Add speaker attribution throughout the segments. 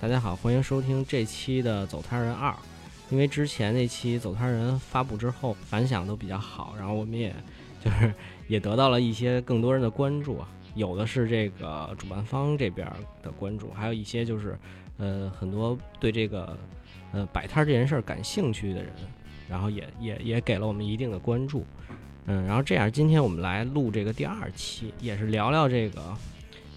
Speaker 1: 大家好，欢迎收听这期的《走摊人二》。因为之前那期《走摊人》发布之后反响都比较好，然后我们也就是也得到了一些更多人的关注，有的是这个主办方这边的关注，还有一些就是呃很多对这个呃摆摊儿这件事儿感兴趣的人，然后也也也给了我们一定的关注。嗯，然后这样，今天我们来录这个第二期，也是聊聊这个，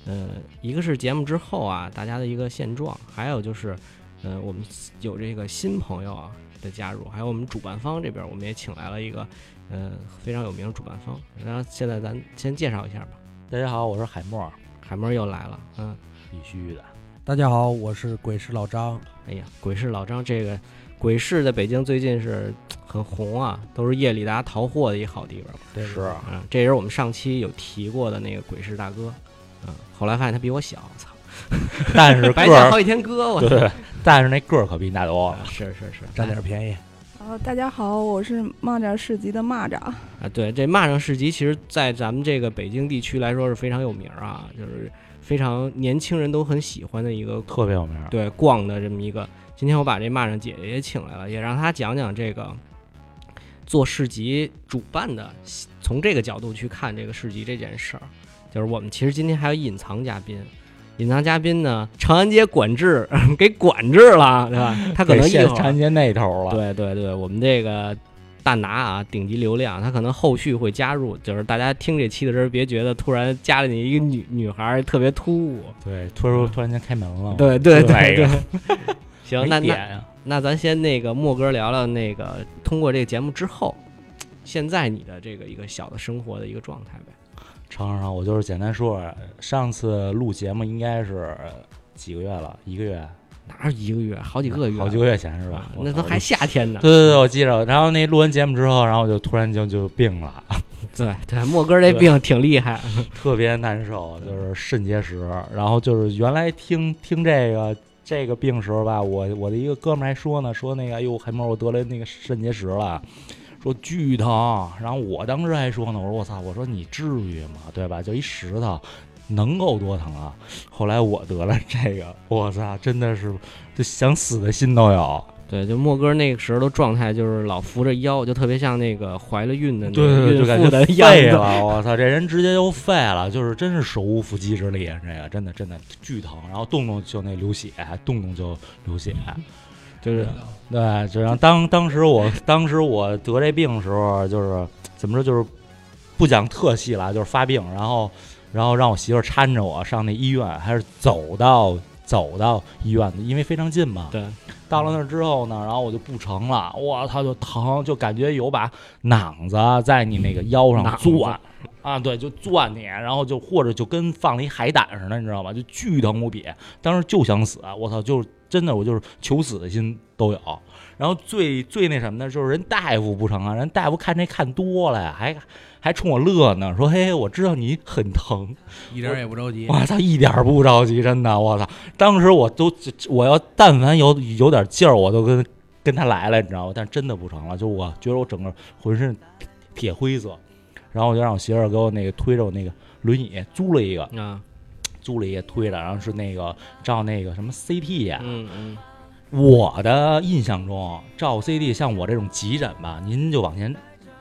Speaker 1: 呃，一个是节目之后啊，大家的一个现状，还有就是，呃，我们有这个新朋友啊的加入，还有我们主办方这边，我们也请来了一个，呃，非常有名的主办方。然后现在咱先介绍一下吧，
Speaker 2: 大家好，我是海默，
Speaker 1: 海妹儿又来了，嗯，
Speaker 2: 必须的。
Speaker 3: 大家好，我是鬼市老张。
Speaker 1: 哎呀，鬼市老张这个鬼市在北京最近是很红啊，都是夜里大家淘货的一好地方。
Speaker 3: 对
Speaker 2: 是啊
Speaker 1: 嗯，这也是我们上期有提过的那个鬼市大哥，嗯，后来发现他比我小，操，
Speaker 2: 但是个
Speaker 1: 白见
Speaker 2: 儿
Speaker 1: 好几天哥，我操，嗯
Speaker 2: 对，但是那个儿哎可比你大多了。
Speaker 1: 是是是，
Speaker 3: 占点便宜，
Speaker 4: 呃，大家好，我是蚂蚱市集的蚂蚱。
Speaker 1: 啊，对，这蚂蚱市集其实，在咱们这个北京地区来说是非常有名儿啊，就是非常年轻人都很喜欢的一个
Speaker 2: 特别有名。，
Speaker 1: 对逛的这么一个。今天我把这蚂蚱姐姐也请来了，也让她讲讲这个做市集主办的，从这个角度去看这个市集这件事儿。就是我们其实今天还有隐藏嘉宾，隐藏嘉宾呢，长安街管制 给管制了，对吧？他可能一
Speaker 2: 现
Speaker 1: 会
Speaker 2: 长
Speaker 1: 儿
Speaker 2: 安，街那头了。
Speaker 1: 对对对，我们这个。大拿啊，顶级流量，他可能后续会加入，就是大家听这期的时候，别觉得突然加了你一个女女孩儿特别突兀，
Speaker 2: 对，突然突然间开门了。，
Speaker 1: 对对
Speaker 2: 哎
Speaker 1: 对对
Speaker 2: 呀。
Speaker 1: 行，那那
Speaker 2: 点啊，
Speaker 1: 那咱先那个莫哥聊聊那个通过这个节目之后，现在你的这个一个小的生活的一个状态呗。
Speaker 2: 成成，我就是简单说，上次录节目应该是呃几个月了，一个月，
Speaker 1: 哪有一个月，好几个月，
Speaker 2: 好几个月前是吧
Speaker 1: 啊？
Speaker 2: 我
Speaker 1: 那
Speaker 2: 操
Speaker 1: 都还。夏天呢。
Speaker 2: 对对对，我记着。然后那录完节目之后，然后我就突然就就病了，
Speaker 1: 对对，莫哥这病挺厉害。
Speaker 2: 特别难受，就是肾结石。然后就是原来听听这个这个病时候吧，我我的一个哥们儿还说呢，说那个哎呦，海猫，我得了那个肾结石了。说巨疼，然后我当时还说呢，我说我操，我说你至于吗？对吧？就一石头，能够多疼啊？后来我得了这个，我操，真的是就想死的心都有。
Speaker 1: 对，就莫哥那个时候的状态就是老扶着腰，就特别像那个怀了孕的那
Speaker 2: 对
Speaker 1: 个
Speaker 2: 对对，
Speaker 1: 孕
Speaker 2: 就感
Speaker 1: 妇
Speaker 2: 觉
Speaker 1: 的样
Speaker 2: 废
Speaker 1: 子。
Speaker 2: 了， 我操，这人直接就废了，就是真是手无缚鸡之力，啊这个真的真的巨疼，然后动动就那流血，动动就流血，
Speaker 1: 就是
Speaker 2: 对，就让当当时我当时我得这病的时候，就是怎么说，就是不讲特细了，就是发病，然后然后让我媳妇儿搀着我上那医院，还是走到走到医院的，因为非常近嘛，
Speaker 1: 对，
Speaker 2: 到了那儿之后呢，然后我就不成了，我操，就疼，就感觉有把榔子在你那个腰
Speaker 1: 榔
Speaker 2: 上
Speaker 1: 子
Speaker 2: 攥，啊，对，就攥你，然后就或者就跟放了一海胆似的，你知道吗？就巨疼无比，当时就想死，我操，就是真的，我就是求死的心都有。然后最最那什么的，就是人大夫不成啊，人大夫看这看多了呀，还还冲我乐呢，说嘿，我知道你很疼，
Speaker 3: 一点儿也不着急。
Speaker 2: 我操，一点儿不着急，真的，我操！当时我都，我要但凡有有点劲儿，我都跟跟他来了，你知道吗？但真的不成了，就我觉得我整个浑身铁灰色，然后我就让我媳妇儿给我那个推着我那个轮椅租了一个，
Speaker 1: 啊，
Speaker 2: 租了一个推着，然后是那个照那个什么 CT 呀、
Speaker 1: 嗯嗯，
Speaker 2: 我的印象中，照 CD 像我这种急诊吧，您就往前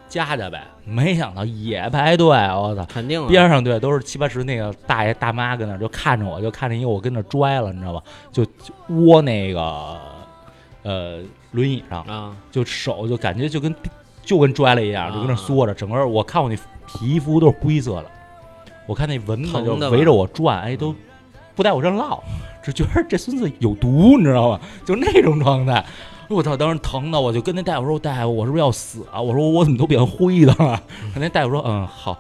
Speaker 2: 加加呗。没想到也排队，我操！
Speaker 1: 肯定啊。
Speaker 2: 边上对都是七八十那个大爷大妈跟那儿就看着我，就看着因为我跟那儿拽了，你知道吧？就就窝那个呃轮椅上，
Speaker 1: 啊，
Speaker 2: 就手就感觉就跟就跟拽了一样，就跟那儿缩着，整个我看我那皮肤都是灰色的，我看那蚊子就
Speaker 1: 疼的吧嗯
Speaker 2: 围着我转，哎，都不带我这唠，只觉得这孙子有毒，你知道吗？ 就那种状态。我操！当时疼的，我就跟那大夫说：“大夫，我是不是要死啊？”我说：“我怎么都变灰的了？”那大夫说：“嗯，好，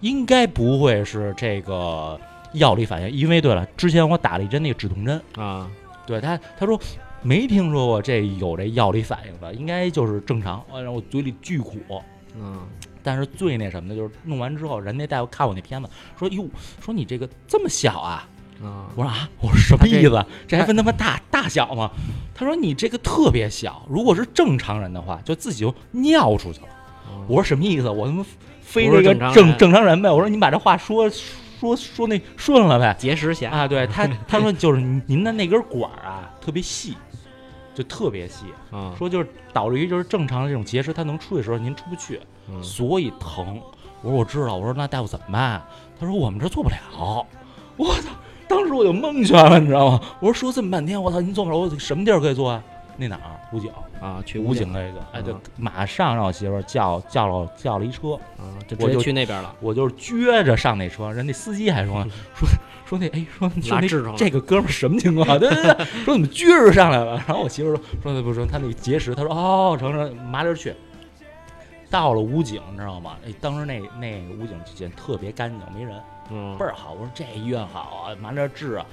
Speaker 2: 应该不会是这个药理反应，因为对了，之前我打了一针那个止痛针，
Speaker 1: 啊，
Speaker 2: 对他，他说没听说过这有这药理反应的，应该就是正常。哎然后我嘴里巨苦，
Speaker 1: 嗯，
Speaker 2: 但是最那什么的就是弄完之后，人家大夫看我那片子说：“哟，说你这个这么小啊？”
Speaker 1: 啊，
Speaker 2: 我说啊，我说什么意思？这
Speaker 1: 他
Speaker 2: 还分他妈大大小吗？他说你这个特别小，如果是正常人的话，就自己就尿出去了。
Speaker 1: 啊
Speaker 2: 我说什么意思？我他妈非
Speaker 1: 不是
Speaker 2: 这个
Speaker 1: 正常人
Speaker 2: 正正常人呗？我说你把这话说说说那顺了呗
Speaker 1: 结石侠，
Speaker 2: 啊，对他 他说就是您您的那根管儿啊特别细，就特别细，
Speaker 1: 啊，
Speaker 2: 说就是导致于就是正常的这种结石，它能出去的时候您出不去，
Speaker 1: 嗯
Speaker 2: 所以疼。我说我知道，我说那大夫怎么办？他说我们这儿做不了。我操！当时我就蒙圈了，你知道吗？我说说这么半天，我操，您做不了，我什么地儿可以做啊？那哪儿？五九，
Speaker 1: 啊，去
Speaker 2: 武
Speaker 1: 武
Speaker 2: 警
Speaker 1: 警
Speaker 2: 那个，哎，就
Speaker 1: 嗯
Speaker 2: 马上让我媳妇儿叫叫了叫了一车，
Speaker 1: 啊，就
Speaker 2: 我
Speaker 1: 直接
Speaker 2: 就
Speaker 1: 去那边了，
Speaker 2: 我就是撅着上那车，人那司机 还说呢，说说那哎说说
Speaker 1: 拿
Speaker 2: 那
Speaker 1: 痔疮了
Speaker 2: 这个哥们儿什么情况？对对对，说怎么撅着上来了？然后我媳妇儿说说那不是他那个结石，他说哦成成麻溜儿去。到了武警，你知道吗？哎，当时那那武警之间特别干净，没人，
Speaker 1: 嗯
Speaker 2: 倍，儿好。我说这医院好啊，麻溜儿治啊。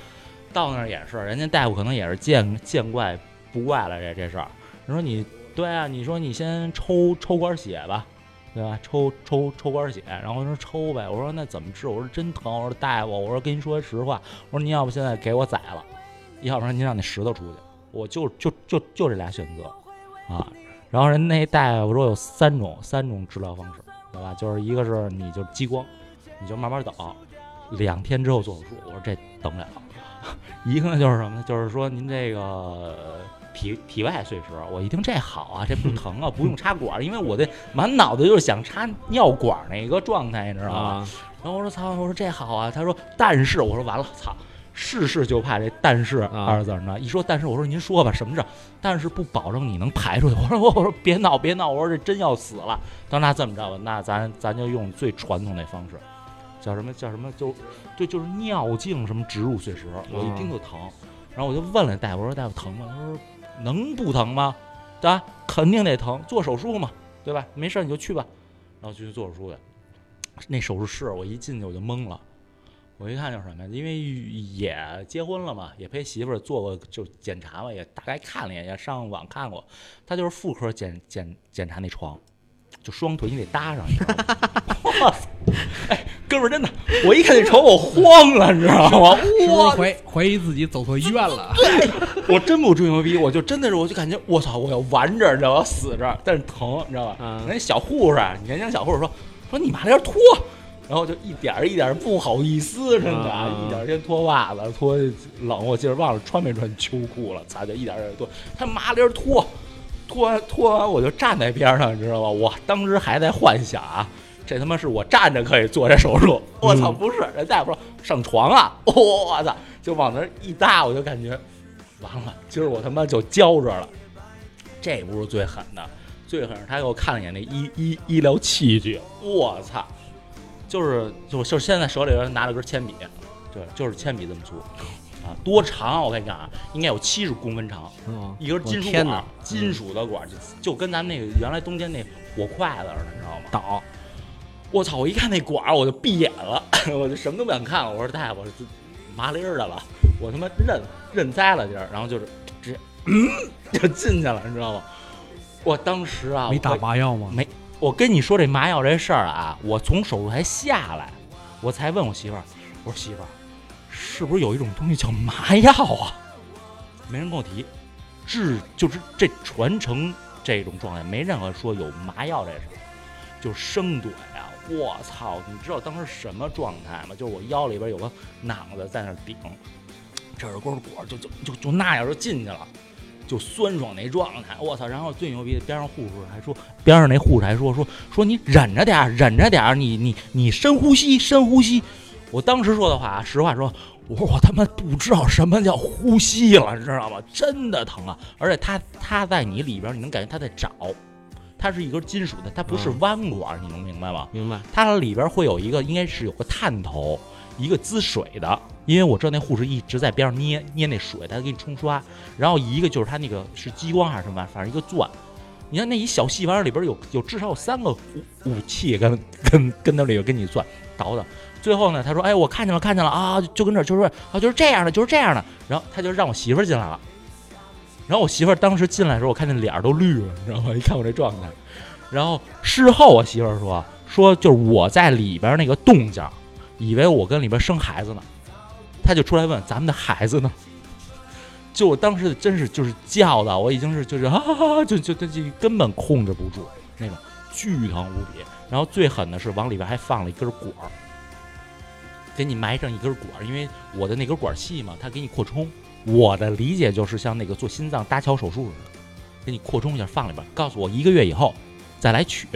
Speaker 2: 到那儿也是，人家大夫可能也是见见怪不怪了这这事儿。你说你对啊，你说你先抽抽管血吧，对吧？抽抽抽管血，然后说抽呗。我说那怎么治？我说真疼。我说大夫，我说跟您说实话，我说您要不现在给我宰了，要不然您让那石头出去。我就就就就这俩选择啊。然后人那大夫说有三种三种治疗方式，对吧？就是一个是你就激光，你就慢慢等，两天之后做手术。我说这等不了。 一个呢就是什么呢？就是说您这个呃体体外碎石，我一听这好啊，这不疼啊，不用插管儿，因为我这满脑子就是想插尿管儿那个状态，你知道吗？
Speaker 1: 啊，
Speaker 2: 然后我说操，我说这好啊。他说但是，我说完了，操，是是就怕这但是
Speaker 1: 啊
Speaker 2: 二字儿呢。一说但是，我说您说吧，什么事儿？但是不保证你能排出去。我说我我说别闹别闹，我说这真要死了。他说那这么着吧，那咱咱就用最传统那方式，叫什么叫什么就就就是尿镜什么植入碎石，我一听就疼。然后我就问了大夫，我说大夫疼吗？他说能不疼吗？对吧？肯定得疼，做手术嘛，对吧？没事儿你就去吧。然后就去做手术去。那手术室我一进去我就懵了，我一看就是什么呀？因为也结婚了嘛，也陪媳妇儿做过就检查嘛，也大概看了一眼，也上网看过。他就是妇科检检检查那床，就双腿你得搭上，你知道吗？哇 塞！哎，哥们儿真的，我一看那床我慌了，你知道吗？
Speaker 3: 是不是
Speaker 2: 哇
Speaker 3: 怀怀疑自己走错医院了？
Speaker 2: 我真不吹牛逼，我就真的是，我就感觉我操，我要完这儿，你知道吗？我要死这儿，但是疼，你知道吧？
Speaker 1: 嗯
Speaker 2: 人家小护士，年轻小护士说说你把这儿脱，然后就一点儿一点儿不好意思，真的，
Speaker 1: 啊
Speaker 2: 一点儿先脱袜子，脱冷，我记得忘了穿没穿秋裤了，擦，就一点儿一点儿脱，他麻溜儿脱，脱完脱完我就站在边上，你知道吧？我当时还在幻想啊。这他妈是我站着可以做这手术，我操，不是，人大夫说上床啊， 我操，就往那儿一搭，我就感觉完了，今儿我他妈就交着了。这不是最狠的，最狠是他给我看了一眼那医医医疗器具，我操，就是就就是现在手里边拿了根铅笔，对，就是铅笔这么粗啊，多长啊？我跟你讲啊，应该有七十公分长，
Speaker 1: 嗯
Speaker 2: 一根金
Speaker 1: 我
Speaker 2: 属
Speaker 1: 天
Speaker 2: 管
Speaker 1: 哪
Speaker 2: 儿，金属的管儿，就就跟咱们那个原来冬天那火筷子似的，你知道吗？
Speaker 1: 倒，
Speaker 2: 我操！我一看那管儿，我就闭眼了， 我就什么都不想看了。我说大夫，我这麻利儿的了，我他妈认认栽了今儿，然后就是直接嗯 就进去了，你知道吗？我当时啊，
Speaker 3: 没打
Speaker 2: 我
Speaker 3: 麻药吗？
Speaker 2: 没我跟你说这麻药这事儿啊，我从手术台下来，我才问我媳妇儿，我说媳妇儿，是不是有一种东西叫麻药啊？没人跟我提，治就是这传承这种状态，没任何说有麻药这事儿，就生怼啊！我操，你知道当时什么状态吗？就是我腰里边有个囊子在那儿顶，这耳根儿果儿就就就就那样就进去了。就酸爽那状态，我操！然后最牛逼的，边上护士还说，边上那护士还说说说你忍着点儿，忍着点儿，你你你深呼吸，深呼吸。我当时说的话，实话说，我说我他妈不知道什么叫呼吸了，你知道吗？真的疼啊！而且它它在你里边儿，你能感觉它在找，它是一根金属的，它不是
Speaker 1: 嗯
Speaker 2: 弯管儿，你能明白吗？
Speaker 1: 明白，
Speaker 2: 它里边会有一个，应该是有个探头，一个滋水的，因为我知道那护士一直在边上捏捏那水，他给你冲刷。然后一个就是它那个是激光还是什么玩意儿，反正一个钻。你看那一小细玩意儿里边有有至少有三个武武器跟跟跟那里边跟你钻倒的。最后呢，他说：“哎，我看见了，看见了啊！就就跟这儿，就是啊，就是这样的，就是这样的。”然后他就让我媳妇儿进来了。然后我媳妇儿当时进来的时候，我看见脸儿都绿了，你知道吗？一看我这状态。然后事后我媳妇儿说说就是我在里边那个动静儿，以为我跟里边生孩子呢，她就出来问咱们的孩子呢。就我当时真是就是叫的，我已经是就是啊，就就就就根本控制不住那种巨疼无比。然后最狠的是往里边还放了一根管儿，给你埋上一根管儿，因为我的那根管儿细嘛，它给你扩充。我的理解就是像那个做心脏搭桥手术似的，给你扩充一下放里边儿，告诉我一个月以后再来取。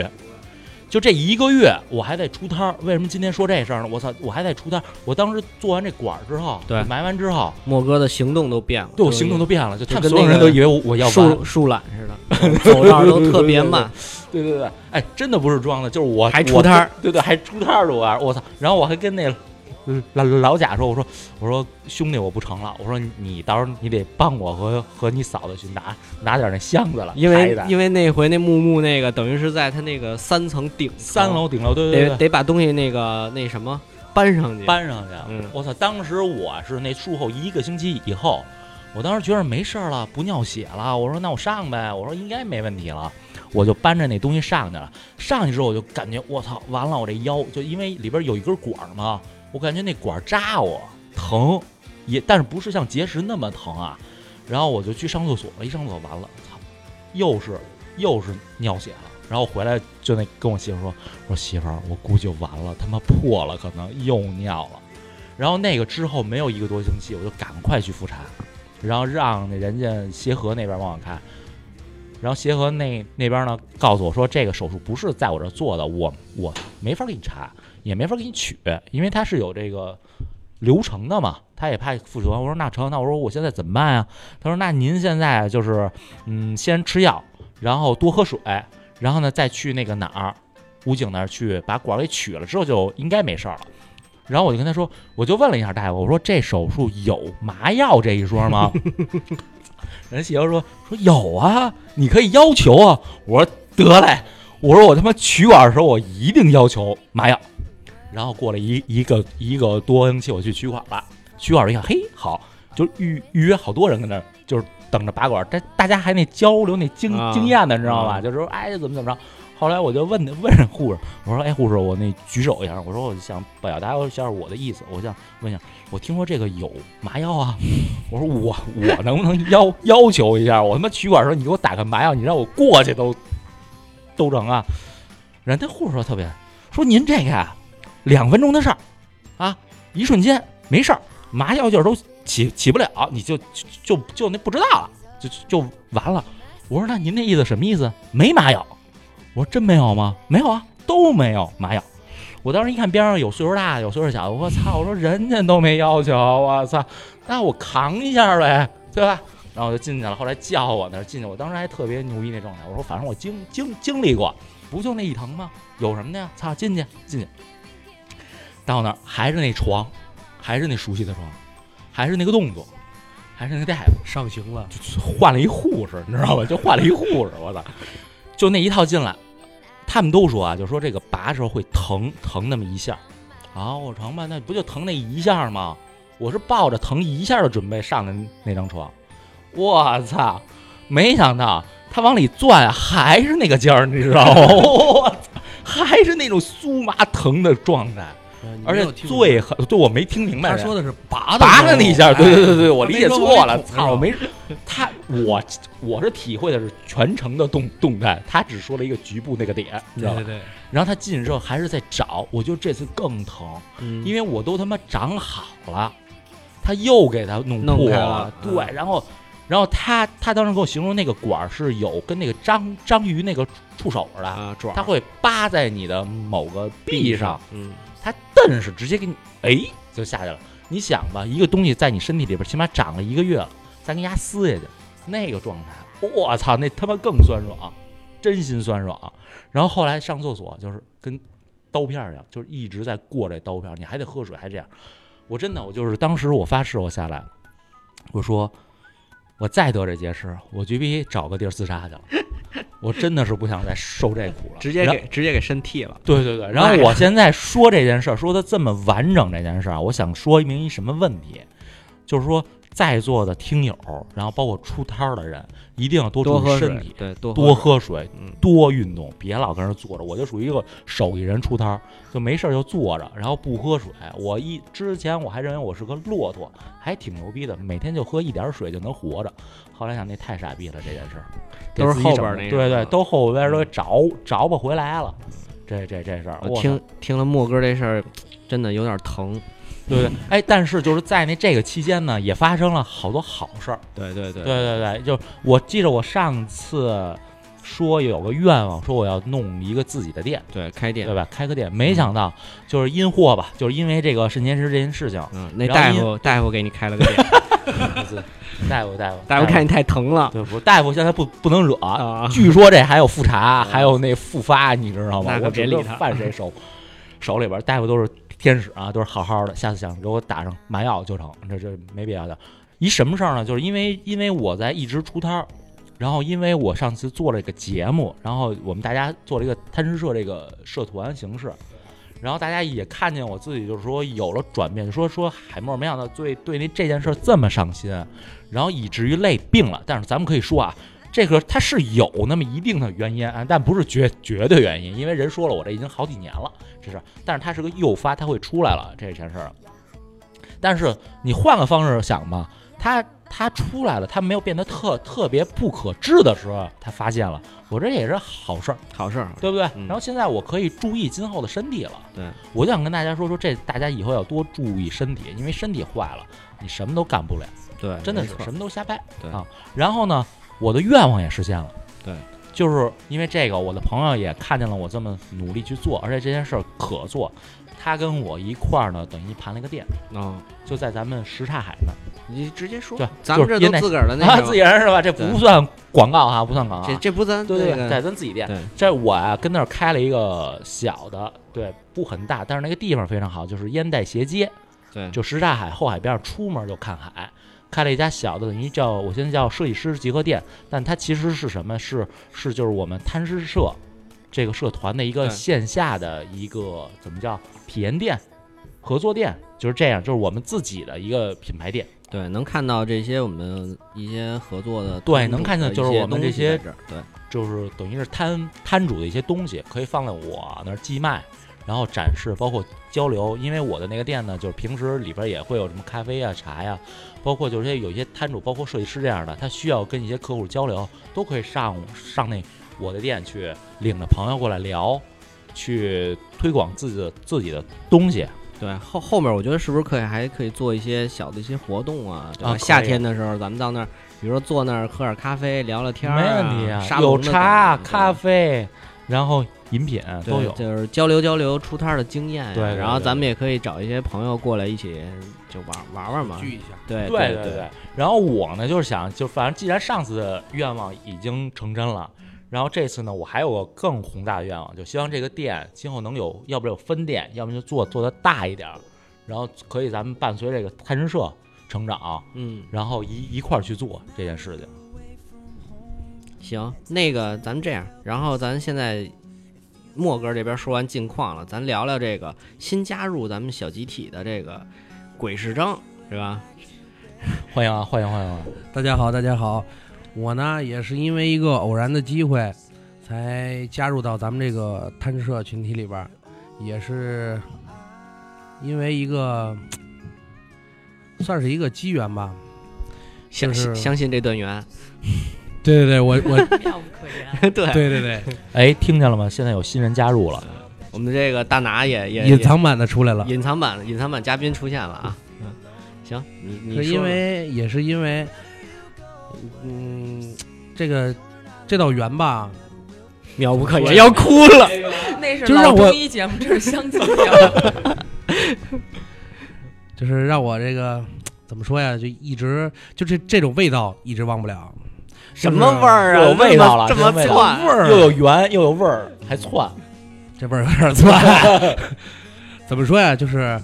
Speaker 2: 就这一个月，我还在出摊儿。为什么今天说这事儿呢？我操，我还在出摊儿。我当时做完这管儿之后，
Speaker 1: 对
Speaker 2: 埋完之后，
Speaker 1: 莫哥的行动都变了，
Speaker 2: 对
Speaker 1: 就
Speaker 2: 我
Speaker 1: 是
Speaker 2: 行动都变了，就他
Speaker 1: 就跟
Speaker 2: 们所有
Speaker 1: 那
Speaker 2: 人
Speaker 1: 个
Speaker 2: 都以为我我要完
Speaker 1: 树树懒似的， 走道都特别慢。
Speaker 2: 对对对，哎，真的不是装的，就是我
Speaker 1: 还出摊儿，
Speaker 2: 我对对，还出摊儿着玩儿，我操！然后我还跟那老老贾说，我说我说兄弟我不成了，我说你到时候你得帮我和和你嫂子去拿拿点那箱子了，
Speaker 1: 因
Speaker 2: 抬一
Speaker 1: 为
Speaker 2: 抬
Speaker 1: 因为那回那木木那个等于是在他那个三层顶
Speaker 2: 三
Speaker 1: 层
Speaker 2: 楼顶楼，对对
Speaker 1: 得
Speaker 2: 对对，
Speaker 1: 得把东西那个那什么搬上去，
Speaker 2: 搬上去。啊
Speaker 1: 嗯
Speaker 2: 我操！当时我是那术后一个星期以后，我当时觉得没事儿了，不尿血了，我说那我上呗，我说应该没问题了，我就搬着那东西上去了。上去之后我就感觉我操，完了我这腰就因为里边有一根管儿嘛，我感觉那管儿扎我疼，也但是不是像结石那么疼啊。然后我就去上厕所了，一上厕所完了，操，又是又是尿血了。然后回来就那跟我媳妇说，我说媳妇儿，我估计就完了，他妈破了，可能又尿了。然后那个之后没有一个多星期，我就赶快去复查，然后让那人家协和那边帮我看，然后协和那那边呢告诉我说这个手术不是在我这儿做的，我我没法给你查，也没法给你取，因为它是有这个流程的嘛，他也怕复责。我说那成，那我说我现在怎么办呀？啊他说那您现在就是嗯先吃药，然后多喝水，然后呢再去那个哪儿。武警那儿去把管儿给取了之后，就应该没事儿了。然后我就跟他说，我就问了一下大夫，我说这手术有麻药这一说吗？ 人媳妇说说有啊，你可以要求啊。我说得嘞，我说我他妈取管的时候我一定要求麻药。然后过了一一个一个多星期，我去取管了。取管一看，嘿，好，就预预约好多人跟那儿，就是等着拔管。但大家还那交流那经、
Speaker 1: 啊
Speaker 2: 经验呢，你知道吧？
Speaker 1: 嗯
Speaker 2: 就说哎怎么怎么着。后来我就问问人护士，我说：“哎，护士，我那举手一下，我说哦我想表达一下我的意思，我想问一下，我听说这个有麻药啊？我说我我能不能要要求一下？我他妈取管的时候你给我打个麻药，你让我过去都都成啊？”人家护士说特别说您这个啊，两分钟的事儿啊，一瞬间没事儿，麻药劲儿都起起不了，你就就就就那不知道了，就就完了。我说那您这意思什么意思？没麻药。我说真没有吗？没有啊，都没有麻药。我当时一看边上有岁数大的，有岁数小的，我操！我说人家都没要求，啊我操，那我扛一下呗，对吧？然后我就进去了。后来叫我那儿进去，我当时还特别牛逼那状态。我说反正我经经经历过，不就那一疼吗？有什么的呀？操，进去进去。到那儿还是那床，还是那熟悉的床，还是那个动作，还是那个大夫。
Speaker 3: 上刑了，
Speaker 2: 换了一护士，你知道吧？就换了一护士，我操！就那一套进来，他们都说啊，就说这个拔的时候会疼，疼那么一下。啊，我成吧，那不就疼那一下吗？我是抱着疼一下的准备上的那张床，我操！没想到他往里钻还是那个劲儿，你知道吗？ 我操，还是那种酥麻疼的状态，而且最狠，对我没听明白
Speaker 3: 他
Speaker 2: 人，
Speaker 3: 说的是拔的
Speaker 2: 拔
Speaker 3: 哎
Speaker 2: 了你一下，对对对对，我
Speaker 3: 他
Speaker 2: 理
Speaker 3: 没
Speaker 2: 解
Speaker 3: 说
Speaker 2: 错
Speaker 3: 往
Speaker 2: 了，
Speaker 3: 里捅
Speaker 2: 操，
Speaker 3: 是吧
Speaker 2: 没他我我是体会的是全程的动动态，他只说了一个局部那个点，你知道
Speaker 3: 对
Speaker 2: 吧
Speaker 3: 对？对，
Speaker 2: 然后他进去之后还是在找，我觉得这次更疼，
Speaker 1: 嗯
Speaker 2: 因为我都他妈长好了，他又给他弄
Speaker 1: 弄
Speaker 2: 破
Speaker 1: 开了
Speaker 2: 对，
Speaker 3: 嗯
Speaker 2: 然后然后他他当时给我形容那个管儿是有跟那个章章鱼那个触手似
Speaker 3: 嗯
Speaker 2: 的，
Speaker 1: 啊爪
Speaker 2: 它会扒在你的某个臂上。，
Speaker 1: 嗯，
Speaker 2: 它蹬是直接给你，哎，就下去了。你想吧，一个东西在你身体里边起码长了一个月了，咱给它撕下去，那个状态，我操，那他妈更啊酸爽，真心酸爽。然后后来上厕所就是跟刀片儿一样，就是一直在过这刀片儿，你还得喝水，还这样。我真的，我就是当时我发誓，我下来，我说我再得这结石，我绝逼找个地儿自杀去了。我真的是不想再受这苦了，
Speaker 1: 直接
Speaker 2: 然
Speaker 1: 给直接给身剃了，
Speaker 2: 对对对，然后我现在说这件事儿，说的这么完整这件事儿，我想说明一什么问题，就是说在座的听友，然后包括出摊儿的人，一定要多
Speaker 1: 多
Speaker 2: 注
Speaker 1: 喝
Speaker 2: 意身
Speaker 1: 水
Speaker 2: 体，，
Speaker 1: 对，多
Speaker 2: 多
Speaker 1: 多
Speaker 2: 喝水，
Speaker 1: 嗯
Speaker 2: 多运动，别老跟那儿坐着。我就属于一个手艺人出摊儿，就没事儿就坐着，然后不喝水。我一之前我还认为我是个骆驼，还挺牛逼的，每天就喝一点儿水就能活着。后来想那太傻逼了，这件事儿给
Speaker 1: 都是
Speaker 2: 自己
Speaker 1: 后
Speaker 2: 整
Speaker 1: 边
Speaker 2: 的
Speaker 1: 那
Speaker 2: 对
Speaker 1: 个
Speaker 2: 对，
Speaker 1: 啊嗯
Speaker 2: 都后边儿都找找吧回来了。这这这事儿，
Speaker 1: 我
Speaker 2: 我操
Speaker 1: 听听了莫哥这事儿，真的有点疼。
Speaker 2: 对对，哎，但是就是在那这个期间呢，也发生了好多好事儿。
Speaker 1: 对对对
Speaker 2: 对对对，就是我记着我上次说有个愿望，说我要弄一个自己的店，
Speaker 1: 对开店，
Speaker 2: 对，吧？开个店，没想到就是因祸吧，就是因为这个肾结石这件事情
Speaker 1: 嗯，那
Speaker 2: 然后
Speaker 1: 大
Speaker 2: 因
Speaker 1: 夫大夫给你开了个 店，
Speaker 2: 大夫大夫
Speaker 1: 大夫看你太疼 了
Speaker 2: 对不？大夫现在不不能惹，
Speaker 1: 啊，
Speaker 2: 据说这还有复查，还有那复发，你知道吗？
Speaker 1: 那可
Speaker 2: 我
Speaker 1: 别
Speaker 2: 只知道
Speaker 1: 理他
Speaker 2: 犯谁手手里边，大夫都是天使啊，都是好好的。下次想给我打上麻药就成，这这没必要的。一什么事儿呢？就是因为因为我在一直出摊儿，然后因为我上次做了一个节目，然后我们大家做了一个贪吃社这个社团形式。然后大家也看见我自己，就是说有了转变，就说说海默没想到对对那这件事儿这么上心，然后以至于累病了。但是咱们可以说啊，这个它是有那么一定的原因啊，但不是绝绝对原因，因为人说了，我这已经好几年了，这是，但是它是个诱发，它会出来了这件事儿。但是你换个方式想吧，它它出来了，它没有变得特特别不可治的时候，他发现了，我这也是好事儿，
Speaker 1: 好事儿，
Speaker 2: 对不对？
Speaker 1: 嗯
Speaker 2: 然后现在我可以注意今后的身体了。
Speaker 1: 对，
Speaker 2: 我就想跟大家说说，这大家以后要多注意身体，因为身体坏了，你什么都干不了。
Speaker 1: 对，
Speaker 2: 真的
Speaker 1: 没
Speaker 2: 是
Speaker 1: 错
Speaker 2: 什么都瞎掰
Speaker 1: 对
Speaker 2: 啊。然后呢，我的愿望也实现了，
Speaker 1: 对，
Speaker 2: 就是因为这个，我的朋友也看见了我这么努力去做，而且这件事儿可做，他跟我一块儿呢，等于盘了个店，
Speaker 1: 哦，
Speaker 2: 就在咱们什刹海那儿，
Speaker 1: 你直接说
Speaker 2: 对，
Speaker 1: 咱们
Speaker 2: 就
Speaker 1: 这都
Speaker 2: 是也得
Speaker 1: 自个儿的那
Speaker 2: 啊，
Speaker 1: 个
Speaker 2: 自己人是吧？这不算广告哈，不算广告
Speaker 1: 这
Speaker 2: 啊。
Speaker 1: 这不咱
Speaker 2: 对对
Speaker 1: 那
Speaker 2: 对，
Speaker 1: 个
Speaker 2: 在咱自己店，
Speaker 1: 对
Speaker 2: 这我啊跟那儿开了一个小的，对，不很大，但是那个地方非常好，就是烟袋斜街，
Speaker 1: 对
Speaker 2: 就什刹海后海边儿出门就看海，开了一家小的，等于叫我现在叫设计师集合店，但它其实是什么？是是就是我们贪吃社这个社团的一个
Speaker 1: 对
Speaker 2: 线下的一个怎么叫体验店、合作店，就是这样，就是我们自己的一个品牌店。
Speaker 1: 对，能看到这些我们一些合作的
Speaker 2: 对
Speaker 1: 摊主
Speaker 2: 能看见
Speaker 1: 的
Speaker 2: 就是
Speaker 1: 一些
Speaker 2: 我们
Speaker 1: 东
Speaker 2: 这
Speaker 1: 西
Speaker 2: 些
Speaker 1: 在这儿对
Speaker 2: 就是等于是摊摊主的一些东西，可以放在我那儿寄卖，然后展示，包括交流。因为我的那个店呢，就是平时里边也会有什么咖啡啊、茶呀、包括就是些有一些摊主，包括设计师这样的，他需要跟一些客户交流，都可以上上那我的店去，领着朋友过来聊，去推广自己的自己的东西。啊
Speaker 1: 对后后面我觉得是不是可以还可以做一些小的一些活动啊？对吧
Speaker 2: 啊可以
Speaker 1: 夏天的时候咱们到那儿，比如说坐那儿喝点咖啡聊聊天儿、
Speaker 2: 没问题
Speaker 1: 啊，
Speaker 2: 啊，
Speaker 1: 沙
Speaker 2: 有
Speaker 1: 龙的
Speaker 2: 茶、
Speaker 1: 感觉
Speaker 2: 咖啡，然后饮品啊
Speaker 1: 对
Speaker 2: 都有。
Speaker 1: 就是交流交流出摊儿的经验呀、
Speaker 2: 对对
Speaker 1: 然后
Speaker 2: 对
Speaker 1: 咱们也可以找一些朋友过来一起就玩玩玩嘛。
Speaker 3: 聚一下。
Speaker 1: 对
Speaker 2: 哎对
Speaker 1: 对
Speaker 2: 对。然后我呢，就是想，就反正既然上次的愿望已经成真了，然后这次呢，我还有个更宏大的愿望，就希望这个店今后能有，要不然有分店，要不然就做做的大一点儿，然后可以咱们伴随这个探神社成长，啊
Speaker 1: 嗯，
Speaker 2: 然后一一块儿去做这件事情。
Speaker 1: 行，那个咱们这样，然后咱现在莫哥这边说完近况了，咱聊聊这个新加入咱们小集体的这个鬼市章是吧？
Speaker 2: 欢迎啊，欢迎欢迎啊！
Speaker 3: 大家好，大家好，我呢也是因为一个偶然的机会，才加入到咱们这个贪吃社群体里边儿，也是因为一个 算是一个机缘吧。
Speaker 1: 相
Speaker 3: 就是
Speaker 1: 信相信这段缘，
Speaker 3: 对对对，我我
Speaker 5: 妙不可
Speaker 1: 对
Speaker 5: 言。
Speaker 3: 对对 对，
Speaker 2: 哎，听见了吗？现在有新人加入了，
Speaker 1: 我们这个大拿也也
Speaker 3: 隐藏版的出来了。
Speaker 1: 隐藏版隐藏版嘉宾出现了啊！嗯，行，你你
Speaker 3: 是
Speaker 1: 说
Speaker 3: 因
Speaker 1: 吧
Speaker 3: 为也是因为，嗯，这个这道缘吧，
Speaker 1: 妙不可
Speaker 3: 我
Speaker 1: 言要哭了，
Speaker 5: 那是
Speaker 3: 就让
Speaker 5: 老
Speaker 3: 我
Speaker 5: 中医节目，这是相亲节目。
Speaker 3: 就是让我这个怎么说呀，就一直就这这种味道一直忘不了。
Speaker 1: 什么味儿啊？
Speaker 2: 有味道了
Speaker 1: 这么
Speaker 2: 真味
Speaker 1: 这
Speaker 2: 道
Speaker 1: 么窜，
Speaker 3: 味儿
Speaker 2: 又有圆又有味儿，还窜。
Speaker 3: 这味儿有点窜。 怎么说呀？就是，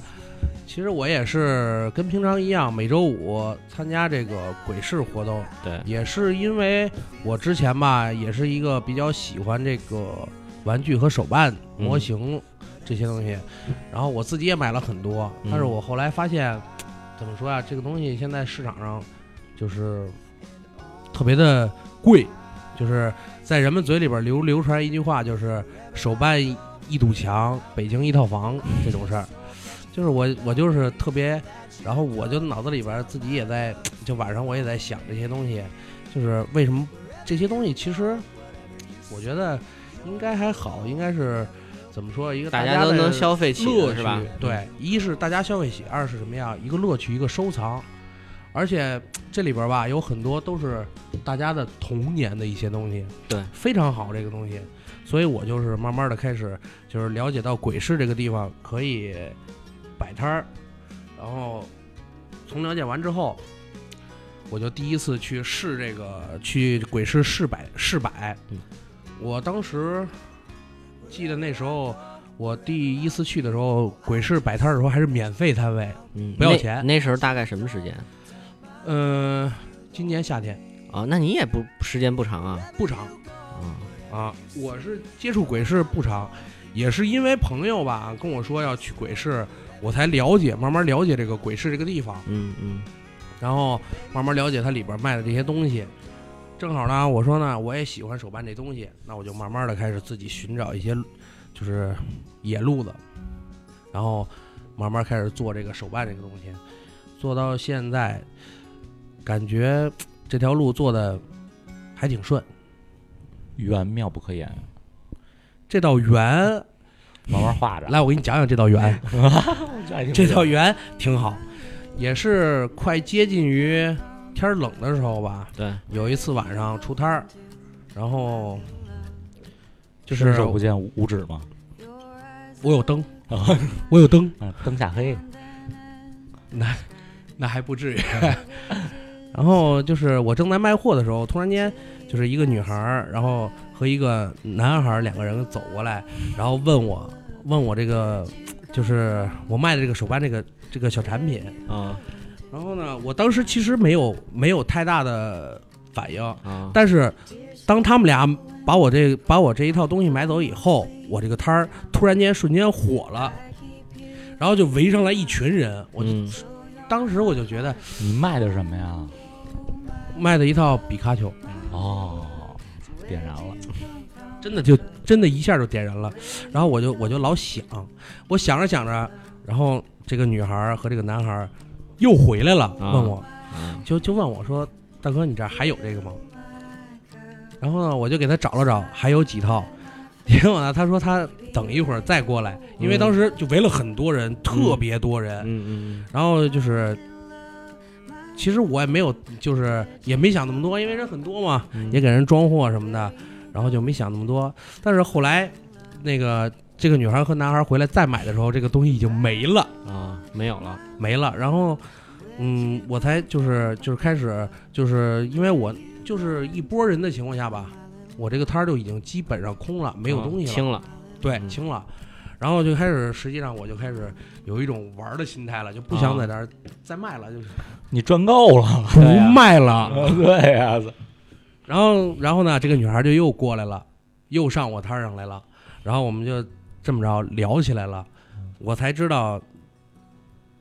Speaker 3: 其实我也是跟平常一样，每周五参加这个鬼市活动。
Speaker 1: 对
Speaker 3: 也是因为我之前吧，也是一个比较喜欢这个玩具和手办
Speaker 1: 嗯
Speaker 3: 模型这些东西，然后我自己也买了很多，
Speaker 1: 嗯
Speaker 3: 但是我后来发现，怎么说呀？这个东西现在市场上就是特别的贵，就是在人们嘴里边流流传一句话，就是手办一堵墙，北京一套房这种事儿。就是我，我就是特别，然后我就脑子里边自己也在，就晚上我也在想这些东西，就是为什么这些东西其实，我觉得应该还好，应该是怎么说一个
Speaker 1: 大
Speaker 3: 家
Speaker 1: 都
Speaker 3: 的
Speaker 1: 能消费起
Speaker 3: 乐
Speaker 1: 的
Speaker 3: 趣
Speaker 1: 是吧？
Speaker 3: 对，一是大家消费喜，二是什么呀？一个乐趣，一个收藏，而且这里边吧有很多都是大家的童年的一些东西，
Speaker 1: 对，
Speaker 3: 非常好这个东西。所以我就是慢慢的开始就是了解到鬼市这个地方可以摆摊儿，然后从了解完之后，我就第一次去试这个去鬼市试摆试摆
Speaker 1: 嗯，
Speaker 3: 我当时记得那时候。我第一次去的时候，鬼市摆摊儿的时候还是免费摊位。
Speaker 1: 嗯，
Speaker 3: 不要
Speaker 1: 那
Speaker 3: 钱
Speaker 1: 那时候大概什么时间？
Speaker 3: 嗯，今年夏天
Speaker 1: 哦，那你也不时间不长啊。
Speaker 3: 不长
Speaker 1: 啊，
Speaker 3: 啊，我是接触鬼市不长，也是因为朋友吧跟我说要去鬼市，我才了解，慢慢了解这个鬼市这个地方，
Speaker 1: 嗯嗯，
Speaker 3: 然后慢慢了解它里边卖的这些东西。正好呢，我说呢，我也喜欢手办这东西，那我就慢慢的开始自己寻找一些就是野路子，然后慢慢开始做这个手办这个东西，做到现在，感觉这条路做的还挺顺。
Speaker 2: 圆妙不可言，
Speaker 3: 这道圆，
Speaker 2: 慢慢画着。
Speaker 3: 来，我给你讲讲这道圆。这道
Speaker 2: 叫
Speaker 3: 圆挺好，也是快接近于天儿冷的时候吧。
Speaker 1: 对，
Speaker 3: 有一次晚上出摊儿，然后就
Speaker 2: 伸
Speaker 3: 是
Speaker 2: 手不见五五指嘛，
Speaker 3: 我有灯，
Speaker 2: 啊
Speaker 3: 我有灯，
Speaker 2: 嗯灯下黑，
Speaker 3: 那还不至于。嗯 然后就是我正在卖货的时候，突然间就是一个女孩儿，然后和一个男孩儿两个人走过来，然后问我问我这个就是我卖的这个手办这个这个小产品。
Speaker 1: 啊
Speaker 3: 然后呢，我当时其实没有没有太大的反应，
Speaker 1: 啊，
Speaker 3: 但是当他们俩把我这把我这一套东西买走以后，我这个摊儿突然间瞬间火了，然后就围上来一群人，我就、
Speaker 1: 嗯
Speaker 3: 当时我就觉得
Speaker 2: 你卖的什么呀？
Speaker 3: 卖的一套比卡丘，
Speaker 2: 哦，点燃了，
Speaker 3: 真的就真的一下就点燃了，然后我就我就老想，我想着想着，然后这个女孩儿和这个男孩儿又回来了，
Speaker 1: 啊
Speaker 3: 问我。
Speaker 1: 啊
Speaker 3: 就就问我说：“大哥，你这儿还有这个吗？”然后呢，我就给他找了找，还有几套。结果呢，他说他等一会儿再过来，因为
Speaker 1: 嗯
Speaker 3: 当时就围了很多人，特别多人。
Speaker 1: 嗯嗯
Speaker 3: 然后就是，其实我也没有，就是也没想那么多，因为人很多嘛，
Speaker 1: 嗯，
Speaker 3: 也给人装货什么的，然后就没想那么多。但是后来，那个这个女孩和男孩回来再买的时候，这个东西已经没了。
Speaker 1: 啊没有了。
Speaker 3: 没了。然后，嗯，我才就是就是开始就是因为我就是一波人的情况下吧，我这个摊儿就已经基本上空了，没有
Speaker 2: 嗯
Speaker 1: 啊
Speaker 3: 东西了，
Speaker 1: 清了，
Speaker 3: 对，
Speaker 1: 嗯
Speaker 3: 清了。然后就开始，实际上我就开始有一种玩儿的心态了，就不想在这儿再卖 了，就是
Speaker 2: 你赚够了。
Speaker 3: 不
Speaker 1: 对啊
Speaker 3: 卖了。
Speaker 2: 对呀、
Speaker 3: 然后，然后呢，这个女孩就又过来了，又上我摊儿上来了，然后我们就这么着聊起来了，
Speaker 2: 嗯
Speaker 3: 我才知道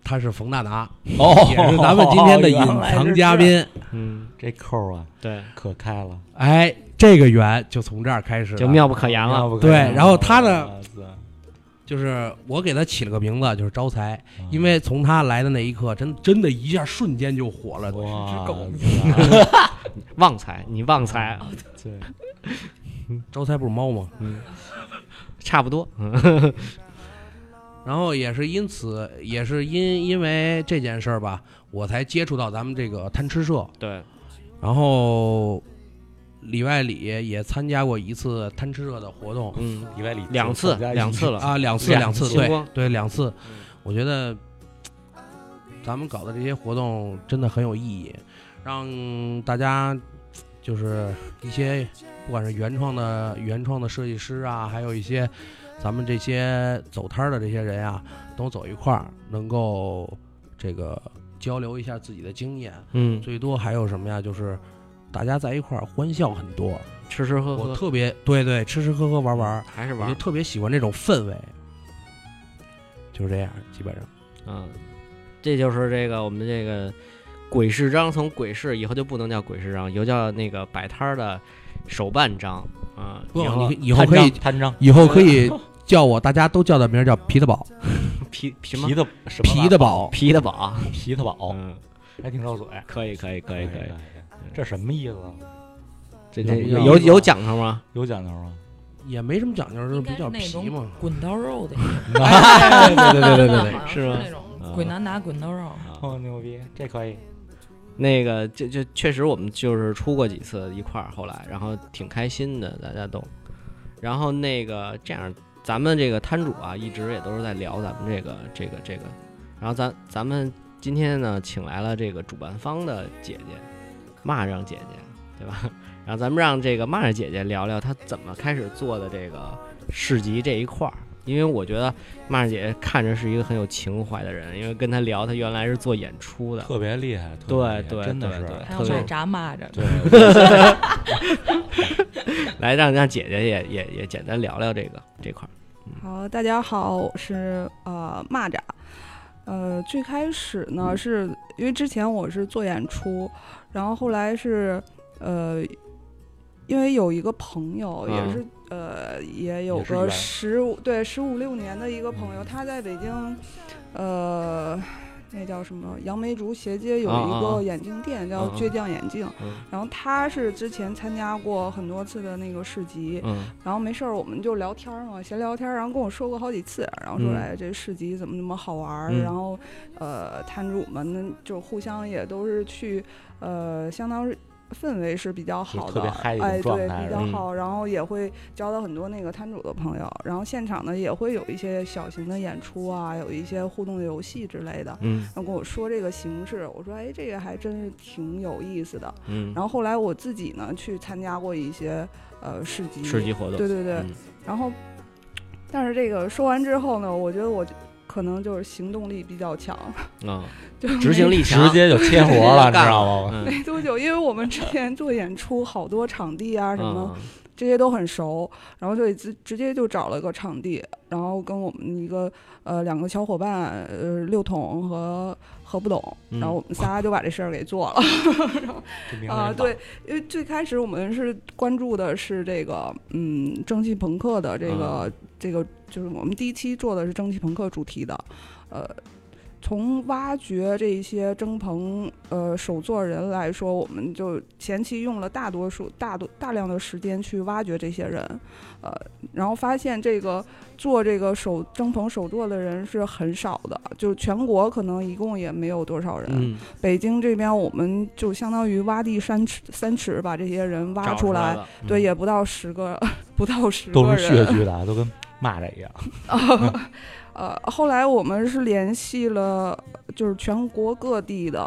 Speaker 3: 她是冯大拿，
Speaker 2: 哦
Speaker 3: 也是咱们今天的隐
Speaker 2: 原来是
Speaker 3: 藏 嘉
Speaker 2: 这样。
Speaker 3: 宾。
Speaker 1: 嗯，
Speaker 2: 这扣啊，
Speaker 1: 对，
Speaker 2: 可开了，
Speaker 3: 哎，这个缘就从这儿开始了
Speaker 1: 就妙不可言了。
Speaker 2: 妙不可言
Speaker 3: 对然后他呢
Speaker 2: 哇塞，
Speaker 3: 就是我给他起了个名字，就是招财，因为从他来的那一刻，真真的一下瞬间就火了。
Speaker 2: 哇
Speaker 1: 旺财，你旺财，
Speaker 2: 塞，对，
Speaker 3: 招财不是猫吗？
Speaker 1: 差不多。嗯
Speaker 3: 然后也是因此，也是因因为这件事儿吧，我才接触到咱们这个贪吃社，
Speaker 1: 对，
Speaker 3: 然后里外里也参加过一次贪吃社的活动
Speaker 1: 嗯，
Speaker 2: 里外里
Speaker 1: 两次，两次了。
Speaker 3: 啊，两次
Speaker 1: 两
Speaker 3: 两次，
Speaker 1: 次
Speaker 3: 对
Speaker 1: 光
Speaker 3: 对两次
Speaker 1: 嗯，
Speaker 3: 我觉得咱们搞的这些活动真的很有意义，让大家就是一些不管是原创的原创的设计师啊，还有一些咱们这些走摊儿的这些人啊，都走一块儿，能够这个交流一下自己的经验，
Speaker 1: 嗯，
Speaker 3: 最多还有什么呀？就是大家在一块儿欢笑很多，
Speaker 1: 吃吃喝嗯
Speaker 3: 我
Speaker 1: 喝
Speaker 3: 特别对对吃吃喝喝玩玩儿，
Speaker 1: 还是
Speaker 3: 我
Speaker 1: 玩
Speaker 3: 就
Speaker 1: 儿。
Speaker 3: 特别喜欢这种氛围，就是这样，基本上。
Speaker 1: 嗯，这就是这个我们这个鬼市章，从鬼市以后就不能叫鬼市章，以后叫那个摆摊儿的手办章啊。
Speaker 3: 不
Speaker 1: 以后
Speaker 3: 你以后可以
Speaker 2: 摊张
Speaker 3: 以后可以 叫我，大家都叫的名儿叫皮特宝，
Speaker 1: 皮皮
Speaker 2: 皮的什么
Speaker 3: 皮的宝，
Speaker 1: 皮的宝，
Speaker 2: 皮的宝，
Speaker 1: 嗯，
Speaker 2: 还挺绕嘴。
Speaker 1: 可以可以可以
Speaker 3: 哎
Speaker 1: 可以，，
Speaker 2: 这什么意思啊？
Speaker 1: 这
Speaker 3: 有
Speaker 1: 这
Speaker 3: 有
Speaker 1: 有有讲头吗？
Speaker 2: 有讲究吗？
Speaker 3: 也没什么讲究，就是比较皮嘛。 哎
Speaker 5: 滚刀肉的，
Speaker 3: 对对对对对对，
Speaker 5: 好像
Speaker 1: 是吗啊
Speaker 5: 那种鬼难打滚刀肉。
Speaker 2: 哦，牛逼，这可以。
Speaker 1: 那个就就确实我们就是出过几次一块儿，后来然后挺开心的，大家都。然后那个这样，咱们这个摊主啊，一直也都是在聊咱们这个这个这个。然后咱咱们今天呢，请来了这个主办方的姐姐，蚂蚱姐姐，对吧？然后咱们让这个蚂蚱姐姐聊聊她怎么开始做的这个市集这一块儿，因为我觉得蚂蚱姐姐看着是一个很有情怀的人，因为跟她聊，她原来是做演出的，
Speaker 2: 特别厉害，特别
Speaker 1: 对
Speaker 2: 厉害
Speaker 1: 对
Speaker 2: 真的
Speaker 1: 对
Speaker 2: 是，
Speaker 1: 对
Speaker 4: 哎
Speaker 5: 还有
Speaker 1: 特别
Speaker 5: 卖炸蚂蚱，
Speaker 2: 对，
Speaker 1: 来让让姐姐也也也简单聊聊这个这块儿。
Speaker 4: 好，大家好，我是呃蚂蚱。呃，最开始呢，是因为之前我是做演出，然后后来是呃，因为有一个朋友也
Speaker 1: 嗯
Speaker 4: 是、呃，也有
Speaker 2: 也是
Speaker 4: 个
Speaker 2: 原
Speaker 4: 十五对十五六年的一个朋友，他在北京，呃，那叫什么杨梅竹斜街有
Speaker 1: 啊啊
Speaker 4: 一
Speaker 1: 啊
Speaker 4: 个眼镜店、叫
Speaker 1: 嗯嗯
Speaker 4: 倔强眼镜，
Speaker 1: 嗯
Speaker 4: 然后他是之前参加过很多次的那个市集，
Speaker 1: 嗯
Speaker 4: 然后没事儿我们就聊天儿嘛，闲聊天儿，然后跟我说过好几次，然后说
Speaker 1: 嗯
Speaker 4: 哎这市集怎么怎么好玩儿，
Speaker 1: 嗯
Speaker 4: 然后呃摊主们就互相也都是去呃相当是。氛围是比较好的，
Speaker 2: 特别嗨的一种状
Speaker 4: 哎，对，
Speaker 2: 态嗯
Speaker 4: 比
Speaker 2: 是
Speaker 4: 较
Speaker 1: 吧
Speaker 4: 好。然后也会交到很多那个摊主的朋友，然后现场呢也会有一些小型的演出啊，有一些互动的游戏之类的。
Speaker 1: 嗯
Speaker 4: 然后跟我说这个形式，我说哎，这个还真是挺有意思的。
Speaker 1: 嗯，
Speaker 4: 然后后来我自己呢去参加过一些呃市集，
Speaker 1: 市集活动，
Speaker 4: 对对对，
Speaker 1: 嗯
Speaker 4: 然后，但是这个说完之后呢，我觉得我就可能就是行动力比较强，
Speaker 1: 啊，
Speaker 4: 就
Speaker 1: 执行力强，
Speaker 2: 直接就切活
Speaker 1: 直接就
Speaker 2: 了，你知
Speaker 1: 干
Speaker 2: 道吗？
Speaker 1: 嗯
Speaker 4: 没没多久，因为我们之前做演出，好多场地啊什么、
Speaker 1: 嗯
Speaker 4: 这些都很熟，然后就直直接就找了个场地，然后跟我们一个呃两个小伙伴，呃六筒和何不懂，
Speaker 1: 嗯
Speaker 4: 然后 我们仨就把这事儿给做了。
Speaker 2: 这名字真
Speaker 4: 啊、
Speaker 2: 棒
Speaker 4: 对，，因为最开始我们是关注的是这个，嗯，蒸汽朋克的这个、这个，就是我们第一期做的是蒸汽朋克主题的，呃，从挖掘这一些蒸朋呃手作人来说，我们就前期用了大多数大多大量的时间去挖掘这些人，呃，然后发现这个做这个手蒸朋手作的人是很少的，就是全国可能一共也没有多少人，
Speaker 1: 嗯，
Speaker 4: 北京这边，我们就相当于挖地三尺，三尺把这些人挖
Speaker 1: 找
Speaker 4: 出
Speaker 1: 来
Speaker 4: 来，
Speaker 1: 了，嗯
Speaker 4: 对，也不到十个， 不到十
Speaker 2: 都
Speaker 4: 个
Speaker 2: 是
Speaker 4: 人
Speaker 2: 血。剧的，啊都跟蚂蚱一样。
Speaker 4: 呃，后来我们是联系了，就是全国各地的，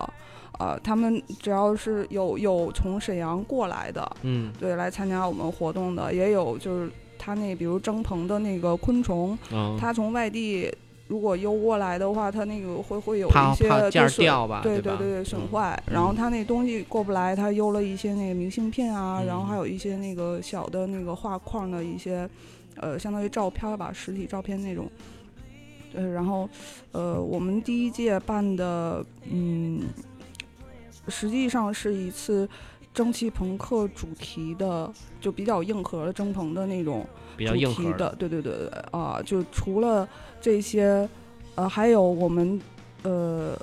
Speaker 4: 呃，他们只要是有有从沈阳过来的，
Speaker 1: 嗯
Speaker 4: 对，来参加我们活动的，也有就是他那比如蒸鹏的那个昆虫，
Speaker 1: 嗯，
Speaker 4: 他从外地如果邮过来的话，他那个会会有
Speaker 1: 怕
Speaker 4: 一些
Speaker 1: 怕
Speaker 4: 对
Speaker 1: 件儿
Speaker 4: 损
Speaker 1: 掉吧，
Speaker 4: 对
Speaker 1: 对吧
Speaker 4: 对对，损，坏。
Speaker 1: 嗯
Speaker 4: 然后他那东西过不来，他邮了一些那个明信片啊，然后
Speaker 1: 嗯
Speaker 4: 还有一些那个小的那个画框的一些，呃，相当于照片吧，实体照片那种。对，然后，呃，我们第一届办的，嗯，实际上是一次蒸汽朋克主题的，就比较硬核的蒸朋的那种
Speaker 1: 嗯比较硬核
Speaker 4: 主题，的，对对对对啊、就除了这些，呃，还有我们呃，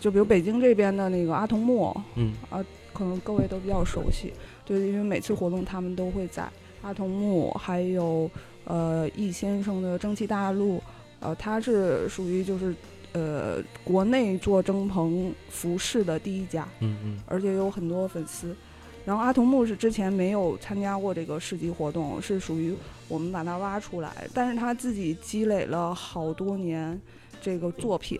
Speaker 4: 就比如北京这边的那个阿童木，
Speaker 1: 嗯
Speaker 4: 啊，可能各位都比较熟悉，对，因为每次活动他们都会在阿童木，还有呃易先生的蒸汽大陆，呃，他是属于就是呃国内做蒸棚服饰的第一家，
Speaker 1: 嗯 嗯
Speaker 4: 而且有很多粉丝。然后阿童木是之前没有参加过这个市集活动，是属于我们把他挖出来，但是他自己积累了好多年这个作品，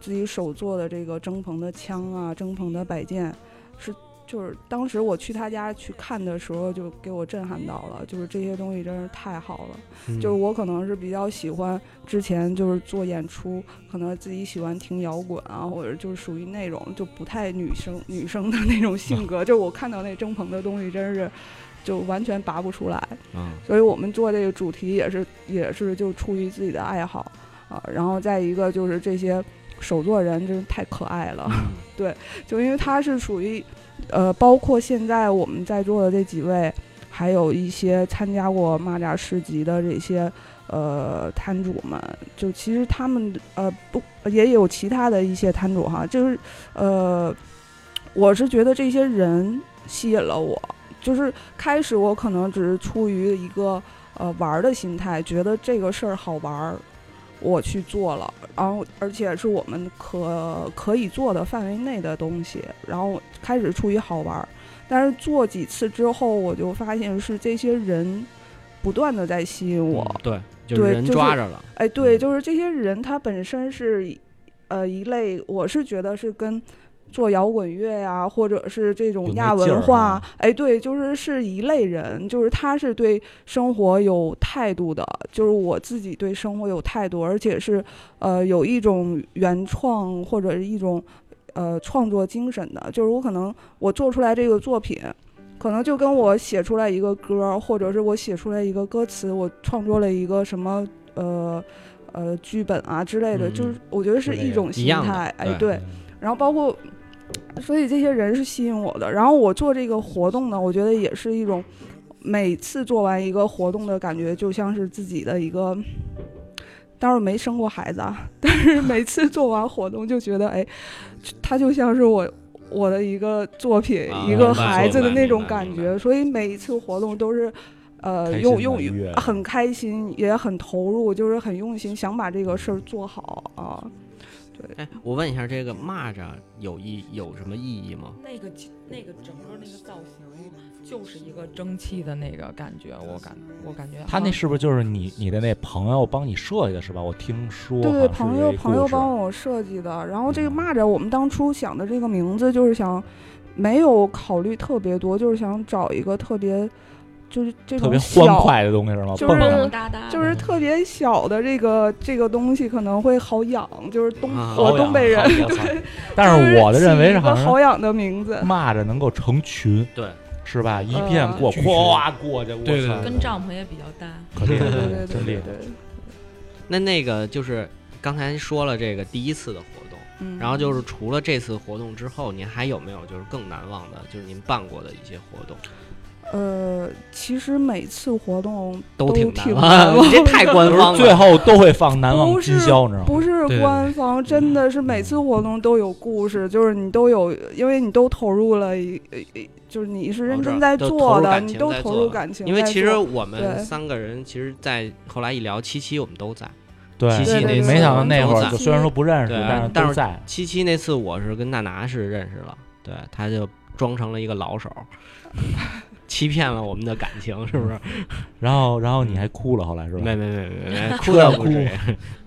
Speaker 4: 自己手做的这个蒸鹏的枪啊，蒸鹏的摆件，是就是当时我去他家去看的时候，就给我震撼到了，就是这些东西真是太好了。
Speaker 1: 嗯，
Speaker 4: 就是我可能是比较喜欢之前就是做演出，可能自己喜欢听摇滚啊，或者就是属于那种就不太女生女生的那种性格， 就是我看到那蒸鹏的东西真是就完全拔不出来，
Speaker 1: 嗯
Speaker 4: 所以我们做这个主题也是也是就出于自己的爱好啊，然后再一个就是这些手作人真是太可爱了， 就因为他是属于，呃，包括现在我们在座的这几位，还有一些参加过蚂蚱市集的这些呃摊主们，就其实他们呃不也有其他的一些摊主哈，就是呃，我是觉得这些人吸引了我，就是开始我可能只是出于一个呃玩儿的心态，觉得这个事儿好玩儿，我去做了，然后而且是我们可可以做的范围内的东西，然后开始出于好玩儿，但是做几次之后，我就发现是这些人不断的在吸引我，
Speaker 1: 嗯对，就是
Speaker 4: 对
Speaker 1: 人
Speaker 4: 就是
Speaker 1: 抓着了，
Speaker 4: 哎，对，
Speaker 1: 嗯
Speaker 4: 就是这些人，他本身是一，呃，一类，我是觉得是跟做摇滚乐呀、或者是这
Speaker 2: 有
Speaker 4: 种
Speaker 2: 那
Speaker 4: 亚
Speaker 2: 劲儿
Speaker 4: 文
Speaker 2: 啊
Speaker 4: 化，哎，对，就是是一类人，就是他是对生活有态度的，就是我自己对生活有态度，而且是呃有一种原创或者是一种呃创作精神的，就是我可能我做出来这个作品，可能就跟我写出来一个歌儿，或者是我写出来一个歌词，我创作了一个什么呃呃剧本啊之类的，
Speaker 1: 嗯
Speaker 4: 就是我觉得
Speaker 2: 之
Speaker 4: 是
Speaker 2: 类的
Speaker 4: 一种
Speaker 1: 一
Speaker 4: 心
Speaker 1: 样的
Speaker 4: 态，哎
Speaker 1: 对
Speaker 4: 对，然后包括。所以这些人是吸引我的，然后我做这个活动呢，我觉得也是一种每次做完一个活动的感觉，就像是自己的一个，当然我没生过孩子啊，但是每次做完活动就觉得，哎，它就像是我我的一个作品，
Speaker 1: 啊
Speaker 4: 一
Speaker 2: 明白
Speaker 4: 个孩子的
Speaker 1: 明白
Speaker 4: 那种
Speaker 1: 明白
Speaker 4: 感
Speaker 1: 明白
Speaker 4: 觉，所以每一次活动都是。呃，
Speaker 2: 开
Speaker 4: 用
Speaker 2: 心
Speaker 4: 用
Speaker 2: 的愉 悦
Speaker 4: 很开心，也很投入，就是很用心，想把这个事儿做好啊。
Speaker 1: 哎，我问一下，这个蚂蚱有意有什么意义吗？
Speaker 5: 那个那个整个那个造型，就是一个蒸汽的那个感觉，我感我感觉啊
Speaker 2: 他那是不是就是你你的那朋友帮你设计的是吧？我听说
Speaker 4: 对对，
Speaker 2: 好像是
Speaker 4: 朋
Speaker 2: 有
Speaker 4: 友
Speaker 2: 一
Speaker 4: 朋友
Speaker 2: 故事嗯
Speaker 4: 帮我设计的。然后这个蚂蚱，我们当初想的这个名字就是想，没有考虑特别多，就是想找一个特别，就是这
Speaker 2: 特
Speaker 4: 种
Speaker 2: 别
Speaker 4: 小，
Speaker 2: 欢快的东西是吗？
Speaker 4: 就是
Speaker 2: 蹦
Speaker 5: 蹦
Speaker 2: 蹦
Speaker 5: 蹦哒哒，
Speaker 4: 就是特别小的这个这个东西可能会好养，就是东、
Speaker 1: 啊
Speaker 4: 我
Speaker 2: 好
Speaker 4: 东北人
Speaker 2: 养，好养但是我的认为是
Speaker 4: 是
Speaker 2: 好
Speaker 4: 个
Speaker 2: 像
Speaker 4: 好养的名
Speaker 1: 嗯
Speaker 4: 字。
Speaker 2: 蚂蚱能够成群，
Speaker 1: 对，
Speaker 2: 是吧？一
Speaker 4: 呃
Speaker 2: 片过，
Speaker 3: 巨
Speaker 2: 哗过去，我
Speaker 3: 对对
Speaker 2: 操
Speaker 5: 跟帐篷也比较搭。
Speaker 2: 可厉害
Speaker 4: 对
Speaker 2: 了，
Speaker 4: 对对
Speaker 2: 真厉
Speaker 4: 对
Speaker 2: 害。
Speaker 4: 对，
Speaker 1: 那那个就是刚才说了这个第一次的活动，
Speaker 4: 嗯。
Speaker 1: 然后就是除了这次活动之后，您还有没有就是更难忘的，就是您办过的一些活动
Speaker 4: 呃，其实每次活动
Speaker 1: 都挺
Speaker 4: 挺
Speaker 1: 忘
Speaker 4: 难
Speaker 1: 的，
Speaker 4: 忘
Speaker 1: 你这太官方
Speaker 2: 最
Speaker 1: 了。
Speaker 2: 后都会放难忘今宵，你知道吗？
Speaker 4: 不是
Speaker 3: 对对
Speaker 4: 官方，真的是每
Speaker 1: 嗯
Speaker 4: 次活动都有故事，就是你都有，因为你都投入了一，一就是你是认真在
Speaker 1: 哦啊都投
Speaker 4: 做
Speaker 1: 入
Speaker 4: 的，
Speaker 1: 感
Speaker 4: 你
Speaker 1: 情
Speaker 4: 都
Speaker 1: 在
Speaker 4: 投
Speaker 1: 做
Speaker 4: 入
Speaker 1: 的
Speaker 4: 感情在
Speaker 1: 因
Speaker 4: 做。
Speaker 1: 为其实我们
Speaker 4: 对
Speaker 1: 三个人，其实，在后来一聊，七七我们都在。
Speaker 2: 对
Speaker 1: 七
Speaker 4: 七那次
Speaker 2: 没想到那会
Speaker 1: 都
Speaker 2: 儿
Speaker 1: 在
Speaker 2: 就虽然说不认识，
Speaker 1: 对
Speaker 2: 但是
Speaker 1: 但
Speaker 2: 都
Speaker 1: 是
Speaker 2: 在。
Speaker 1: 七七那次我是跟娜娜是认识了，对，他就装成了一个老手，欺骗了我们的感情，是不是？
Speaker 2: 然后，然后你还哭了，后来是吧？
Speaker 1: 没没没没 没，哭
Speaker 2: 车
Speaker 1: 倒
Speaker 2: 上
Speaker 1: 不是，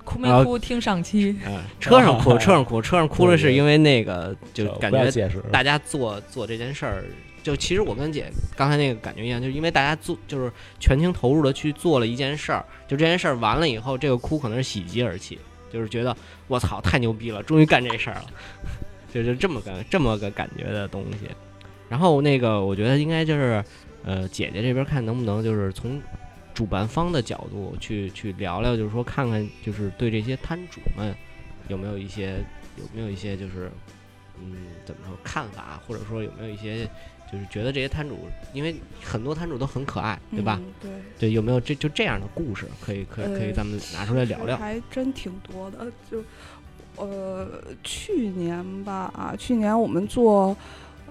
Speaker 5: 哭没
Speaker 1: 然后
Speaker 5: 哭？听 上期
Speaker 1: 嗯，车上哭，车上 哭，车上哭了，是因为那个就
Speaker 2: 不
Speaker 1: 感
Speaker 2: 要
Speaker 1: 觉
Speaker 2: 解释，
Speaker 1: 大家做做这件事儿，就其实我跟姐刚才那个感觉一样，就是因为大家做就是全情投入的去做了一件事儿，就这件事儿完了以后，这个哭可能是喜极而泣，就是觉得我操太牛逼了，终于干这事儿了， 就就这么个这么个感觉的东西。然后那个我觉得应该就是呃姐姐这边看能不能就是从。主办方的角度去去聊聊，就是说看看，就是对这些摊主们有没有一些有没有一些就是嗯，怎么说看法，或者说有没有一些就是觉得这些摊主，因为很多摊主都很可爱，对吧？
Speaker 4: 嗯？对，
Speaker 1: 对，有没有这就这样的故事可以可以可以
Speaker 4: 呃
Speaker 1: 咱们拿出来聊聊？
Speaker 4: 还真挺多的。就呃，去年吧，啊去年我们做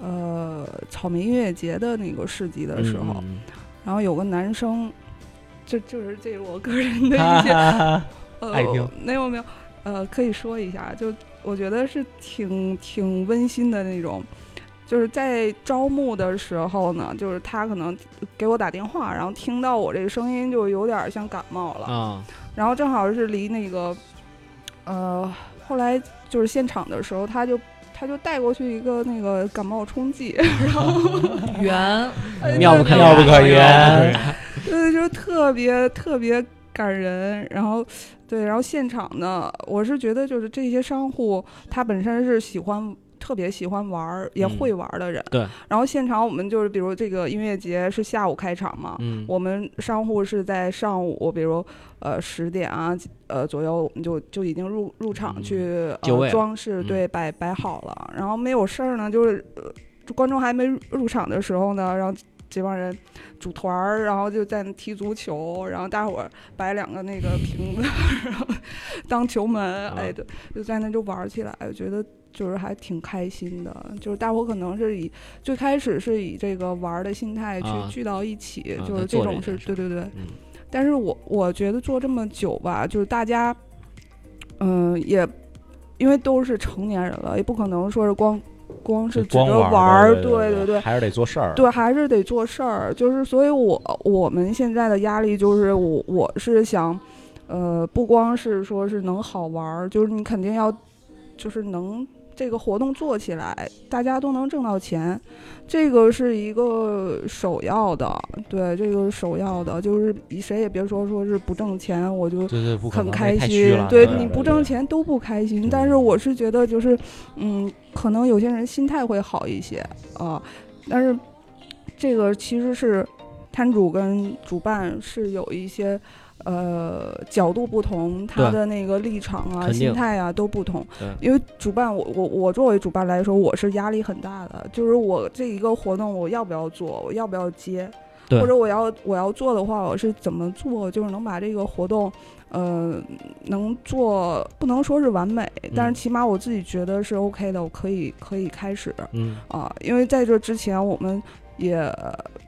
Speaker 4: 呃草莓音乐节的那个市集的时候，
Speaker 1: 嗯，
Speaker 4: 然后有个男生，就就是这是我个人的
Speaker 2: 哈
Speaker 4: 一些
Speaker 2: 哈哈
Speaker 4: 呃
Speaker 2: 爱听
Speaker 4: 没有没有，呃，可以说一下，就我觉得是挺挺温馨的那种。就是在招募的时候呢，就是他可能给我打电话，然后听到我这个声音就有点像感冒了，
Speaker 1: 啊，
Speaker 4: 然后正好是离那个，呃，后来就是现场的时候，他就他就带过去一个那个感冒冲剂，然后
Speaker 5: 圆，
Speaker 1: 妙嗯不可
Speaker 2: 妙不可
Speaker 1: 言
Speaker 2: 言，
Speaker 4: 对，就是特别特别感人。然后，对，然后现场呢，我是觉得就是这些商户他本身是喜欢。特别喜欢玩儿，也
Speaker 1: 嗯
Speaker 4: 会玩儿的人。
Speaker 1: 对。
Speaker 4: 然后现场我们就是，比如这个音乐节是下午开场嘛，
Speaker 1: 嗯，
Speaker 4: 我们商户是在上午，比如呃十点啊呃左右，我们就就已经入入场
Speaker 1: 嗯
Speaker 4: 去、
Speaker 1: 就位
Speaker 4: 呃
Speaker 1: 了
Speaker 4: 装饰，
Speaker 1: 嗯
Speaker 4: 对，摆摆好了。然后没有事儿呢，就是、呃、观众还没入入场的时候呢，然后这帮人组团儿，然后就在那踢足球，然后大伙儿摆两个那个瓶子， 然后当球门，
Speaker 1: 嗯
Speaker 4: 哎，对，就在那就玩儿起来，我觉得。就是还挺开心的，就是大伙可能是以最开始是以这个玩儿的心态去
Speaker 1: 啊
Speaker 4: 聚到一起，
Speaker 1: 啊
Speaker 4: 就
Speaker 1: 在
Speaker 4: 是这
Speaker 1: 做这
Speaker 4: 种
Speaker 1: 件
Speaker 4: 是
Speaker 1: 事
Speaker 4: 对对对，
Speaker 1: 嗯
Speaker 4: 但是我我觉得做这么久吧，就是大家，嗯、也因为都是成年人了，也不可能说是光光是指
Speaker 2: 光
Speaker 4: 着
Speaker 2: 玩
Speaker 4: 儿，
Speaker 2: 对
Speaker 4: 对
Speaker 2: 对
Speaker 4: 对，
Speaker 2: 还是得做事儿。
Speaker 4: 对，还是得做事儿。就是，所以我我们现在的压力就是我，我是想，呃，不光是说是能好玩儿，就是你肯定要，就是能这个活动做起来，大家都能挣到钱，这个是一个首要的。对，这个是首要的，就是谁也别说说是不挣钱，我就
Speaker 2: 对对，不可
Speaker 4: 很
Speaker 2: 能，
Speaker 4: 开
Speaker 2: 太虚
Speaker 4: 心
Speaker 2: 了。，
Speaker 4: 对
Speaker 2: 对嗯
Speaker 4: 你不挣，钱都不开心
Speaker 2: 对。
Speaker 4: 但是我是觉得就是，嗯，可能有些人心态会好一些啊、但是这个其实是摊主跟主办是有一些。呃，角度不同，他
Speaker 1: 对
Speaker 4: 的那个立场啊、
Speaker 1: 肯定
Speaker 4: 心态啊都不同
Speaker 1: 对。
Speaker 4: 因为主办，我我我作为主办来说，我是压力很大的，就是我这一个活动我要不要做，我要不要接，
Speaker 1: 对
Speaker 4: 或者我要我要做的话，我是怎么做，就是能把这个活动呃，能做不能说是完美，
Speaker 1: 嗯
Speaker 4: 但是起码我自己觉得是 OK 的，我可以可以开始
Speaker 1: 嗯，
Speaker 4: 啊，因为在这之前我们也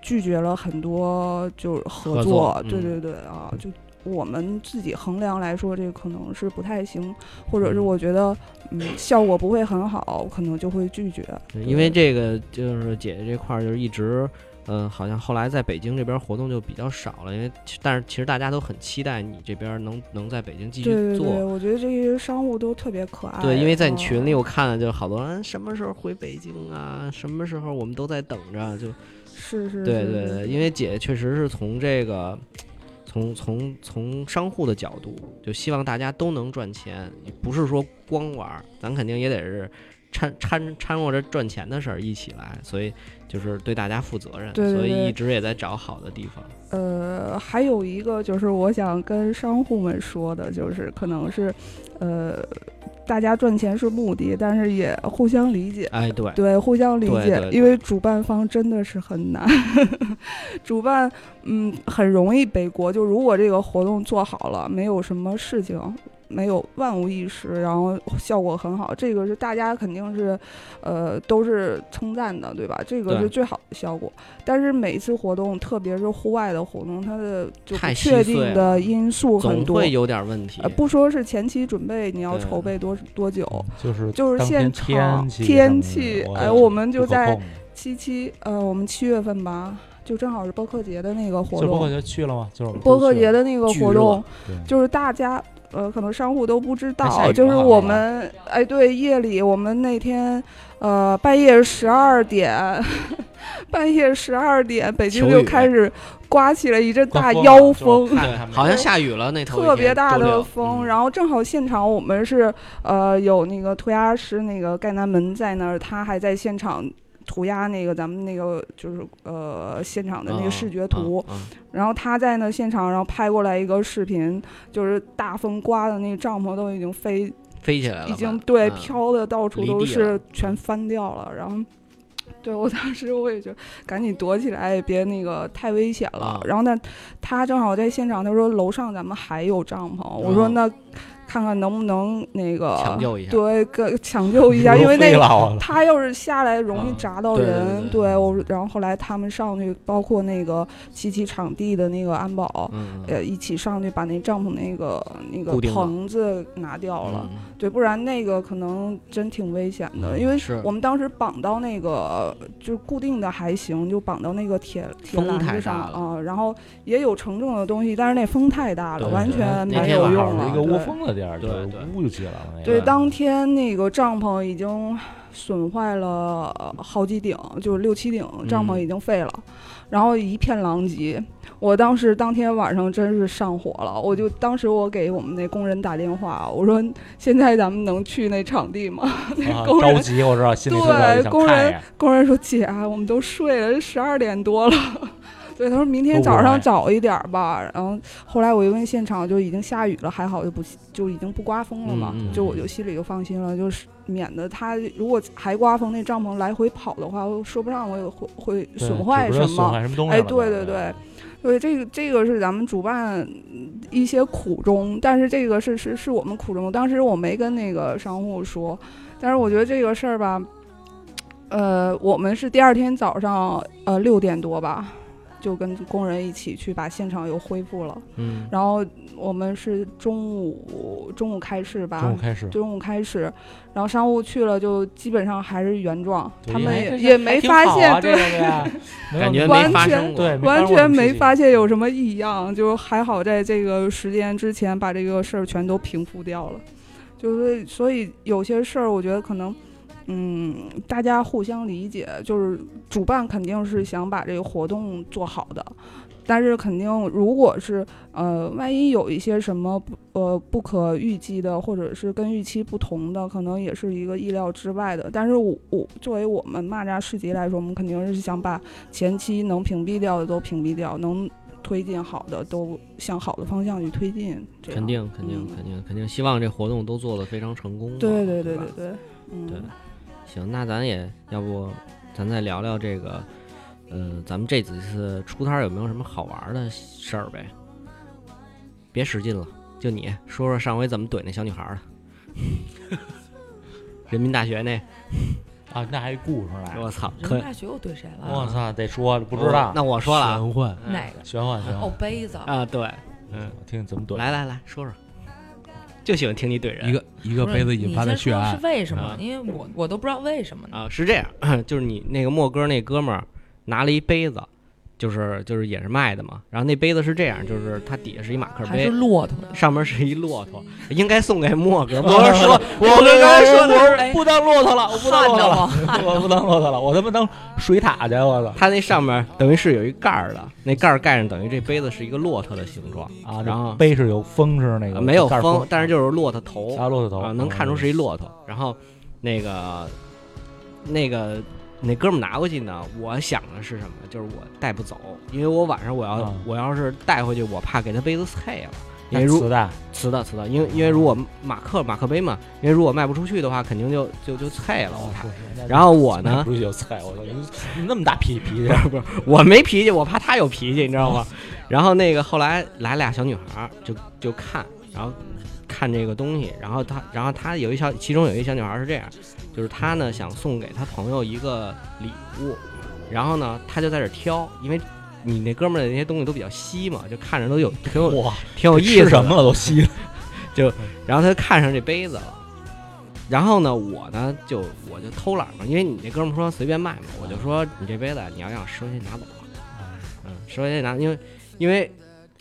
Speaker 4: 拒绝了很多就是合
Speaker 1: 合
Speaker 4: 作，
Speaker 1: 作
Speaker 4: 对
Speaker 1: 嗯
Speaker 4: 对对啊，就我们自己衡量来说，这个可能是不太行，或者是我觉得嗯效果不会很好，可能就会拒绝，
Speaker 1: 对因为这个就是姐姐这块儿，就是一直，呃，好像后来在北京这边活动就比较少了，因为其但是其实大家都很期待你这边能能在北京继
Speaker 4: 对
Speaker 1: 续
Speaker 4: 对
Speaker 1: 做。
Speaker 4: 对，我觉得这些商务都特别可爱，
Speaker 1: 对因为在你群里
Speaker 4: 嗯
Speaker 1: 我看了，就好多人啊什么时候回北京啊，什么时候我们都在等着，就是
Speaker 4: 是，
Speaker 1: 对
Speaker 4: 是
Speaker 1: 对对，因为姐确实是从这个，从从从商户的角度，就希望大家都能赚钱，不是说光玩儿，咱肯定也得是掺掺掺和着赚钱的事儿一起来，所以就是对大家负责任，
Speaker 4: 对对
Speaker 1: 所以
Speaker 4: 对
Speaker 1: 一直也在找好的地方。
Speaker 4: 呃，还有一个就是我想跟商户们说的，就是可能是，呃，大家赚钱是目的，但是也互相理解。
Speaker 1: 哎，对，
Speaker 4: 对，互相理
Speaker 1: 对
Speaker 4: 解，
Speaker 1: 对
Speaker 4: 因为主办方真的是很难， 主办嗯很容易背锅。就如果这个活动做好了，没有什么事情，没有万无一失，然后效果很好，这个是大家肯定是呃都是称赞的，对吧？这个
Speaker 1: 对
Speaker 4: 是最好的效果。但是每一次活动，特别是户外的活动，它的就不
Speaker 1: 太细
Speaker 4: 确
Speaker 1: 碎
Speaker 4: 定
Speaker 1: 了
Speaker 4: 的因素很
Speaker 1: 总
Speaker 4: 多
Speaker 1: 会。有点问题
Speaker 4: 呃，。不说是前期准备，你要
Speaker 1: 对
Speaker 4: 筹备多多久？
Speaker 2: 就是
Speaker 4: 就是
Speaker 2: 当
Speaker 4: 现
Speaker 2: 天
Speaker 4: 场
Speaker 2: 天气什么的
Speaker 4: 天气
Speaker 2: 我，
Speaker 4: 哎，
Speaker 2: 也
Speaker 4: 我
Speaker 2: 是
Speaker 4: 们
Speaker 2: 不
Speaker 4: 就
Speaker 2: 可
Speaker 4: 在
Speaker 2: 控的
Speaker 4: 七七，呃，我们七月份吧，就正好是播客节的那个活
Speaker 2: 就播客
Speaker 4: 动，
Speaker 2: 节去了吗？就是我们
Speaker 4: 播
Speaker 2: 都
Speaker 4: 客
Speaker 2: 去
Speaker 4: 节
Speaker 2: 了
Speaker 4: 的那个
Speaker 1: 巨
Speaker 4: 活
Speaker 1: 热
Speaker 4: 动，
Speaker 2: 对
Speaker 4: 就是大家呃，可能商户都不知
Speaker 2: 下
Speaker 4: 道，
Speaker 2: 雨
Speaker 4: 就是
Speaker 2: 了
Speaker 4: 我
Speaker 2: 好像
Speaker 4: 们哎，对，夜里我们那天呃半夜十二点， 半夜十二点，北京
Speaker 1: 求
Speaker 4: 就
Speaker 1: 雨
Speaker 4: 开始刮起了一阵
Speaker 2: 刮
Speaker 4: 大
Speaker 2: 风
Speaker 4: 妖
Speaker 2: 了就是
Speaker 4: 风。
Speaker 2: 看
Speaker 1: 对
Speaker 2: 他，们
Speaker 1: 好像下雨了那头一
Speaker 4: 特别
Speaker 1: 天
Speaker 4: 大
Speaker 1: 周
Speaker 4: 的
Speaker 1: 六
Speaker 4: 风，
Speaker 1: 嗯
Speaker 4: 然后正好现场我们是呃有那个涂鸦师那个盖南门在那儿，他还在现场涂鸦那个咱们那个就是呃现场的那
Speaker 1: 啊
Speaker 4: 个视觉图，
Speaker 1: 啊啊
Speaker 4: 然后他在那现场，然后拍过来一个视频，就是大风刮的那个帐篷都已经飞，
Speaker 1: 飞起来了吧，
Speaker 4: 已经对
Speaker 1: 嗯
Speaker 4: 飘的到处
Speaker 1: 离
Speaker 4: 都
Speaker 1: 地
Speaker 4: 是
Speaker 1: 了，嗯
Speaker 4: 全翻掉了，然后。对我当时我也觉得赶紧躲起来，也别那个太危险了。
Speaker 1: 啊
Speaker 4: 然后呢，他正好在现场，他说楼上咱们还有帐篷，我说
Speaker 1: 嗯
Speaker 4: 那看看能不能那个
Speaker 1: 抢救一下
Speaker 4: 对，跟抢 救一下，
Speaker 2: 不
Speaker 4: 因为
Speaker 2: 飞
Speaker 4: 那个
Speaker 2: 了我了
Speaker 4: 他要是下来容易
Speaker 1: 啊
Speaker 4: 砸到
Speaker 1: 对对
Speaker 4: 人。
Speaker 1: 对嗯对
Speaker 4: 我，然后后来他们上去，包括那个七七场地的那个安保，
Speaker 1: 嗯，嗯
Speaker 4: 呃，一起上去把那帐篷那个那
Speaker 1: 固
Speaker 4: 个
Speaker 1: 定了
Speaker 4: 棚子拿掉了。
Speaker 1: 嗯
Speaker 4: 对，不然那个可能真挺危险的，
Speaker 1: 嗯
Speaker 4: 因为
Speaker 1: 是
Speaker 4: 我们当时绑到那个就是固定的还行，就绑到那个铁铁
Speaker 1: 风
Speaker 4: 栏
Speaker 1: 太
Speaker 4: 子
Speaker 1: 大
Speaker 4: 上
Speaker 1: 了
Speaker 4: 啊、然后也有承重的东西，但是那风太大了，
Speaker 1: 对
Speaker 4: 完
Speaker 1: 对
Speaker 4: 全
Speaker 1: 那
Speaker 4: 没
Speaker 1: 天
Speaker 4: 有
Speaker 1: 晚
Speaker 4: 用
Speaker 1: 上
Speaker 2: 是
Speaker 4: 了。
Speaker 2: 一个窝
Speaker 4: 对
Speaker 2: 风的地儿，就
Speaker 1: 对
Speaker 2: 是
Speaker 1: 对
Speaker 2: 乌就去了。那
Speaker 4: 对，
Speaker 2: 个
Speaker 4: 当天那个帐篷已经损坏了好几顶，就是六七顶帐篷
Speaker 1: 嗯
Speaker 4: 已经废了，然后一片狼藉。我当时当天晚上真是上火了，我就当时我给我们那工人打电话，我说现在咱们能去那场地吗？
Speaker 2: 啊
Speaker 4: 工
Speaker 2: 着
Speaker 4: 人
Speaker 2: 急，我知道心里
Speaker 4: 对
Speaker 2: 特别想
Speaker 4: 工
Speaker 2: 看一
Speaker 4: 人
Speaker 2: 眼。
Speaker 4: 工人说：“姐啊，我们都睡了，十二点多了。” 对，他说明天
Speaker 2: 都不
Speaker 4: 早上
Speaker 2: 来
Speaker 4: 早一点儿吧。然后后来我一问现场，就已经下雨了，还好就不就已经不刮风了嘛，
Speaker 1: 嗯嗯
Speaker 4: 就我就心里就放心了，就是免得他如果还刮风，那帐篷来回跑的话，我说不上我有会会
Speaker 2: 对
Speaker 4: 损坏
Speaker 2: 指不
Speaker 4: 什
Speaker 2: 定损
Speaker 4: 么。
Speaker 2: 坏什么东西
Speaker 4: 哎，
Speaker 2: 了
Speaker 4: 对
Speaker 2: 对
Speaker 4: 对对，对，这个这个是咱们主办一些苦衷，但是这个是是是我们苦衷。当时我没跟那个商户说，但是我觉得这个事儿吧，呃，我们是第二天早上呃六点多吧，就跟工人一起去把现场又恢复了。
Speaker 1: 嗯，
Speaker 4: 然后我们是中午中午开市吧，
Speaker 2: 中午开始，
Speaker 4: 中午开始，然后商务去了就基本上还是原状，
Speaker 2: 对
Speaker 4: 他
Speaker 2: 因
Speaker 4: 们
Speaker 2: 为
Speaker 4: 也也没发现，
Speaker 2: 还挺好啊
Speaker 4: 对，
Speaker 2: 这个对，
Speaker 1: 感觉
Speaker 2: 没有
Speaker 1: 没发生过。
Speaker 2: 对，没
Speaker 4: 完
Speaker 2: 发生
Speaker 4: 全
Speaker 2: 过这个嗯
Speaker 4: 没
Speaker 2: 事情
Speaker 4: 发现有什么异样，就还好在这个时间之前把这个事儿全都平复掉了。就是所以有些事儿，我觉得可能，嗯，大家互相理解，就是主办肯定是想把这个活动做好的。但是肯定，如果是呃，万一有一些什么不呃不可预计的，或者是跟预期不同的，可能也是一个意料之外的。但是我我作为我们蚂蚱市集来说，我们肯定是想把前期能屏蔽掉的都屏蔽掉，能推进好的都向好的方向去推进。这样
Speaker 1: 肯定，肯定，
Speaker 4: 嗯
Speaker 1: 肯定，肯定，希望这活动都做得非常成功吧。
Speaker 4: 对对对
Speaker 1: 吧
Speaker 4: 对对，嗯，
Speaker 1: 对，行，那咱也要不咱再聊聊这个，呃，咱们这几次出摊儿有没有什么好玩儿的事儿呗？别使劲了，就你说说上回怎么怼那小女孩儿的。 人民大学那，
Speaker 2: 啊，那还故事
Speaker 4: 哎
Speaker 2: 来，
Speaker 1: 我操，
Speaker 5: 人
Speaker 1: 可
Speaker 5: 民大学又对谁了？
Speaker 2: 我操，得说不知道，
Speaker 1: 那我说了啊
Speaker 3: 玄幻，
Speaker 1: 嗯
Speaker 5: 哪个？
Speaker 2: 玄幻玄
Speaker 5: 哦
Speaker 2: 幻，，
Speaker 5: 杯子。
Speaker 1: 啊，对，
Speaker 2: 嗯，我听你怎么怼，
Speaker 1: 来来来说说，就喜欢听你怼人。
Speaker 3: 一个一个
Speaker 5: 不是
Speaker 3: 杯子引发的血
Speaker 5: 你先
Speaker 3: 案
Speaker 5: 说，是为什么
Speaker 1: 啊？
Speaker 5: 因为我我都不知道为什么呢。
Speaker 1: 啊，是这样， 就是你那个莫哥那哥们儿拿了一杯子，就是就是也是卖的嘛。然后那杯子是这样，就是它底下是一马克
Speaker 5: 还是
Speaker 1: 杯，
Speaker 5: 骆驼呢？
Speaker 1: 上面是一骆驼，应该送给莫 哥。莫哥说，莫哥刚才说的是
Speaker 5: 哎
Speaker 2: 不当骆驼了，我哦不当
Speaker 5: 汗
Speaker 2: 骆
Speaker 5: 着
Speaker 2: 驼了。
Speaker 5: 吗？
Speaker 2: 我不当骆驼了，我他妈当水獭去，我操！
Speaker 1: 它那上面等于是有一盖儿的，那盖儿盖上等于这杯子是一个骆驼的形状，
Speaker 2: 啊，
Speaker 1: 然后
Speaker 2: 杯是有风是那
Speaker 1: 呃
Speaker 2: 个
Speaker 1: 没有
Speaker 2: 盖儿
Speaker 1: 风，但是就是骆驼头
Speaker 2: 啊骆驼头
Speaker 1: 啊，能看出是一骆驼。然后那个那个那哥们儿拿过去呢，我想的是什么？就是我带不走，因为我晚上我要、
Speaker 2: 啊
Speaker 1: 我要是带回去，我怕给他杯子碎了。哦因
Speaker 2: 那
Speaker 1: 为
Speaker 2: 磁
Speaker 1: 如
Speaker 2: 带
Speaker 1: 瓷的瓷的，因为因为如果马克马克杯嘛，因为如果卖不出去的话，肯定就就就碎了，
Speaker 2: 啊
Speaker 1: 我怕。然后我呢，
Speaker 2: 不是有菜，我操，你你那么大脾脾气
Speaker 1: 不，是不是，我没脾气，我怕他有脾气，你知道吗？然后那个后来来俩小女孩儿，就就看，然后看这个东西，然后她，然后她有一小，其中有一小女孩儿是这样，就是她呢想送给她朋友一个礼物，然后呢她就在这儿挑，因为你那哥们儿的那些东西都比较稀嘛，就看着都有挺有
Speaker 2: 哇，
Speaker 1: 挺有意
Speaker 2: 吃
Speaker 1: 思
Speaker 2: 什
Speaker 1: 的
Speaker 2: 么。了都稀了，
Speaker 1: 然后他就看上这杯子了。然后呢，我呢就我就偷懒嘛，因为你那哥们儿说随便卖嘛，我就说你这杯子啊你要要十块钱拿走啊吧，嗯，十块钱拿，因为因为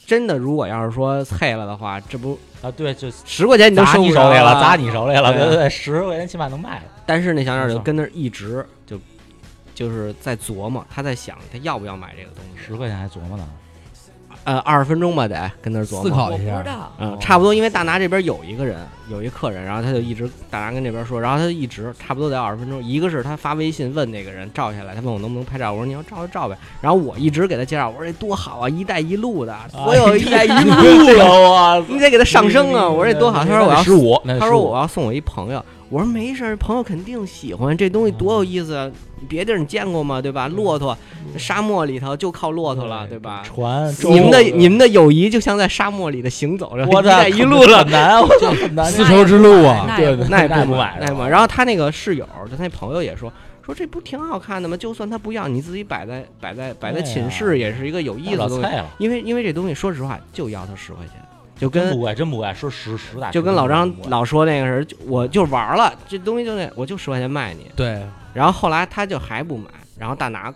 Speaker 1: 真的如果要是说碎了的话，这不
Speaker 2: 啊，对，就
Speaker 1: 十块钱你都
Speaker 2: 砸
Speaker 1: 收
Speaker 2: 你
Speaker 1: 不
Speaker 2: 手
Speaker 1: 着
Speaker 2: 里了，
Speaker 1: 了，
Speaker 2: 砸你手里了，
Speaker 1: 对啊
Speaker 2: 对对对，十块钱起码能卖了。
Speaker 1: 但是那小鸟
Speaker 2: 没
Speaker 1: 就
Speaker 2: 错
Speaker 1: 跟那儿一直就就是在琢磨，他在想他要不要买这个东西，
Speaker 2: 十块钱还琢磨呢，
Speaker 1: 呃，二十分钟吧得跟那儿琢
Speaker 3: 思
Speaker 1: 磨。
Speaker 3: 考
Speaker 5: 我
Speaker 3: 一
Speaker 5: 不
Speaker 3: 下
Speaker 5: 知，道。
Speaker 1: 嗯，差不多，因为大拿这边有一个人，有一客人，然后他就一直大拿跟这边说，然后他就一直差不多得二十分钟。一个是他发微信问那个人照下来，他问我能不能拍照，我说你要照就照呗。然后我一直给他介绍，我说这多好啊，一带一路 的，所有一 带一路
Speaker 2: 路
Speaker 1: 的，
Speaker 2: 了，我
Speaker 1: 你得给他上升啊。我说这多好，他说我要
Speaker 2: 十五，那得
Speaker 1: 他说
Speaker 2: 15
Speaker 1: 我要送我一朋友，我说没事儿，朋友肯定喜欢这东西，多有意思啊！别地儿你见过吗？对吧？骆驼，沙漠里头就靠骆驼了，对吧？
Speaker 2: 船，
Speaker 1: 你们的
Speaker 2: 舟
Speaker 1: 你们的友谊就像在沙漠里的行走着，
Speaker 2: 我
Speaker 1: 一
Speaker 2: 操
Speaker 1: 带一路了
Speaker 2: 很。难，我操，很难。
Speaker 3: 丝绸之路啊，
Speaker 5: 那也不
Speaker 1: 那也
Speaker 2: 那也
Speaker 1: 不
Speaker 2: 不买
Speaker 1: 那也不买。然后他那个室友，他那朋友也说，说这不挺好看的吗？就算他不要，你自己摆在摆在摆在
Speaker 2: 对呀
Speaker 1: 寝室也是一个有意思的
Speaker 2: 老
Speaker 1: 东西。
Speaker 2: 菜了，
Speaker 1: 因为因为这东西，说实话，就要他十块钱，就
Speaker 2: 真
Speaker 1: 跟
Speaker 2: 不贵，真不贵，说实实打实
Speaker 1: 就跟老张
Speaker 2: 真不贵
Speaker 1: 老说那个时候，就我就玩了，这东西就得我就十块钱卖你。
Speaker 3: 对，
Speaker 1: 然后后来他就还不买，然后大拿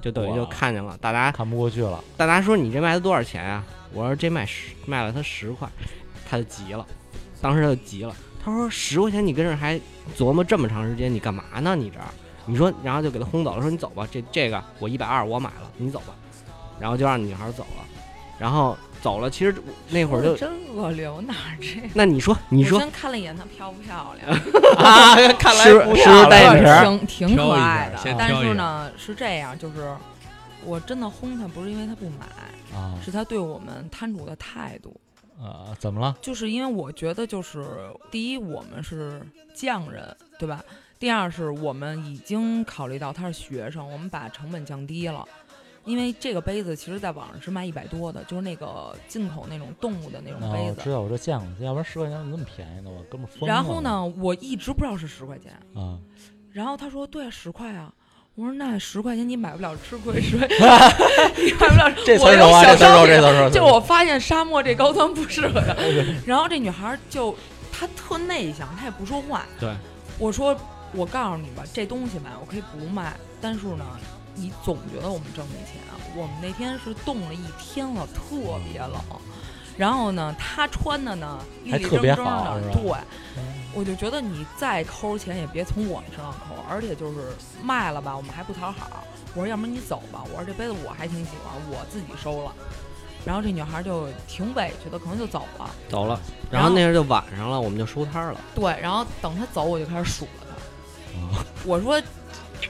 Speaker 1: 就等于就
Speaker 2: 哇
Speaker 1: 看见了，大拿
Speaker 2: 看不过去了，
Speaker 1: 大拿说你这卖的多少钱啊？我说这卖十卖了他十块，他就急了，当时他就急了，他说十块钱你跟这儿还琢磨这么长时间，你干嘛呢？你这儿，你说，然后就给他轰走了，说你走吧，这这个我一百二我买了，你走吧，然后就让女孩走了，然后走了，其实我那会儿
Speaker 5: 我
Speaker 1: 就，
Speaker 5: 真恶劣，我哪儿这样？
Speaker 1: 那你说你
Speaker 5: 我
Speaker 1: 说
Speaker 5: 先看了一眼她漂不漂亮，
Speaker 2: 啊，看
Speaker 1: 来不要了单眼皮儿
Speaker 5: 挺挺可
Speaker 3: 挑
Speaker 5: 爱
Speaker 3: 一下先
Speaker 5: 的。
Speaker 3: 挑一
Speaker 5: 但
Speaker 3: 下
Speaker 5: 是呢，是这样，就是我真的轰她，不是因为她不买，
Speaker 2: 啊
Speaker 5: 是她对我们摊主的态度。
Speaker 2: 啊，怎么了？
Speaker 5: 就是因为我觉得，就是第一，我们是匠人，对吧？第二是我们已经考虑到他是学生，我们把成本降低了。因为这个杯子其实在网上是卖一百多的，就是那个进口那种动物的那种
Speaker 2: 啊，
Speaker 5: 杯
Speaker 2: 我
Speaker 5: 子。
Speaker 2: 知道，我这见过，要不然十块钱怎么那么便宜呢？我哥们儿疯了。
Speaker 5: 然后？呢，我一直不知道是十块钱。
Speaker 2: 啊，
Speaker 5: 然后他说：“对啊，十块啊。”我说那十块钱你买不了吃亏水， 你买不了
Speaker 2: 这词
Speaker 5: 我
Speaker 2: 儿
Speaker 5: 有
Speaker 2: 熟啊，
Speaker 5: 小
Speaker 2: 这词儿
Speaker 5: 商
Speaker 2: 熟，
Speaker 5: 品
Speaker 2: 这词儿熟。
Speaker 5: 就我发现沙漠这高端不适合他， 然后这女孩儿就她特内向，她也不说话。
Speaker 1: 对，
Speaker 5: 我说我告诉你吧，这东西吧，我可以不卖，但是呢，你总觉得我们挣你钱。啊我们那天是冻了一天了，特别冷，然后呢，她穿的呢立
Speaker 2: 嗯还
Speaker 5: 立
Speaker 2: 特
Speaker 5: 正
Speaker 2: 别
Speaker 5: 正
Speaker 2: 好
Speaker 5: 的
Speaker 2: 是，吧
Speaker 5: 对。我就觉得你再抠钱也别从我们身上抠，而且就是卖了吧，我们还不讨好。我说要不然你走吧，我说这杯子我还挺喜欢，我自己收了。然后这女孩就挺委屈的，可能就走了。
Speaker 1: 走了。然
Speaker 5: 然
Speaker 1: 后
Speaker 5: 后
Speaker 1: 那时候就晚上了，我们就收摊儿了。
Speaker 5: 对，然后等她走，我就开始数落她。 我说，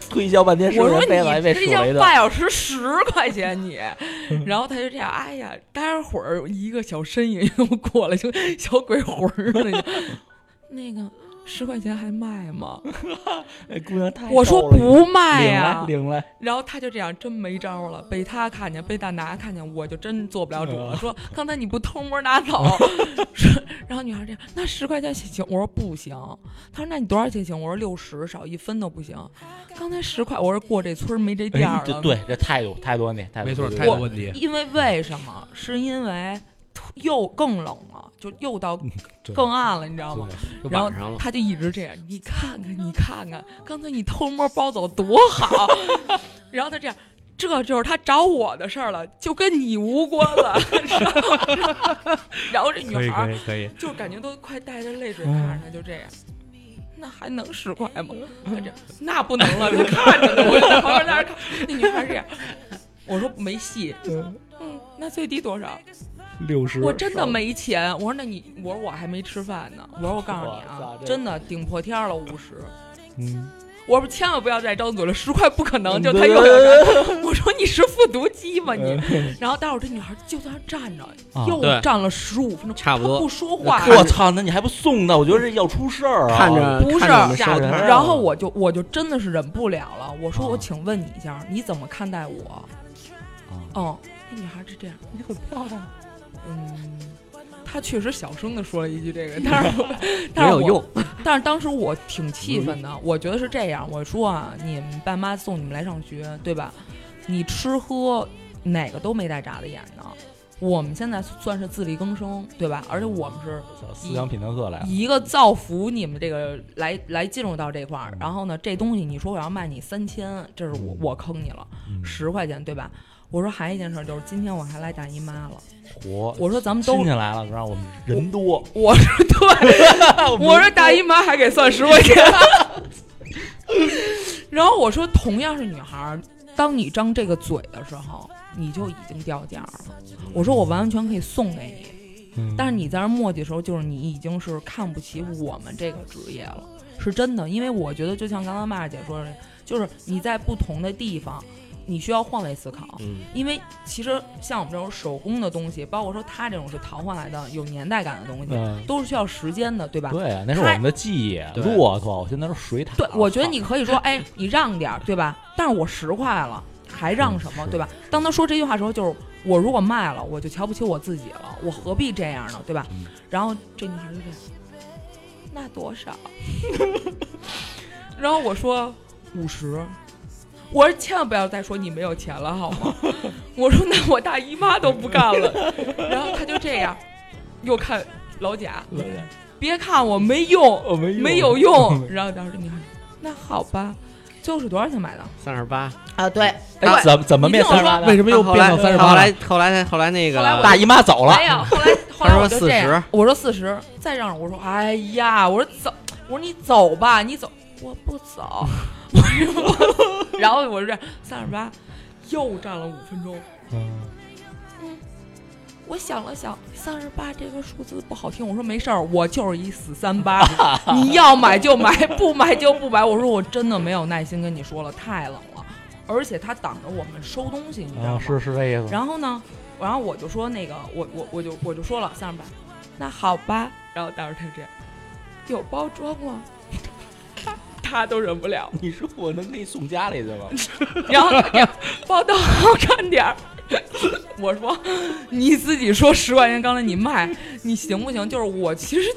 Speaker 2: 推销半天
Speaker 5: 我说你这叫半小时十块钱你，然后她就这样，哎呀，待会儿一个小身影又过来，就小鬼魂儿似的就， 那个十块钱还卖吗？
Speaker 2: 哎姑娘太
Speaker 5: 我说
Speaker 2: 逗了
Speaker 5: 不卖
Speaker 2: 领
Speaker 5: 啊呀、
Speaker 2: 来领嗯来，
Speaker 5: 然后他就这样，真没招了，被他看见，被大拿看见，我就真做不了主
Speaker 2: 嗯
Speaker 5: 了。说 刚才你不偷摸 拿走，说然后女孩这样，那十块钱行？我说不行。他说那你多少钱行？我说六十，少一分都不行。刚才十块，我说过这村儿没这店
Speaker 2: 哎
Speaker 5: 儿
Speaker 2: 这
Speaker 5: 了。
Speaker 2: 对这态度哎太多你，态度
Speaker 3: 没错，
Speaker 2: 对
Speaker 3: 态
Speaker 2: 对
Speaker 3: 度问题。
Speaker 5: 因为为什么？是因为突又更冷了，就又到
Speaker 2: 嗯对
Speaker 5: 更暗了，你知道吗？
Speaker 1: 就
Speaker 5: 然后
Speaker 1: 晚上了，
Speaker 5: 他就一直这样，你看看，你看看，刚才你偷摸包走多 好，然后他这样。这就是他找我的事儿了，就跟你无关了。 然后然后这女孩儿
Speaker 2: 以可以，嗯
Speaker 5: 就感觉都快带着泪水看着他，就这样。那还能十块吗？他这那不能了，就看着呢，我就在旁边在那儿看。那女孩儿这样，我说没戏。嗯，那最低多少？
Speaker 2: 六十
Speaker 5: 我真的没钱。我说那你，我说我还没吃饭呢。我说我告诉你
Speaker 2: 哇
Speaker 5: 啊
Speaker 2: 塞这，
Speaker 5: 真的顶破天儿了五十。
Speaker 2: 嗯，
Speaker 5: 我说千万不要再张嘴了，十块不可能。就
Speaker 2: 对
Speaker 5: 他
Speaker 2: 对
Speaker 5: 又
Speaker 2: 对
Speaker 5: 在那
Speaker 2: 嗯
Speaker 5: 儿 我说你是复读机吗你？然后待会儿这女孩就在那儿站着，
Speaker 2: 啊
Speaker 5: 又
Speaker 1: 对
Speaker 5: 站了十五分钟，
Speaker 1: 差不多
Speaker 5: 她不说话。
Speaker 2: 我操，那你还不送呢？我觉得这要出事儿啊！
Speaker 1: 看着
Speaker 5: 不是
Speaker 1: 看着我们收
Speaker 2: 吓
Speaker 1: 摊
Speaker 2: 人
Speaker 1: 儿
Speaker 2: 啊
Speaker 5: 然后我就我就真的是忍不了了，我说
Speaker 2: 啊
Speaker 5: 我请问你一下，你怎么看待我？
Speaker 1: 啊
Speaker 5: 嗯，那女孩是这样，
Speaker 2: 你很漂 亮，
Speaker 5: 嗯，她确实小声的说了一 句这个，但是但
Speaker 1: 没有
Speaker 5: 是我
Speaker 1: 用，
Speaker 5: 但是当时我 挺气愤的，我觉得是这样，我说啊，你们爸妈送你们来上学，对吧？你吃喝哪个都没带眨的眼呢。我们现在算是自力更生，对吧？而且我们是
Speaker 2: 思想品德课来了，
Speaker 5: 一个造福你们这个来来进入到这块儿，然后呢，这东西你说我要卖你三千，这是我我坑你了，
Speaker 2: 嗯
Speaker 5: 十块钱对吧？我说还有一件事就是今天我还来大姨妈了，
Speaker 2: 活
Speaker 5: 我说咱们都
Speaker 2: 亲戚来了，让我们人多，
Speaker 5: 我说对，我说大姨妈还给算十块钱。然后我说，同样是女孩儿，当你张这个嘴的时候，你就已经掉价了。我说我完完全可以送给你，
Speaker 2: 嗯
Speaker 5: 但是你在这儿磨叽的时候，就是你已经是看不起我们这个职业了，是真的。因为我觉得，就像刚刚麦姐说的，就是你在不同的地方，你需要换位思考。
Speaker 1: 嗯，
Speaker 5: 因为其实像我们这种手工的东西，包括说它这种是淘换来的、有年代感的东西，
Speaker 2: 嗯
Speaker 5: 都是需要时间的，对吧？
Speaker 2: 对啊，那是我们的记忆。
Speaker 1: 对
Speaker 2: 骆驼，我现在是水獭。
Speaker 5: 对我觉得你可以说，哎，你让点儿，对吧？但是我十块了，还让什么，
Speaker 2: 嗯是
Speaker 5: 对吧？当他说这句话的时候，就是我如果卖了，我就瞧不起我自己了，我何必这样呢，对吧
Speaker 2: 嗯？
Speaker 5: 然后这女孩就这样，那多少？ 然后我说五十。我说千万不要再说你没有钱了好吗？ 我说那我大姨妈都不干了， 然后他就这样，又看老贾，
Speaker 2: 嗯
Speaker 5: 别看我没用，
Speaker 2: 我没
Speaker 5: 没有 用。然后当时你看，那好吧，最后是多少钱买的？
Speaker 1: 三十八。
Speaker 5: 啊，对，
Speaker 2: 哎，怎么怎么变
Speaker 5: 你听
Speaker 2: 三
Speaker 5: 我
Speaker 2: 十
Speaker 5: 说
Speaker 2: 八
Speaker 3: 为
Speaker 2: 的？
Speaker 3: 什么又
Speaker 1: 后
Speaker 3: 变
Speaker 1: 来
Speaker 3: 到三十八
Speaker 1: 后
Speaker 3: 了
Speaker 1: 来？后来后来那个
Speaker 5: 后来我
Speaker 2: 大姨妈走了，
Speaker 5: 没有。后来后来我就这
Speaker 1: 他说
Speaker 5: 样，我说四十，再让我说，哎呀，我说走，我说你走吧，你走，我不走，我说我，然后我就这样三十八，又站了五分钟。
Speaker 2: 嗯
Speaker 5: 我想了想，三十八这个数字不好听。我说没事儿，我就是一死三八，你要买就买，不买就不买。我说我真的没有耐心跟你说了，太冷了，而且它挡着我们收东西，你知道
Speaker 2: 啊，
Speaker 5: 吗？
Speaker 2: 是是这意思。
Speaker 5: 然后呢，然后我就说那个，我我我就我就说了三十八，那好吧。然后当时他就这样，有包装吗？ 他都忍不了，
Speaker 2: 你说我能给你送家里去吗？
Speaker 5: 然后他就 包的好看点儿。 我说你自己说十块钱，刚才你卖，你行不行？就是我其实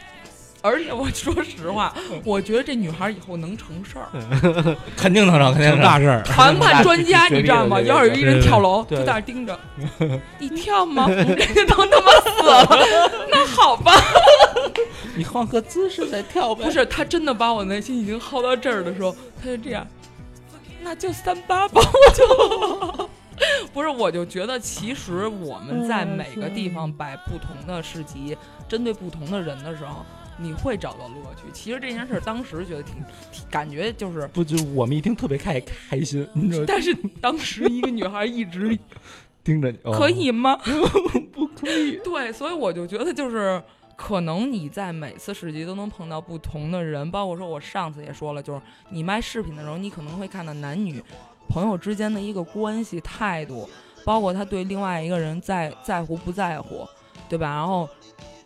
Speaker 5: 而且我说实话，我觉得这女孩以后能成事儿，
Speaker 2: 肯定能成，肯定
Speaker 3: 成
Speaker 2: 能成
Speaker 3: 大事儿。
Speaker 5: 谈判专家，
Speaker 2: 对
Speaker 5: 你知道吗？
Speaker 2: 对对对
Speaker 5: 要是有一人跳楼，
Speaker 2: 对
Speaker 5: 就
Speaker 2: 对
Speaker 5: 在那儿盯着，你跳吗？我们这都他妈死了，那好吧。
Speaker 2: 你换个姿势再跳呗
Speaker 5: 不。是，他真的把我内心已经耗到这儿的时候，他就这样，那就三八吧，我就。 不是，我就觉得其实我们在每个地方摆不同的市集，针对不同的人的时候，你会找到乐趣。其实这件事儿当时觉得挺，挺感觉就是，
Speaker 2: 不就我们一听特别开开心，你知道
Speaker 5: 但是当时一个女孩一直
Speaker 2: 盯着你，哦
Speaker 5: 可，以吗？
Speaker 2: 不可以？
Speaker 5: 对，所以我就觉得就是。可能你在每次市集都能碰到不同的人，包括说我上次也说了，就是你卖饰品的时候，你可能会看到男女朋友之间的一个关系态度，包括他对另外一个人在在乎不在乎，对吧？然后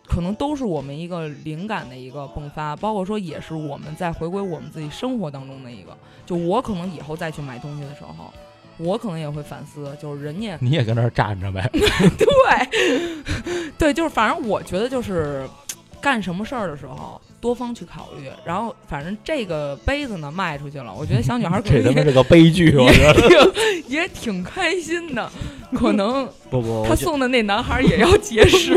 Speaker 5: 可能都是我们一个灵感的一个迸发，包括说也是我们在回归我们自己生活当中的一个。就我可能以后再去买东西的时候，我可能也会反思，就是人家
Speaker 2: 你也跟那儿站着呗，
Speaker 5: 对， 对，就是反正我觉得就是干什么事儿的时候多方去考虑，然后反正这个杯子呢卖出去了，我觉得小女 孩可
Speaker 2: 这他
Speaker 5: 能
Speaker 2: 妈
Speaker 5: 也
Speaker 2: 是个悲剧，我觉得。
Speaker 5: 也也挺开心的，可能
Speaker 1: 不不，
Speaker 5: 她
Speaker 1: 我觉
Speaker 5: 送的那男孩也要节 食，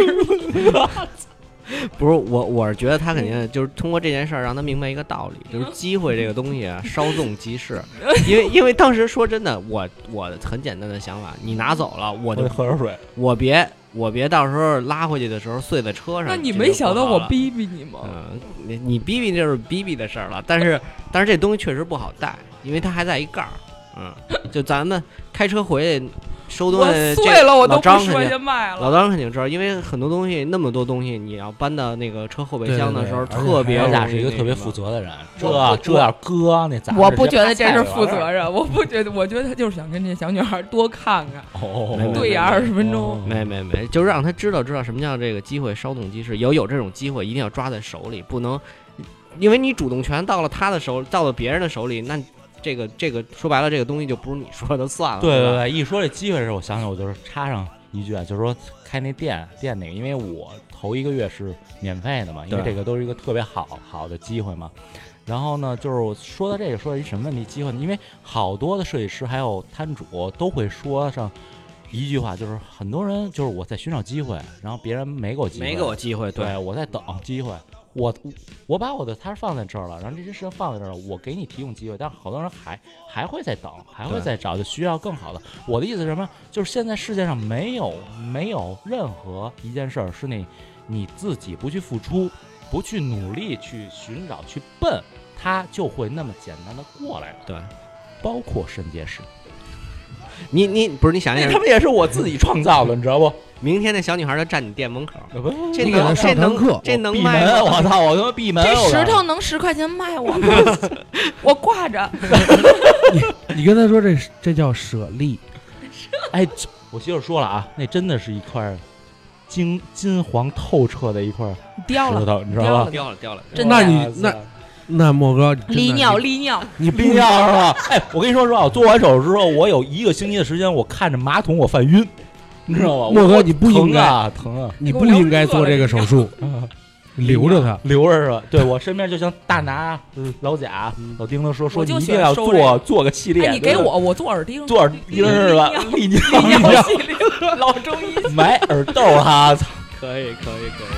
Speaker 1: 不是我，我是觉得他肯定就是通过这件事儿让他明白一个道理，就是机会这个东西啊，稍纵即 逝。因为因为当时说真的，我我很简单的想法，你拿走了，我
Speaker 2: 我得
Speaker 1: 就
Speaker 2: 喝点水。
Speaker 1: 我别我别到时候拉回去的时候碎在车上。
Speaker 5: 那你
Speaker 1: 这
Speaker 5: 没
Speaker 1: 就
Speaker 5: 想
Speaker 1: 不
Speaker 5: 到
Speaker 1: 好
Speaker 5: 我
Speaker 1: 了
Speaker 5: 逼逼你吗？
Speaker 1: 嗯，你你逼逼就是逼逼的事儿了，但是但是这东西确实不好带，因为它还在一盖儿。嗯， 就咱们开车回去收东
Speaker 5: 我
Speaker 1: 西，
Speaker 5: 碎了，我
Speaker 1: 这老
Speaker 5: 都不
Speaker 1: 张
Speaker 5: 说
Speaker 1: 肯
Speaker 5: 去
Speaker 1: 定，
Speaker 5: 卖
Speaker 1: 老
Speaker 5: 了。
Speaker 1: 张肯定知道，因为很多东西那么多东西，你要搬到那个车后备箱的时候，
Speaker 3: 对对对
Speaker 1: 特别
Speaker 2: 咱俩
Speaker 1: 容易
Speaker 2: 是一个
Speaker 1: 那
Speaker 2: 特别
Speaker 1: 什么
Speaker 2: 负责的人，
Speaker 1: 我我
Speaker 2: 这这要搁那咱
Speaker 5: 我不觉得这是
Speaker 2: 是
Speaker 5: 负责任，我不觉得，我觉得他就是想跟这小女孩多看看，
Speaker 1: 没
Speaker 2: 任
Speaker 1: 没
Speaker 5: 对眼二十分钟。
Speaker 1: 没没没，就是让他知道知道什么叫这个机会稍纵即逝，有有这种机会一定要抓在手里，不能因为你主动权到了他的手，到了别人的手里，那这个这个说白了，这个东西就不是你说的 算了。
Speaker 2: 对
Speaker 1: 对
Speaker 2: 对
Speaker 1: 吧，
Speaker 2: 对，一说这机会的时候，我想起我就是插上一句啊，就是说开那店店那个，因为我头一个月是免费的嘛，因为
Speaker 1: 对
Speaker 2: 这个都是一个特别好好的机会嘛。然后呢，就是我说到这个，说到一什么问题机会呢？因为好多的设计师还有摊主都会说上一句话，就是很多人就是我在寻找机会，然后别人没给我机会，
Speaker 1: 没给我机会，
Speaker 2: 对我在等机会。我我把我的摊儿放在这儿了，然后这些事情放在这儿了，我给你提供机会，但是好多人还还会再等，还会
Speaker 1: 对
Speaker 2: 再找，就需要更好的。我的意思是什么？就是现在世界上没有没有任何一件事儿是你你自己不去付出，不去努力去寻找去奔，它就会那么简单的过来的。
Speaker 1: 对，
Speaker 2: 包括肾结石，
Speaker 1: 你你不是你想
Speaker 2: 那
Speaker 1: 想
Speaker 2: 他，们也是我自己创造的，你知道不？
Speaker 1: 明天那小女孩就站你店门口， 这
Speaker 3: 你给她
Speaker 1: 能
Speaker 3: 上
Speaker 1: 这
Speaker 3: 堂课
Speaker 1: 能这能
Speaker 2: 闭
Speaker 1: 卖
Speaker 2: 门，
Speaker 1: 吗？
Speaker 2: 啊我操！我他妈闭门！
Speaker 5: 这
Speaker 1: 哦
Speaker 2: 我
Speaker 5: 石
Speaker 2: 操
Speaker 5: 头能十块钱卖我吗？ 我 挂着。
Speaker 3: 你跟他说这这叫舍利，
Speaker 2: 哎，这我媳妇说了啊，那真的是一块金金黄透彻的一块
Speaker 5: 掉
Speaker 2: 石
Speaker 5: 了，
Speaker 2: 头，你知道
Speaker 5: 掉
Speaker 2: 吧
Speaker 5: 了？
Speaker 1: 掉了掉了，
Speaker 5: 真
Speaker 3: 那
Speaker 5: 的
Speaker 3: 你那那莫哥真的
Speaker 5: 利尿利尿，
Speaker 2: 你憋尿是吧？哎，我跟你说实话，我做完手术之后，我有一个星期的时间，我看着马桶我犯晕，你知道吗？
Speaker 3: 莫哥
Speaker 2: 我
Speaker 3: 你不应
Speaker 2: 疼
Speaker 3: 该
Speaker 2: 啊，疼啊！
Speaker 3: 你不应该做这个手术，留着他。
Speaker 2: 留着是吧？对我身边就像大拿、嗯老贾、老丁都说说
Speaker 5: 我
Speaker 2: 你
Speaker 5: 就
Speaker 2: 一
Speaker 5: 喜
Speaker 2: 定
Speaker 5: 欢
Speaker 2: 要
Speaker 5: 收这
Speaker 2: 做
Speaker 5: 个
Speaker 2: 做个系列，
Speaker 5: 哎，你给
Speaker 2: 对吧
Speaker 5: 我，我做耳钉，
Speaker 2: 做耳钉是吧？利尿
Speaker 5: 利
Speaker 2: 利
Speaker 5: 尿
Speaker 2: 尿，
Speaker 5: 系列，老中医。
Speaker 2: 买耳豆哈，操
Speaker 1: 可以可以可以。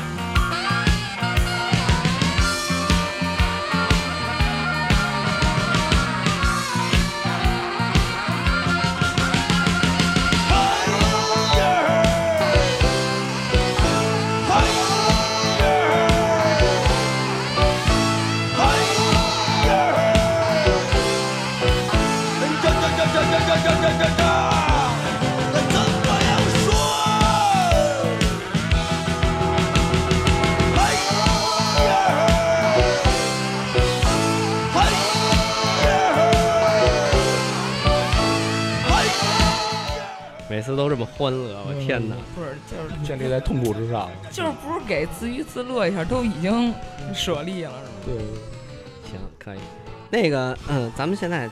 Speaker 6: 怎么样说？
Speaker 1: 每次都这么欢乐，我天哪！
Speaker 5: 不是就是
Speaker 2: 建立在痛苦之上。
Speaker 5: 就是不是给自娱自乐一下，都已经舍利了，是吗？
Speaker 2: 对，
Speaker 1: 行，可以。那个，嗯，咱们现在，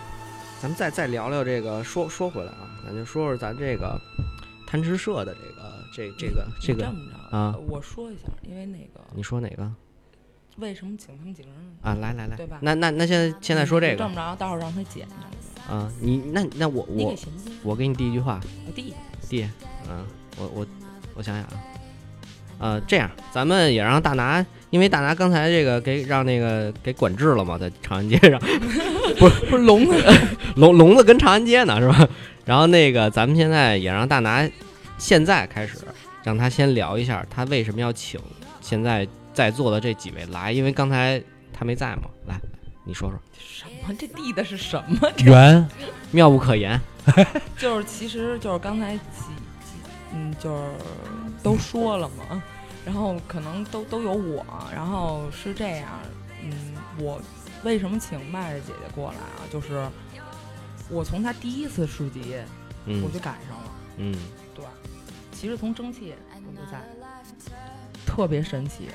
Speaker 1: 咱们再再聊聊这个，说说回来啊，咱就说说咱这个贪吃社的这个这这个这
Speaker 5: 你这
Speaker 1: 个，
Speaker 5: 么着
Speaker 1: 啊
Speaker 5: 我说一下，因为那个
Speaker 1: 你说哪个
Speaker 5: 为什么请他们几个人
Speaker 1: 啊？来来来
Speaker 5: 对吧，
Speaker 1: 那那那现在现在说这
Speaker 5: 这
Speaker 1: 个
Speaker 5: 么着，到时候让他剪着，
Speaker 1: 啊，你那那我
Speaker 5: 你
Speaker 1: 我
Speaker 5: 给衔接，
Speaker 1: 我给你第一句话，
Speaker 5: 我弟
Speaker 1: 弟，嗯，我我我想想啊，呃，这样咱们也让大拿，因为大拿刚才这个给让那个给管制了嘛，在长安街 上，
Speaker 5: 不是聋子，
Speaker 1: 笼笼子跟长安街呢是吧？然后那个咱们现在也让大拿现在开始，让他先聊一下他为什么要请现在在座的这几位来，因为刚才他没在嘛，来你说说，
Speaker 5: 什么？这弟的是什么？
Speaker 3: 圆
Speaker 1: 妙不可言，
Speaker 5: 就是其实就是刚才几几嗯，就是都说了嘛，然后可能都都有我，然后是这样，嗯，我为什么请麦儿姐姐过来啊？就是我从她第一次市集
Speaker 1: 嗯
Speaker 5: 我就赶上了，
Speaker 1: 嗯
Speaker 5: 对吧？其实从蒸汽我就在，特别神奇，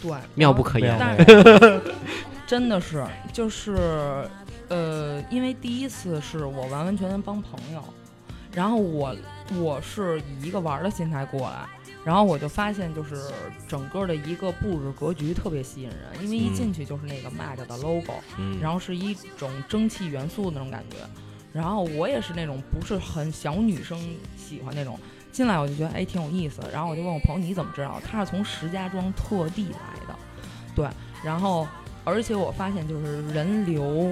Speaker 5: 对，
Speaker 1: 哦妙不可言，
Speaker 5: 但是 真的是就是呃，因为第一次是我完完全全帮朋友，然后我我是以一个玩儿的心态过来。然后我就发现，就是整个的一个布置格局特别吸引人，因为一
Speaker 1: 嗯
Speaker 5: 进去就是那个 MAC 的 logo，、
Speaker 1: 嗯，
Speaker 5: 然后是一种蒸汽元素那种感觉。然后我也是那种不是很小女生喜欢那种，进来我就觉得哎挺有意思。然后我就问我朋友你怎么知道？他是从石家庄特地来的，对。然后而且我发现就是人流，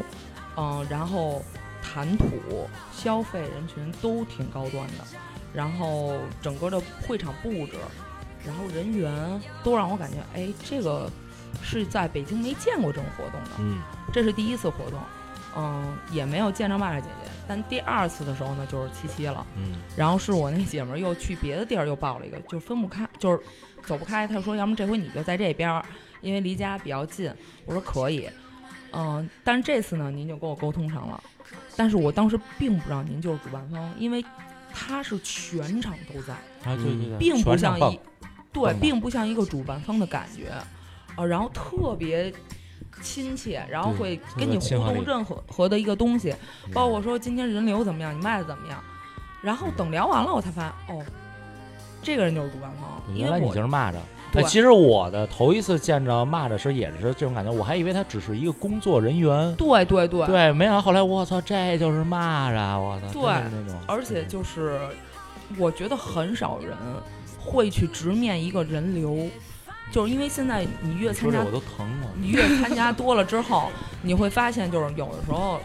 Speaker 5: 嗯、然后谈吐、消费人群都挺高端的，然后整个的会场布置，然后人员都让我感觉哎这个是在北京没见过这种活动的。
Speaker 1: 嗯
Speaker 5: 这是第一次活动，嗯，也没有见着麦麦姐姐。但第二次的时候呢，就是七七了，
Speaker 1: 嗯
Speaker 5: 然后是我那姐们儿又去别的地儿又报了一个，就分不开，就是走不开。她说，要么这回你就在这边儿，因为离家比较近。我说可以，嗯，但是这次呢，您就跟我沟通上了，但是我当时并不知道您就是主办方，因为他是全场都在。
Speaker 2: 啊对对对，
Speaker 5: 嗯并不
Speaker 2: 全场
Speaker 5: 像
Speaker 2: 蹦
Speaker 5: 一，对，
Speaker 2: 蹦
Speaker 5: 并不像一个主办方的感觉，啊，然后特别亲切，然后
Speaker 2: 对
Speaker 5: 会
Speaker 2: 特
Speaker 5: 跟
Speaker 2: 别
Speaker 5: 你
Speaker 2: 亲和
Speaker 5: 互动
Speaker 2: 力嗯
Speaker 5: 任何何的一个东西，
Speaker 1: 嗯
Speaker 5: 包括说今天人流怎么样，你卖的怎么样，然后等聊完了，我才发现哦，这个人就是主办方，
Speaker 2: 嗯
Speaker 5: 因
Speaker 2: 原来
Speaker 5: 为
Speaker 2: 你
Speaker 5: 我
Speaker 2: 就是蚂蚱。
Speaker 5: 对
Speaker 2: 哎，其实我的头一次见着蚂蚱时也是这种感觉，我还以为他只是一个工作人员。
Speaker 5: 对对对，
Speaker 2: 对，没想到后来我操，这就是蚂蚱，啊我操，
Speaker 5: 对
Speaker 2: 真的是那种，
Speaker 5: 而且就是我觉得很少人会去直面一个人流，就是因为现在你越
Speaker 2: 你
Speaker 5: 参
Speaker 2: 说这
Speaker 5: 加
Speaker 2: 我都疼了。
Speaker 5: 你越参加多了之后，你会发现就是有的时候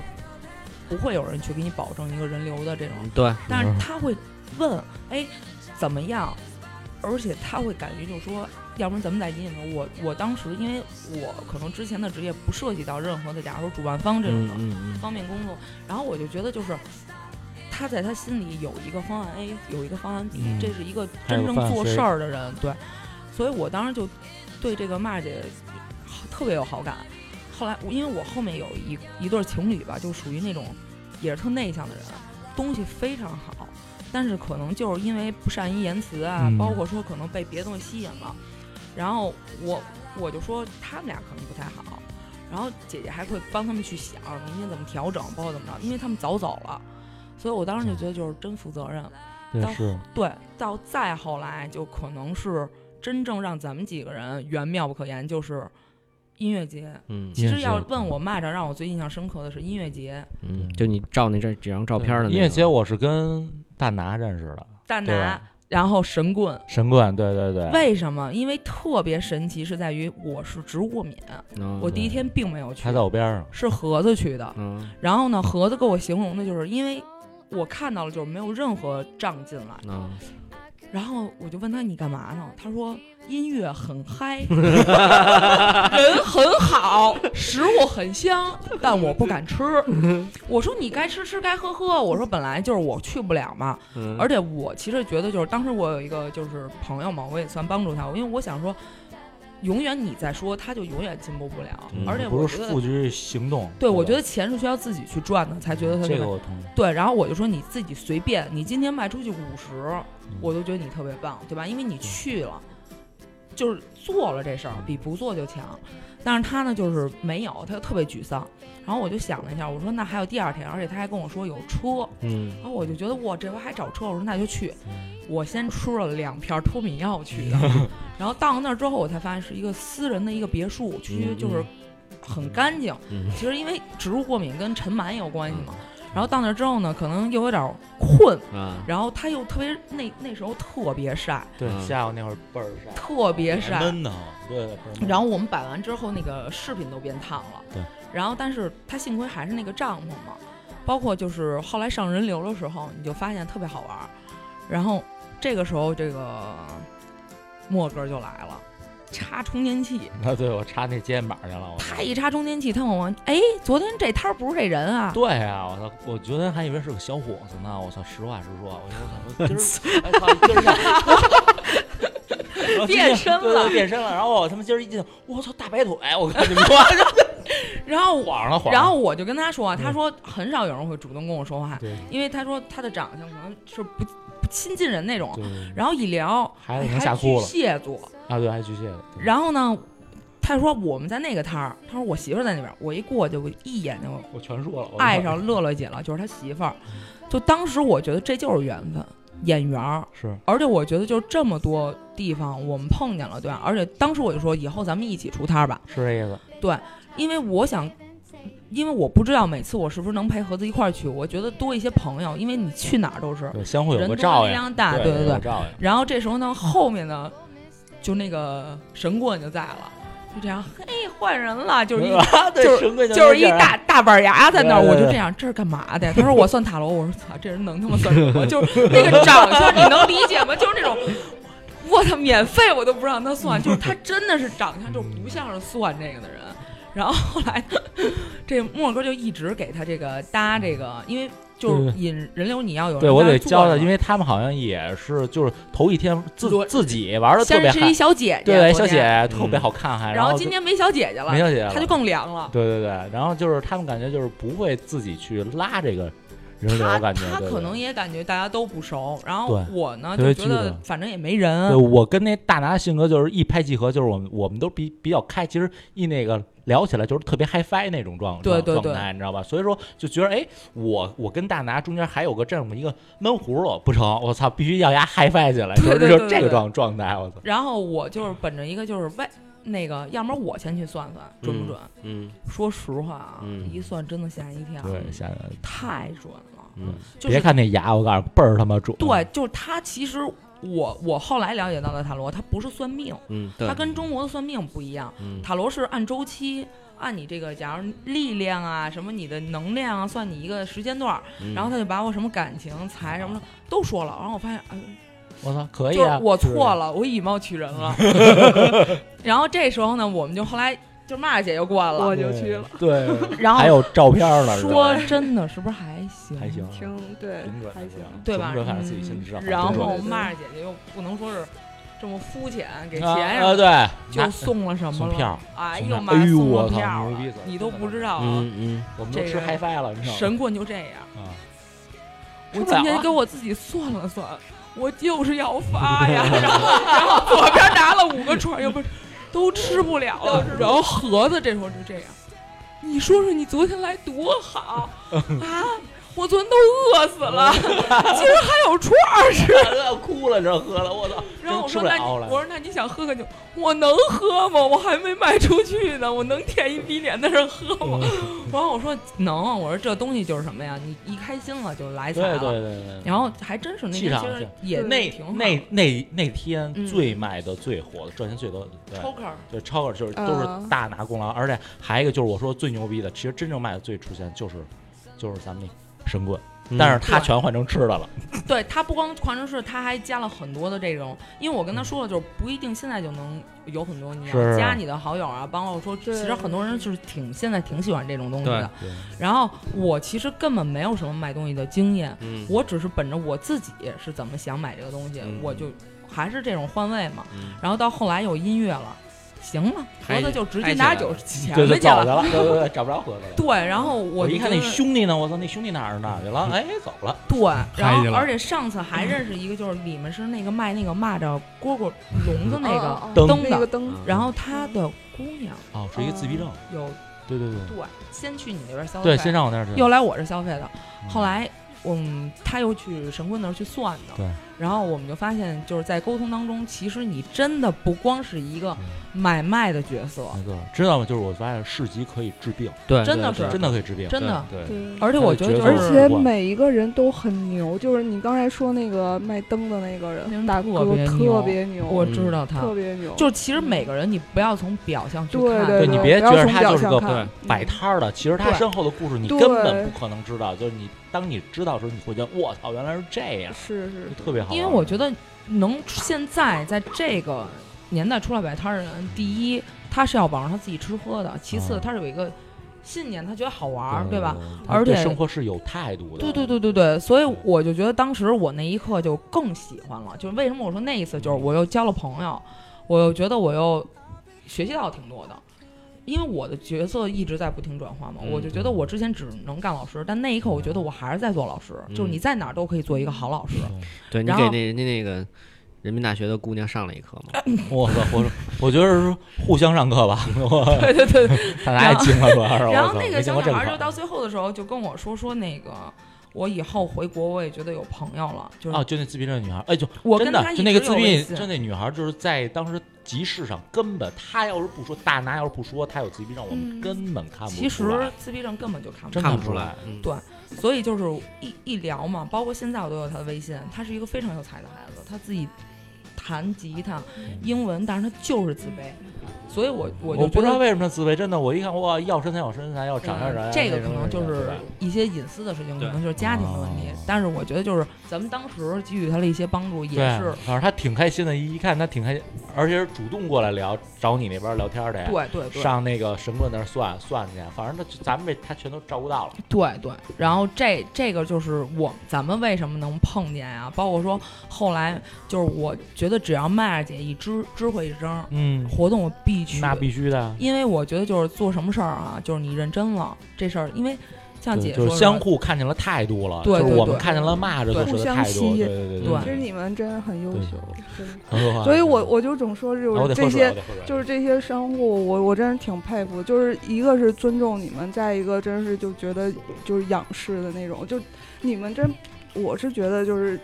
Speaker 5: 不会有人去给你保证一个人流的这种，
Speaker 1: 对，
Speaker 5: 但是他会问，哎，怎么样？而且他会敢于就说，要不然咱们再引引流。我我当时因为我可能之前的职业不涉及到任何的，假如说主办方这种
Speaker 1: 嗯
Speaker 5: 的
Speaker 1: 嗯嗯
Speaker 5: 方面工作，然后我就觉得就是。他在他心里有一个方案 A，有一个方案 B，、
Speaker 2: 嗯
Speaker 5: 这是一个
Speaker 2: 还有
Speaker 5: 真正
Speaker 2: 方案
Speaker 5: 做
Speaker 2: C
Speaker 5: 事儿的人，对，所以我当时就对这个骂姐特别有好感。后来，因为我后面有一一对情侣吧，就属于那种也是特内向的人，东西非常好，但是可能就是因为不善于言辞啊，
Speaker 2: 嗯
Speaker 5: 包括说可能被别的东西吸引了，然后我我就说他们俩可能不太好，然后姐姐还会帮他们去想明天怎么调整，包括怎么着，因为他们早走了，所以我当时就觉得就是真负责任。
Speaker 2: 对
Speaker 5: 当
Speaker 2: 是，
Speaker 5: 对，到再后来就可能是真正让咱们几个人缘妙不可言，就是音乐节。
Speaker 1: 嗯
Speaker 5: 其
Speaker 2: 音乐
Speaker 5: 实要
Speaker 2: 节
Speaker 5: 问我蚂蚱，让我最印象深刻的是音乐节，
Speaker 1: 嗯，就你照那这几张照片的那
Speaker 2: 音乐
Speaker 1: 个
Speaker 2: 节我是跟大拿认识的，
Speaker 5: 大
Speaker 2: 对
Speaker 5: 拿，
Speaker 2: 吧？
Speaker 5: 然后神棍。
Speaker 2: 神棍，对对对，
Speaker 5: 为什么？因为特别神奇，是在于我是植物过敏，
Speaker 1: 嗯
Speaker 5: 我第一天并没有去
Speaker 2: 他，在我边上，
Speaker 5: 是盒子去的。
Speaker 1: 嗯
Speaker 5: 然后呢，盒子给我形容的就是，因为我看到了，就是没有任何仗进来。
Speaker 1: 嗯，
Speaker 5: 然后我就问他你干嘛呢？他说音乐很 嗨，人很好，食物很香，但我不敢吃。我说你该吃吃，该喝喝。我说本来就是我去不了嘛，
Speaker 1: 嗯
Speaker 5: 而且我其实觉得就是当时我有一个就是朋友嘛，我也算帮助他，因为我想说。永远你在说，他就永远进步不了。
Speaker 2: 嗯
Speaker 5: 而且
Speaker 2: 不
Speaker 5: 我觉
Speaker 2: 是
Speaker 5: 得
Speaker 2: 付，之于行动。
Speaker 5: 对我
Speaker 2: 吧
Speaker 5: 觉得钱是需要自己去赚的，才觉得他
Speaker 2: 这
Speaker 5: 特
Speaker 2: 个
Speaker 5: 别
Speaker 2: 我同意。
Speaker 5: 对。然后我就说你自己随便，你今天卖出去五十，
Speaker 2: 嗯
Speaker 5: 我都觉得你特别棒，对吧？因为你去了，就是做了这事儿，比不做就强。但是他呢，就是没有，他就特别沮丧。然后我就想了一下，我说那还有第二天，而且他还跟我说有车，
Speaker 1: 嗯，
Speaker 5: 然后我就觉得哇，这回还找车，我说那就去。我先吃了两片脱敏药去的，
Speaker 1: 嗯
Speaker 5: 然后到那儿之后，我才发现是一个私人的一个别墅区，
Speaker 1: 嗯
Speaker 5: 就是很干净。
Speaker 1: 嗯
Speaker 5: 其实因为植物过敏跟尘螨有关系嘛。然后到那儿之后呢，可能又有点困，
Speaker 1: 啊，
Speaker 5: 然后他又特别那那时候特别晒，
Speaker 2: 对
Speaker 1: 嗯，
Speaker 2: 下午那会儿倍儿晒，
Speaker 5: 特别晒，
Speaker 2: 闷的慌。对，倍儿闷
Speaker 5: 然后我们摆完之后，那个饰品都变烫了。
Speaker 2: 嗯对。
Speaker 5: 然后，但是它幸亏还是那个帐篷嘛，包括就是后来上人流的时候，你就发现特别好玩儿。然后这个时候，这个莫哥就来了，插充电器。
Speaker 2: 啊，对我插那肩膀去了，我
Speaker 5: 他一插充电器，他往往哎，昨天这摊儿不是这人啊，
Speaker 2: 对啊，我操！我觉得还以为是个小伙子呢。我操，实话实说，我说我操，我今儿哎操，今儿下午然 后今天
Speaker 5: 变身
Speaker 2: 对
Speaker 5: 了
Speaker 2: 对变身了。然后我他妈今儿一进，我操，大白腿！我看你们说，
Speaker 5: 然后我。
Speaker 2: 晃了晃。
Speaker 5: 然后我就跟他说啊，他说很少有人会主动跟我说话，
Speaker 2: 嗯对
Speaker 5: 因为他说他的长相可能是不不亲近人那种。
Speaker 2: 对
Speaker 5: 然后一聊，
Speaker 2: 孩子
Speaker 5: 哎
Speaker 2: 已经
Speaker 5: 还
Speaker 2: 吓哭了
Speaker 5: 巨蟹座，
Speaker 2: 啊，对，还巨蟹的。
Speaker 5: 然后呢，他说我们在那个摊儿，他说我媳妇儿在那边儿，我一过去，我一眼就
Speaker 2: 我全说了，我
Speaker 5: 爱上乐乐姐了，就是他媳妇儿。就当时我觉得这就是缘分，眼缘儿。
Speaker 2: 是
Speaker 5: 而且我觉得就这么多地方我们碰见了，对吧？而且当时我就说以后咱们一起出摊儿吧，
Speaker 2: 是这意思。
Speaker 5: 因为我想，因为我不知道每次我是不是能陪盒子一块儿去，我觉得多一些朋友，因为你去哪儿都是。
Speaker 2: 对，相互有
Speaker 5: 人
Speaker 2: 个
Speaker 5: 多
Speaker 2: 照
Speaker 5: 力
Speaker 2: 应。
Speaker 5: 量大，对
Speaker 2: 对
Speaker 5: 对对
Speaker 2: 有。照应。
Speaker 5: 然后这时候呢，后面呢，就那个神棍就在了，就这样，嘿，换人 了，就是一个就
Speaker 2: 是
Speaker 5: 是就是一大大板牙在那儿，
Speaker 2: 对对
Speaker 5: 我
Speaker 2: 对
Speaker 5: 就这样，这是干嘛的呀？他说我算塔罗，我说操，这人能他妈算什么？就是那个长相，你能理解吗？就是那种。我操，免费我都不让他算，就是他真的是长相就不像是算这个的人。然后后来呢，这莫哥就一直给他这个搭这个，因为就是引人流，你要有人
Speaker 2: 对，我
Speaker 5: 在那
Speaker 2: 得
Speaker 5: 坐
Speaker 2: 教
Speaker 5: 着
Speaker 2: 他，因为他们好像也是，就是头一天自
Speaker 5: 轮
Speaker 2: 自己玩的特别
Speaker 5: 先是
Speaker 2: 嗨
Speaker 5: 一，小姐姐，
Speaker 2: 对，小
Speaker 5: 昨
Speaker 2: 姐
Speaker 5: 天，
Speaker 2: 特别好看，还
Speaker 5: 然后
Speaker 2: 后
Speaker 5: 今
Speaker 2: 就
Speaker 5: 天没小姐姐了
Speaker 2: 没，小姐了，
Speaker 5: 她就更凉了。
Speaker 2: 对对对，然后就是他们感觉就是不会自己去拉这个人流，
Speaker 5: 她
Speaker 2: 感觉
Speaker 5: 她
Speaker 2: 对
Speaker 5: 可
Speaker 2: 对
Speaker 5: 能也感觉大家都不熟，然后
Speaker 2: 对
Speaker 5: 我呢
Speaker 2: 特
Speaker 5: 就
Speaker 2: 别
Speaker 5: 觉
Speaker 2: 拘
Speaker 5: 得
Speaker 2: 着
Speaker 5: 反正也没
Speaker 2: 对
Speaker 5: 人，
Speaker 2: 我跟那大拿性格就是一拍即合，就是我们我们都比比较开，其实一那个聊起来就是特别嗨翻那种状
Speaker 5: 对对
Speaker 2: 状
Speaker 5: 对
Speaker 2: 状态，你知道吧？所以说就觉得哎，我我跟大拿中间还有个这么一个闷葫芦，不成，我操，必须要压嗨翻起来，就是
Speaker 5: 对对
Speaker 2: 就是
Speaker 5: 对
Speaker 2: 这个
Speaker 5: 对
Speaker 2: 状状态，我操，
Speaker 5: 然后我就是本着一个就是喂那个，要么我先去算算准不准？
Speaker 1: 嗯
Speaker 5: 说实话啊，
Speaker 1: 嗯
Speaker 5: 一算真的吓一跳，
Speaker 2: 对，现在
Speaker 5: 太准了，
Speaker 1: 嗯，
Speaker 5: 啊就
Speaker 2: 别
Speaker 5: 是
Speaker 2: 看那牙，我告诉你倍儿他妈准，
Speaker 5: 对，就是他其实。我我后来了解到的塔罗，它不是算命，
Speaker 1: 嗯，对
Speaker 5: 它，跟中国的算命不一样。
Speaker 1: 嗯
Speaker 5: 塔罗是按周期，按你这个，假如力量啊，什么你的能量啊，算你一个时间段儿，
Speaker 1: 嗯
Speaker 5: 然后他就把我什么感情、财什么的都说了，然后我发现，哎，
Speaker 2: 我操，可以
Speaker 5: 就是
Speaker 2: 啊，
Speaker 5: 我
Speaker 2: 就是
Speaker 5: 错了，我以貌取 人了。然后这时候呢，我们就后来就骂姐就过来了，
Speaker 4: 我就去了，
Speaker 2: 对，
Speaker 5: 然后
Speaker 2: 还有照片呢，是吧
Speaker 5: 说真的，是不是还行？
Speaker 2: 还行，
Speaker 4: 挺对
Speaker 2: 挺嗯准，
Speaker 4: 还行。
Speaker 5: 对吧？嗯
Speaker 2: 准反正自己心里知道。
Speaker 5: 然
Speaker 4: 挺准
Speaker 5: 后
Speaker 4: 的
Speaker 5: 骂姐姐又不能说是这么肤浅，给钱
Speaker 2: 啊啊，
Speaker 5: 呀，
Speaker 2: 对，
Speaker 5: 就
Speaker 2: 拿
Speaker 5: 送了什么
Speaker 2: 送
Speaker 5: 了？
Speaker 2: 票，
Speaker 5: 哎
Speaker 2: 送
Speaker 5: 呦
Speaker 2: 票
Speaker 5: 妈，
Speaker 2: 哎呦
Speaker 5: 送了
Speaker 2: 我操
Speaker 5: 票
Speaker 2: 牛
Speaker 5: 了
Speaker 2: 逼死了
Speaker 5: 你都不知道啊！
Speaker 1: 嗯
Speaker 2: 我们都
Speaker 5: 这
Speaker 2: 吃
Speaker 5: 个
Speaker 2: 嗨翻了，你知道吗？
Speaker 5: 神棍就这样。
Speaker 2: 啊，
Speaker 5: 我
Speaker 2: 受不
Speaker 5: 今
Speaker 2: 了
Speaker 5: 天
Speaker 2: 啊
Speaker 5: 给我自己算了算，我就是要 发呀，然后然后左边拿了五个串儿，右边都吃不 了了，然后盒子这时候就这样，你说说你昨天来多 好啊！我昨天都饿死了，今儿还 有串儿吃。
Speaker 2: 要哭了，这喝了，我操！
Speaker 5: 然后我
Speaker 2: 吃
Speaker 5: 说
Speaker 2: 不
Speaker 5: 那
Speaker 2: 了
Speaker 5: 你
Speaker 2: 了
Speaker 5: 我说那你想喝个酒？我能喝吗？我还没卖出去呢，我能舔一逼脸在这喝吗？
Speaker 2: 嗯
Speaker 5: 然后我说能，我说这东西就是什么呀？你一开心了就来财
Speaker 2: 对
Speaker 5: 了。
Speaker 2: 对对对。
Speaker 5: 然后还真是
Speaker 2: 嗯
Speaker 5: 那
Speaker 2: 气
Speaker 5: 天
Speaker 2: 场
Speaker 5: 其实
Speaker 2: 是
Speaker 5: 也
Speaker 2: 那
Speaker 5: 挺好的
Speaker 2: 那那那天
Speaker 5: 嗯
Speaker 2: 最卖的、最火的、赚钱最多的，对，
Speaker 5: poker
Speaker 2: 就超哥
Speaker 5: 嗯
Speaker 2: 就是都
Speaker 4: 啊
Speaker 2: 是大拿功劳，而且还有一个就是我说最牛逼的，其实真正卖的最出钱就是就是咱们那神棍，
Speaker 1: 嗯，
Speaker 2: 但是他
Speaker 5: 对
Speaker 2: 全换成吃的了，
Speaker 5: 对他不光狂城市，他还加了很多的这种，因为我跟他说了，就是不一定现在就能有很多，你
Speaker 2: 嗯是
Speaker 5: 要加你的好友啊，包括说，其
Speaker 4: 对
Speaker 5: 实很多人就是挺现在挺喜欢这种东西
Speaker 1: 对
Speaker 5: 的。然后我其实根本没有什么卖东西的经验，
Speaker 1: 嗯
Speaker 5: 我只是本着我自己是怎么想买这个东西，
Speaker 1: 嗯
Speaker 5: 我就还是这种换位嘛。
Speaker 1: 嗯
Speaker 5: 然后到后来有音乐了，行了，
Speaker 1: 拍
Speaker 5: 盒
Speaker 1: 去
Speaker 5: 子就直接
Speaker 1: 拍起
Speaker 5: 拿
Speaker 1: 来
Speaker 5: 酒
Speaker 1: 了
Speaker 5: 钱
Speaker 2: 对
Speaker 5: 去
Speaker 2: 对，走去
Speaker 5: 了。
Speaker 2: 了，对对对，找不着盒子了。
Speaker 5: 对，然后我
Speaker 2: 我一看
Speaker 5: 觉
Speaker 2: 那
Speaker 5: 得嗯
Speaker 2: 兄弟呢，我操，那兄弟哪儿哪儿去了？哎，走了。
Speaker 5: 对，然
Speaker 3: 嗨去
Speaker 5: 后
Speaker 3: 了
Speaker 5: 而且上次还认识一个，就是里面是那个卖那个蚂蚱蝈蝈笼子那个，
Speaker 4: 哦哦
Speaker 2: 灯
Speaker 5: 的
Speaker 4: 那个灯，
Speaker 1: 嗯
Speaker 5: 然后他的姑娘
Speaker 2: 哦，是一个自闭症。
Speaker 5: 有
Speaker 2: 对对对
Speaker 5: 对，先去你那边消费，
Speaker 2: 对，先上我那儿去。
Speaker 5: 又来我这消费的，
Speaker 2: 嗯
Speaker 5: 后来。嗯，他又去神棍那儿去算的，
Speaker 2: 对，
Speaker 5: 然后我们就发现，就是在沟通当中，其实你真的不光是一个
Speaker 2: 嗯
Speaker 5: 买卖的角色，
Speaker 2: 没错，知道吗？就是我发现市集可以治病，
Speaker 1: 对，
Speaker 5: 真的
Speaker 1: 对
Speaker 5: 是
Speaker 2: 真的可以治病，
Speaker 5: 真的
Speaker 2: 对。对
Speaker 4: 对。
Speaker 5: 而且我觉得就
Speaker 4: 而
Speaker 2: 他的角
Speaker 5: 是
Speaker 2: 色
Speaker 4: 且每一个人都很牛，就是你刚才说那个卖灯的那个
Speaker 5: 那
Speaker 4: 人，
Speaker 5: 人
Speaker 4: 大
Speaker 5: 特
Speaker 4: 哥
Speaker 5: 别牛
Speaker 4: 特别牛，
Speaker 5: 我知道他，
Speaker 4: 特别牛，
Speaker 5: 啊就是其实每个人你不要从表象去
Speaker 4: 对
Speaker 5: 看，
Speaker 4: 对
Speaker 2: 对你
Speaker 4: 对
Speaker 2: 别
Speaker 4: 不要
Speaker 2: 觉得
Speaker 4: 从
Speaker 2: 他
Speaker 4: 表
Speaker 2: 就是
Speaker 4: 象
Speaker 2: 个
Speaker 4: 看
Speaker 2: 摆摊儿的，其实他
Speaker 5: 嗯对
Speaker 2: 身后的故事你
Speaker 4: 对
Speaker 2: 根本不可能知道。就是你当你知道的时候，你会觉得我操，原来是这样，
Speaker 4: 是是
Speaker 2: 就特别好玩。
Speaker 5: 因为我觉得能现在在这个年代出来摆摊儿的人，第一他是要保证他自己吃喝的，其次
Speaker 2: 啊
Speaker 5: 他是有一个信念，他觉得好玩儿，
Speaker 2: 对
Speaker 5: 吧？？
Speaker 2: 他
Speaker 5: 而
Speaker 2: 对
Speaker 5: 且
Speaker 2: 嗯生活是有态度的。
Speaker 5: 对对对对对，所以我就觉得当时我那一刻就更喜欢了，就是为什么我说那一次就是我又交了朋友，我又觉得我又学习到挺多的，因为我的角色一直在不停转化嘛，
Speaker 1: 嗯
Speaker 5: 我就觉得我之前只能干老师，但那一刻我觉得我还是在做老师，就是你在哪儿都可以做一个好老师。
Speaker 1: 对你
Speaker 5: 然
Speaker 1: 给
Speaker 5: 后
Speaker 1: 那人家那个人民大学的姑娘上了一课嘛，
Speaker 2: 我操，我我觉得是互相上课 吧，我
Speaker 5: 对对对，
Speaker 2: 他太精了，主要是。
Speaker 5: 然后
Speaker 2: 我操
Speaker 5: 那
Speaker 2: 没
Speaker 5: 个
Speaker 2: 见
Speaker 5: 小
Speaker 2: 过
Speaker 5: 女
Speaker 2: 这
Speaker 5: 孩就
Speaker 2: 个
Speaker 5: 到最后的时候就跟我说说那个，我以后回国我也觉得有朋友了，就是、
Speaker 2: 哦，就那自闭症女孩，哎，就
Speaker 5: 嗯我
Speaker 2: 真
Speaker 5: 跟
Speaker 2: 的
Speaker 5: 她一
Speaker 2: 就
Speaker 5: 直
Speaker 2: 那个自
Speaker 5: 有微
Speaker 2: 闭，
Speaker 5: 信
Speaker 2: 就那女孩就是在当时集市上根本，她要是不说，大拿要是不说她有自闭症，我们
Speaker 5: 嗯
Speaker 2: 根本看不出来。
Speaker 5: 其实自闭症根本就看不
Speaker 2: 真
Speaker 5: 出
Speaker 1: 看
Speaker 2: 看不
Speaker 1: 不
Speaker 2: 出
Speaker 1: 出
Speaker 2: 来
Speaker 1: 来。嗯
Speaker 5: 对所以就是一一聊嘛，包括现在我都有他的微信，他是一个非常有才的孩子，他自己弹吉他、
Speaker 2: 嗯
Speaker 5: 英文，但是他就是自卑，所以我我就
Speaker 2: 不
Speaker 5: 觉
Speaker 2: 知道
Speaker 5: 得。
Speaker 2: 为什么自卑，真的，我一看哇，要身材有身材，要长相有长
Speaker 5: 嗯
Speaker 2: 相
Speaker 5: 这个
Speaker 2: 那
Speaker 5: 可
Speaker 2: 什么
Speaker 5: 能就
Speaker 2: 什么
Speaker 5: 是
Speaker 2: 对吧
Speaker 5: 一些隐私的事情，可
Speaker 1: 对
Speaker 5: 能就是家庭的问题
Speaker 2: 哦。
Speaker 5: 但是我觉得，就是咱们当时给予他的一些帮助，也
Speaker 2: 对，
Speaker 5: 是
Speaker 2: 反正他挺开心的，一一看他挺开心，而且是主动过来聊，找你那边聊天的，
Speaker 5: 对对对，
Speaker 2: 上那个神棍那儿算算去，反正他咱们这他全都照顾到了。
Speaker 5: 对对，然后这这个就是我咱们为什么能碰见呀、包括说后来就是我觉得只要麦姐一知知会一声，
Speaker 2: 嗯，
Speaker 5: 活动我必去，
Speaker 2: 那必须的，啊
Speaker 5: 因为我觉得就是做什么事儿啊，就是你认真了这事儿，因为像
Speaker 2: 对
Speaker 5: 姐
Speaker 2: 就
Speaker 5: 说
Speaker 2: 是相互看见了态度了，
Speaker 5: 对
Speaker 2: 就是
Speaker 5: 对
Speaker 2: 我们
Speaker 5: 对
Speaker 2: 看见了骂着
Speaker 5: 对
Speaker 2: 做事
Speaker 4: 互
Speaker 2: 的
Speaker 4: 相
Speaker 2: 态
Speaker 4: 吸
Speaker 2: 度，
Speaker 4: 引
Speaker 2: 对对
Speaker 5: 对
Speaker 4: 其实你们真的很优
Speaker 2: 对
Speaker 4: 秀，真的。
Speaker 2: 对，
Speaker 4: 所以我我就总说，就
Speaker 2: 啊我得
Speaker 4: 是这
Speaker 2: 喝水，我
Speaker 4: 些，
Speaker 2: 得喝水
Speaker 4: 就是这些商户，我我真是挺佩服。就是一个是尊重你们，再一个真是就觉得就是仰视的那种。就你们真，我是觉得就是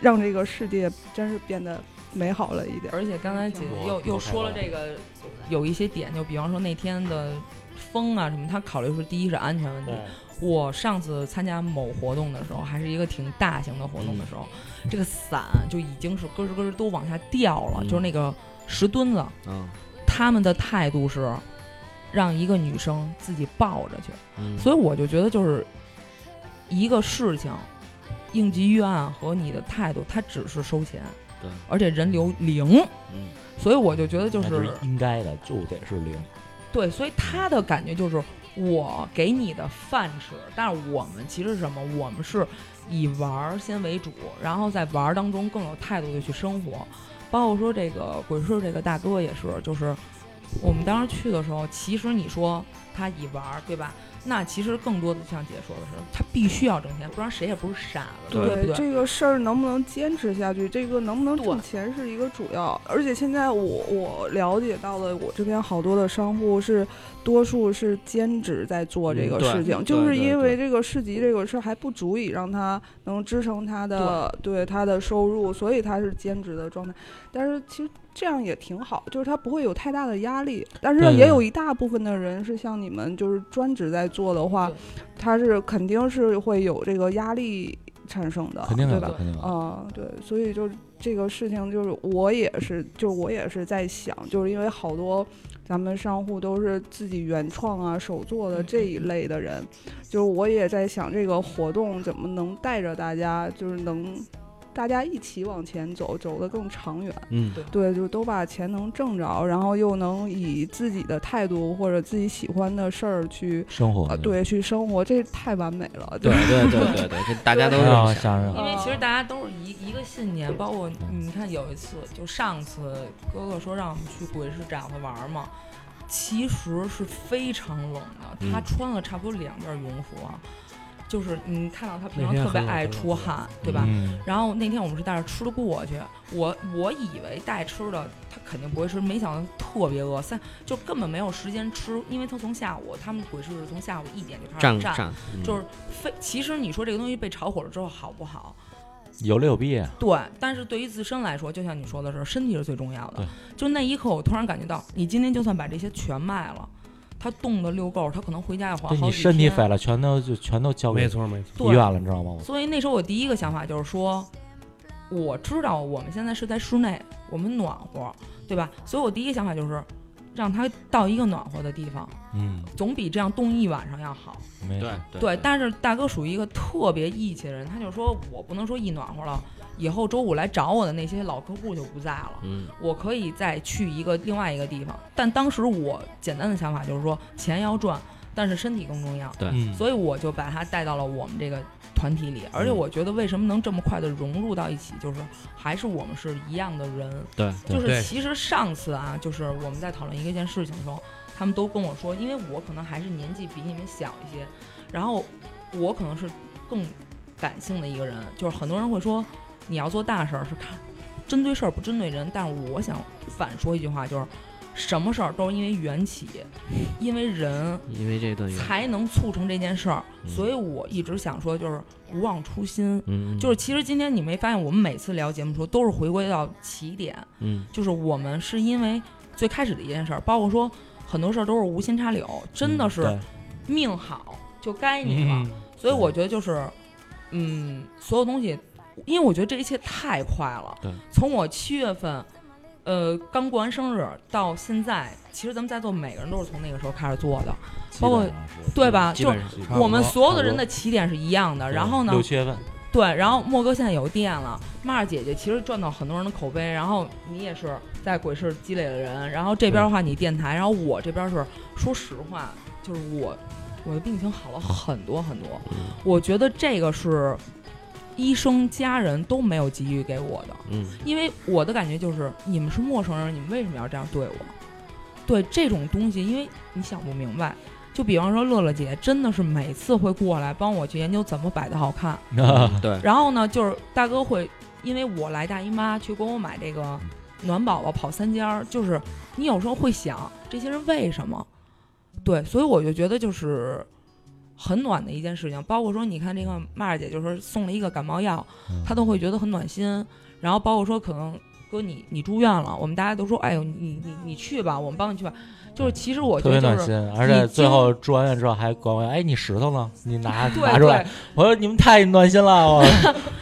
Speaker 4: 让这个世界真是变得美好了一点。
Speaker 5: 而且刚才姐
Speaker 2: 我
Speaker 5: 又又
Speaker 2: 我
Speaker 5: 说了
Speaker 2: 看
Speaker 5: 这个有一些点，就比方说那天的风啊什么，她考虑说第一是安全问题
Speaker 2: 对，
Speaker 5: 我上次参加某活动的时候，还是一个挺大型的活动的时候，这个伞就已经是咯吱咯吱都往下掉了，
Speaker 1: 嗯
Speaker 5: 就是那个石墩子，
Speaker 1: 嗯
Speaker 5: 他们的态度是让一个女生自己抱着去，
Speaker 1: 嗯，
Speaker 5: 所以我就觉得就是一个事情，应急预案和你的态度，它只是收钱，
Speaker 1: 对，
Speaker 5: 而且人流零，
Speaker 1: 嗯
Speaker 5: 所以我就觉得就啊
Speaker 2: 那就是应该的，就得是零。
Speaker 5: 对，所以他的感觉就是我给你的饭吃，但是我们其实是什么？我们是以玩儿先为主，然后在玩儿当中更有态度的去生活。包括说这个鬼市这个大哥也是，就是我们当时去的时候，其实你说他以玩儿，对吧？那其实更多的像姐说的是，他必须要挣钱，不然谁也不是傻子，
Speaker 1: 对
Speaker 5: 不对？
Speaker 4: 这个事儿能不能坚持下去，这个能不能
Speaker 5: 对
Speaker 4: 挣钱是一个主要。而且现在我我了解到了，我这边好多的商户是多数是兼职在做这
Speaker 1: 嗯
Speaker 4: 个
Speaker 1: 对
Speaker 4: 事情，
Speaker 1: 对
Speaker 4: 就是
Speaker 1: 对
Speaker 4: 因
Speaker 1: 对
Speaker 4: 为这个市集这个事儿还不足以让他能支撑他的对他的收入，所以他是兼职的状态。但是其实。这样也挺好，就是他不会有太大的压力，但是
Speaker 2: 对对
Speaker 4: 也有一大部分的人是像你们就是专职在做的话
Speaker 5: 对，
Speaker 4: 他是肯定是会有这个压力产生的，
Speaker 2: 肯定
Speaker 4: 对
Speaker 2: 有
Speaker 4: 吧
Speaker 2: 的，？肯定有的。
Speaker 4: 啊、对，所以就是这个事情，就是我也是，就我也是在想，就是因为好多咱们商户都是自己原创啊、手做的这一类的人，就是我也在想这个活动怎么能带着大家，就是能大家一起往前走，走得更长远。
Speaker 2: 嗯
Speaker 4: 对，就都把钱能挣着，然后又能以自己的态度或者自己喜欢的事儿去
Speaker 2: 生活
Speaker 4: 啊，，对，去生活，这太完美了。
Speaker 1: 对
Speaker 4: 对
Speaker 1: 对对对对，这大家都
Speaker 2: 哎呀，
Speaker 1: 是
Speaker 2: 想
Speaker 5: 因
Speaker 2: 着
Speaker 5: 为其实大家都是一一个信念，包括
Speaker 3: 嗯
Speaker 5: 你看有一次，就上次哥哥说让我们去鬼市展子玩嘛，其实是非常冷的，
Speaker 2: 嗯
Speaker 5: 他穿了差不多两件羽绒服啊，就是你看到他平
Speaker 3: 那
Speaker 5: 常
Speaker 3: 天
Speaker 5: 特别
Speaker 3: 很冷
Speaker 5: 爱
Speaker 3: 很冷
Speaker 5: 出
Speaker 3: 很
Speaker 5: 汗，对吧？
Speaker 2: 嗯
Speaker 5: 然后那天我们是带着吃的过去，我我以为带吃的他肯定不会吃，没想到特别饿，三就根本没有时间吃，因为他从下午他们鬼市是从下午一点就开始
Speaker 1: 站
Speaker 5: 站，
Speaker 1: 站，
Speaker 5: 就是
Speaker 3: 嗯
Speaker 5: 非其实你说这个东西被炒火了之后好不好？
Speaker 2: 有啊利有弊，
Speaker 5: 对，但是对于自身来说，就像你说的是，身体是最重要的
Speaker 2: 对。
Speaker 5: 就那一刻，我突然感觉到，你今天就算把这些全卖了，他冻得溜够，他可能回家要花好
Speaker 2: 对
Speaker 5: 几
Speaker 2: 你
Speaker 5: 天。
Speaker 2: 身体废了，全都就全都交
Speaker 3: 没
Speaker 2: 给
Speaker 3: 错没错，
Speaker 2: 医
Speaker 5: 对
Speaker 2: 院了，你知道吗？我
Speaker 5: 所以那时候我第一个想法就是说，我知道我们现在是在室内，我们暖和，对吧？所以我第一个想法就是，让他到一个暖和的地方，
Speaker 2: 嗯，
Speaker 5: 总比这样冻一晚上要好。
Speaker 2: 没
Speaker 1: 对
Speaker 2: 错
Speaker 1: 对
Speaker 5: 对，但是大哥属于一个特别义气的人，他就说我不能说一暖和了，以后周五来找我的那些老客户就不在了。
Speaker 1: 嗯，
Speaker 5: 我可以再去一个另外一个地方。但当时我简单的想法就是说，钱要赚，但是身体更重要，
Speaker 1: 对
Speaker 2: 嗯
Speaker 5: 所以我就把他带到了我们这个团体里。而且
Speaker 1: 嗯
Speaker 5: 我觉得为什么能这么快的融入到一起，就是还是我们是一样的人。
Speaker 1: 对
Speaker 5: 就
Speaker 3: 对
Speaker 5: 是其实上次啊，就是我们在讨论一件事情的时候，他们都跟我说，因为我可能还是年纪比你们小一些，然后我可能是更感性的一个人，就是很多人会说你要做大事儿是看针对事儿不针对人，但是我想反说一句话，就是什么事儿都是因为缘起，因为人
Speaker 1: 因为这段缘，
Speaker 5: 才能促成这件事儿，
Speaker 1: 嗯
Speaker 5: 所以我一直想说就是不忘初心。
Speaker 1: 嗯，
Speaker 5: 就是其实今天你没发现，我们每次聊节目的时候都是回归到起点，
Speaker 1: 嗯
Speaker 5: 就是我们是因为最开始的一件事儿，包括说很多事儿都是无心插柳，真的是
Speaker 2: 嗯对
Speaker 5: 命好就该你了。
Speaker 2: 嗯
Speaker 5: 所以我觉得就是，嗯，所有东西，因为我觉得这一切太快了。
Speaker 1: 对，
Speaker 5: 从我七月份，呃，刚过完生日到现在，其实咱们在座每个人都是从那个时候开始做的，
Speaker 2: 基
Speaker 5: 包括
Speaker 2: 本上是
Speaker 5: 对吧？
Speaker 1: 基
Speaker 5: 就
Speaker 1: 本
Speaker 5: 是
Speaker 1: 上是
Speaker 3: 差不多
Speaker 5: 我们所有
Speaker 2: 差
Speaker 5: 的
Speaker 2: 不多
Speaker 5: 人的起点是一样的。然后呢
Speaker 2: 六，七月 份，
Speaker 5: 对，然后莫哥现在有店了，麦儿姐姐其实赚到很多人的口碑，然后你也是在鬼市积累的人，然后这边的话你电台，然后我这边是说实话，就是我我的病情好了很多很多，我觉得这个是医生家人都没有给予给我的，
Speaker 1: 嗯
Speaker 5: 因为我的感觉就是你们是陌生人，你们为什么要这样对我？对这种东西，因为你想不明白。就比方说，乐乐姐真的是每次会过来帮我去研究怎么摆的好看，
Speaker 1: 嗯，对，
Speaker 5: 然后呢，就是大哥会因为我来大姨妈去给我买这
Speaker 2: 嗯
Speaker 5: 个暖宝宝跑三家儿，就是你有时候会想这些人为什么？对，所以我就觉得就是很暖的一件事情。包括说，你看这个麦儿姐就是送了一个感冒药，
Speaker 2: 嗯
Speaker 5: 她都会觉得很暖心。然后包括说，可能哥你你住院了，我们大家都说，哎呦你你你你去吧，我们帮你去吧。就是其实我
Speaker 2: 特
Speaker 5: 觉
Speaker 2: 别
Speaker 5: 得
Speaker 2: 暖
Speaker 5: 就是
Speaker 2: 心，而且
Speaker 5: 你
Speaker 2: 最
Speaker 5: 经
Speaker 2: 后住完院之后还管我要，哎，你石头呢？你 拿
Speaker 5: 对
Speaker 2: 拿出来
Speaker 5: 对。
Speaker 2: 我说你们太暖心了， 我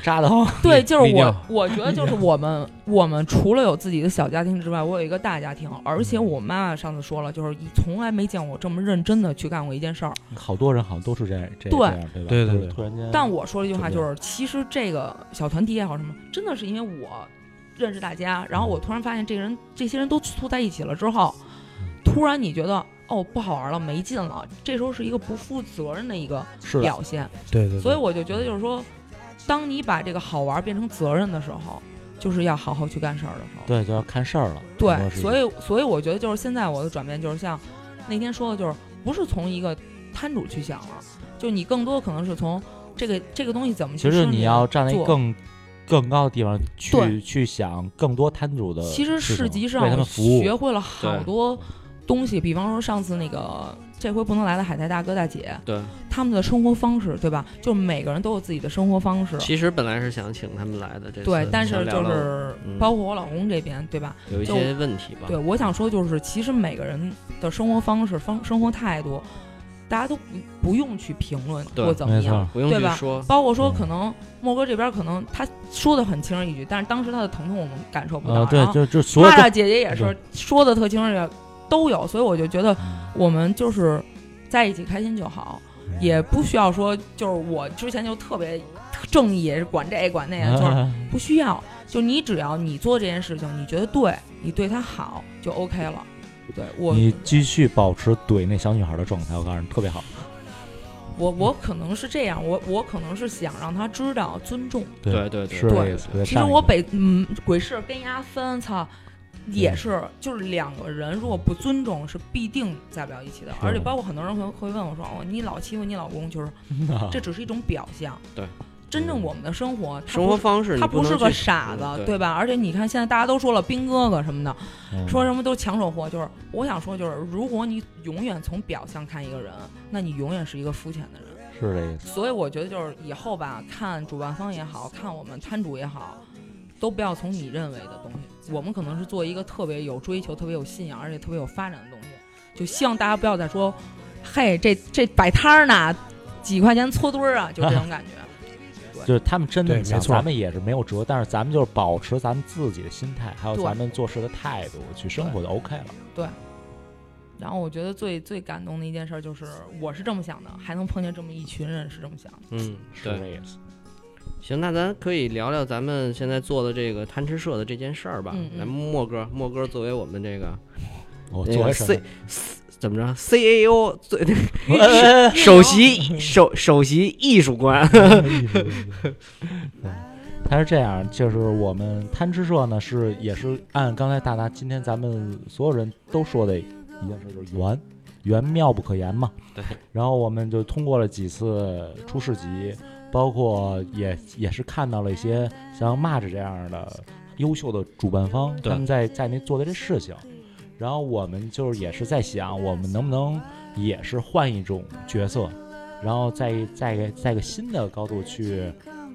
Speaker 2: 扎的慌。
Speaker 5: 对，就是
Speaker 3: 力量
Speaker 5: 我，我觉得就是 我们，我们除了有自己的小家庭之外，我有一个大家庭，而且我妈妈上次说了，就是从来没见我这么认真的去干过一件事儿。
Speaker 2: 好多人好像都是这这这
Speaker 5: 对
Speaker 2: 样，对吧？
Speaker 3: 对对
Speaker 2: 就是
Speaker 3: 对
Speaker 2: 突然间，
Speaker 5: 但我说了一句话，
Speaker 2: 对
Speaker 5: 就是其实这个小团体也好什么，真的是因为我认识大家，然后我突然发现这个人，这些人都凑在一起了之后，
Speaker 2: 嗯
Speaker 5: 突然你觉得哦不好玩了，没劲了，这时候是一个不负责任的一个
Speaker 2: 是的
Speaker 5: 表现。
Speaker 3: 对对，
Speaker 5: 所以我就觉得就是说，当你把这个好玩变成责任的时候，就是要好好去干事儿的时候。
Speaker 2: 对，就要看事儿了。很
Speaker 5: 对，
Speaker 2: 多事情
Speaker 5: 所以所以我觉得就是现在我的转变就是像那天说的，就是不是从一个摊主去想了，就你更多可能是从这个这个东西怎么去
Speaker 2: 其实
Speaker 5: 顺利地做。
Speaker 2: 你要站在一个更更高的地方去
Speaker 5: 对
Speaker 2: 去想更多摊主的事
Speaker 5: 其
Speaker 2: 情，
Speaker 5: 实市集上
Speaker 2: 为他
Speaker 5: 我
Speaker 2: 们服务
Speaker 5: 学会了好
Speaker 1: 对
Speaker 5: 多东西，比方说上次那个这回不能来的海带大哥大姐，
Speaker 1: 对，
Speaker 5: 他们的生活方式，对吧？就每个人都有自己的生活方式。
Speaker 1: 其实本来是想请他们来的，这次
Speaker 5: 对，但
Speaker 1: 想
Speaker 5: 是
Speaker 1: 聊
Speaker 5: 就
Speaker 1: 聊
Speaker 5: 是
Speaker 1: 嗯
Speaker 5: 包括我老公这边，对吧？
Speaker 1: 有一些问题吧，
Speaker 5: 对，我想说就是，其实每个人的生活方式、方生活态度，大家都不不用去评论
Speaker 1: 对
Speaker 5: 或怎么
Speaker 2: 没错
Speaker 5: 样。，
Speaker 1: 不用
Speaker 5: 对
Speaker 1: 去
Speaker 5: 吧
Speaker 1: 说，
Speaker 5: 包括说，
Speaker 2: 嗯
Speaker 5: 可能莫哥这边可能他说的很轻而易举，但是当时他的疼痛我们感受不到。
Speaker 2: 呃，对
Speaker 5: 然，后
Speaker 2: 就就所有
Speaker 5: 娜
Speaker 2: 的
Speaker 5: 娜姐姐也是
Speaker 2: 对
Speaker 5: 说的特轻而易举，都有。所以我就觉得
Speaker 2: 嗯
Speaker 5: 我们 就是在一起开心就好，也不需要说就是我之前就特别正义管这管那个，就是
Speaker 2: 啊
Speaker 5: 不需要。就你只要你做这件事情，你觉得对，你对他好就 OK 了。对我，
Speaker 2: 你继续保持怼那小女孩的状态，我告诉你，特别好。
Speaker 5: 我我可能是这样，我我可能是想让他知道尊重。
Speaker 1: 对对对
Speaker 2: 是这
Speaker 5: 对
Speaker 2: 意思。对
Speaker 5: 其实
Speaker 2: 上一
Speaker 5: 我
Speaker 2: 个
Speaker 5: 北嗯鬼市跟丫分，操，也是
Speaker 1: 嗯
Speaker 5: 就是两个人如果不尊重，是必定在不了一起的。
Speaker 2: 是
Speaker 5: 而且包括很多人会会问我说，哦，你老欺负你老公，就是这只是一种表象。
Speaker 1: 啊对，
Speaker 5: 真正我们的生活，它
Speaker 1: 生
Speaker 5: 不
Speaker 1: 活
Speaker 5: 是
Speaker 1: 方式，
Speaker 5: 他
Speaker 1: 不
Speaker 5: 是
Speaker 1: 能
Speaker 5: 个
Speaker 1: 去
Speaker 5: 傻
Speaker 1: 嗯
Speaker 5: 子，
Speaker 1: 对
Speaker 5: 对吧？而且你看，现在大家都说了兵哥哥什么的，
Speaker 2: 嗯
Speaker 5: 说什么都抢手货，就是我想说，就是如果你永远从表象看一个人，那你永远是一个肤浅的人。
Speaker 2: 是这意思。
Speaker 5: 所以我觉得就是以后吧，看主办方也好看我们摊主也好，都不要从你认为的东西。我们可能是做一个特别有追求、特别有信仰，而且特别有发展的东西。就希望大家不要再说，嘿，这这摆摊儿呢，几块钱搓堆儿啊，就这种感觉。
Speaker 2: 就是他们真
Speaker 3: 对
Speaker 2: 的
Speaker 3: 没
Speaker 2: 想，
Speaker 3: 错
Speaker 2: 咱们也是没有辙，但是咱们就是保持咱们自己的心态，还有
Speaker 5: 对
Speaker 2: 咱们做事的态度去生活就 OK 了。
Speaker 5: 然后我觉得最最感动的一件事儿就是，我是这么想的，还能碰见这么一群人是这么想的。
Speaker 1: 嗯，
Speaker 2: 是
Speaker 1: 对
Speaker 2: 这。意思。
Speaker 1: 行，那咱可以聊聊咱们现在做的这个贪吃社的这件事儿吧。
Speaker 5: 嗯嗯
Speaker 1: 来，莫哥，莫哥作为我们这个
Speaker 2: 我
Speaker 1: 那
Speaker 2: 作为
Speaker 1: 个
Speaker 2: 什么
Speaker 1: C，怎么着 CAO 最那个
Speaker 2: 哎
Speaker 1: 首席首首席艺术官，
Speaker 2: 艺术艺术对，它是这样，就是我们贪吃社呢是也是按刚才大大今天咱们所有人都说的一件事，就是圆，圆妙不可言嘛。
Speaker 1: 对。
Speaker 2: 然后我们就通过了几次出市集，包括也也是看到了一些像蚂蚱这样的优秀的主办方，
Speaker 1: 对
Speaker 2: 他们在在那做的这事情。然后我们就是也是在想，我们能不能也是换一种角色，然后再再个再个新的高度去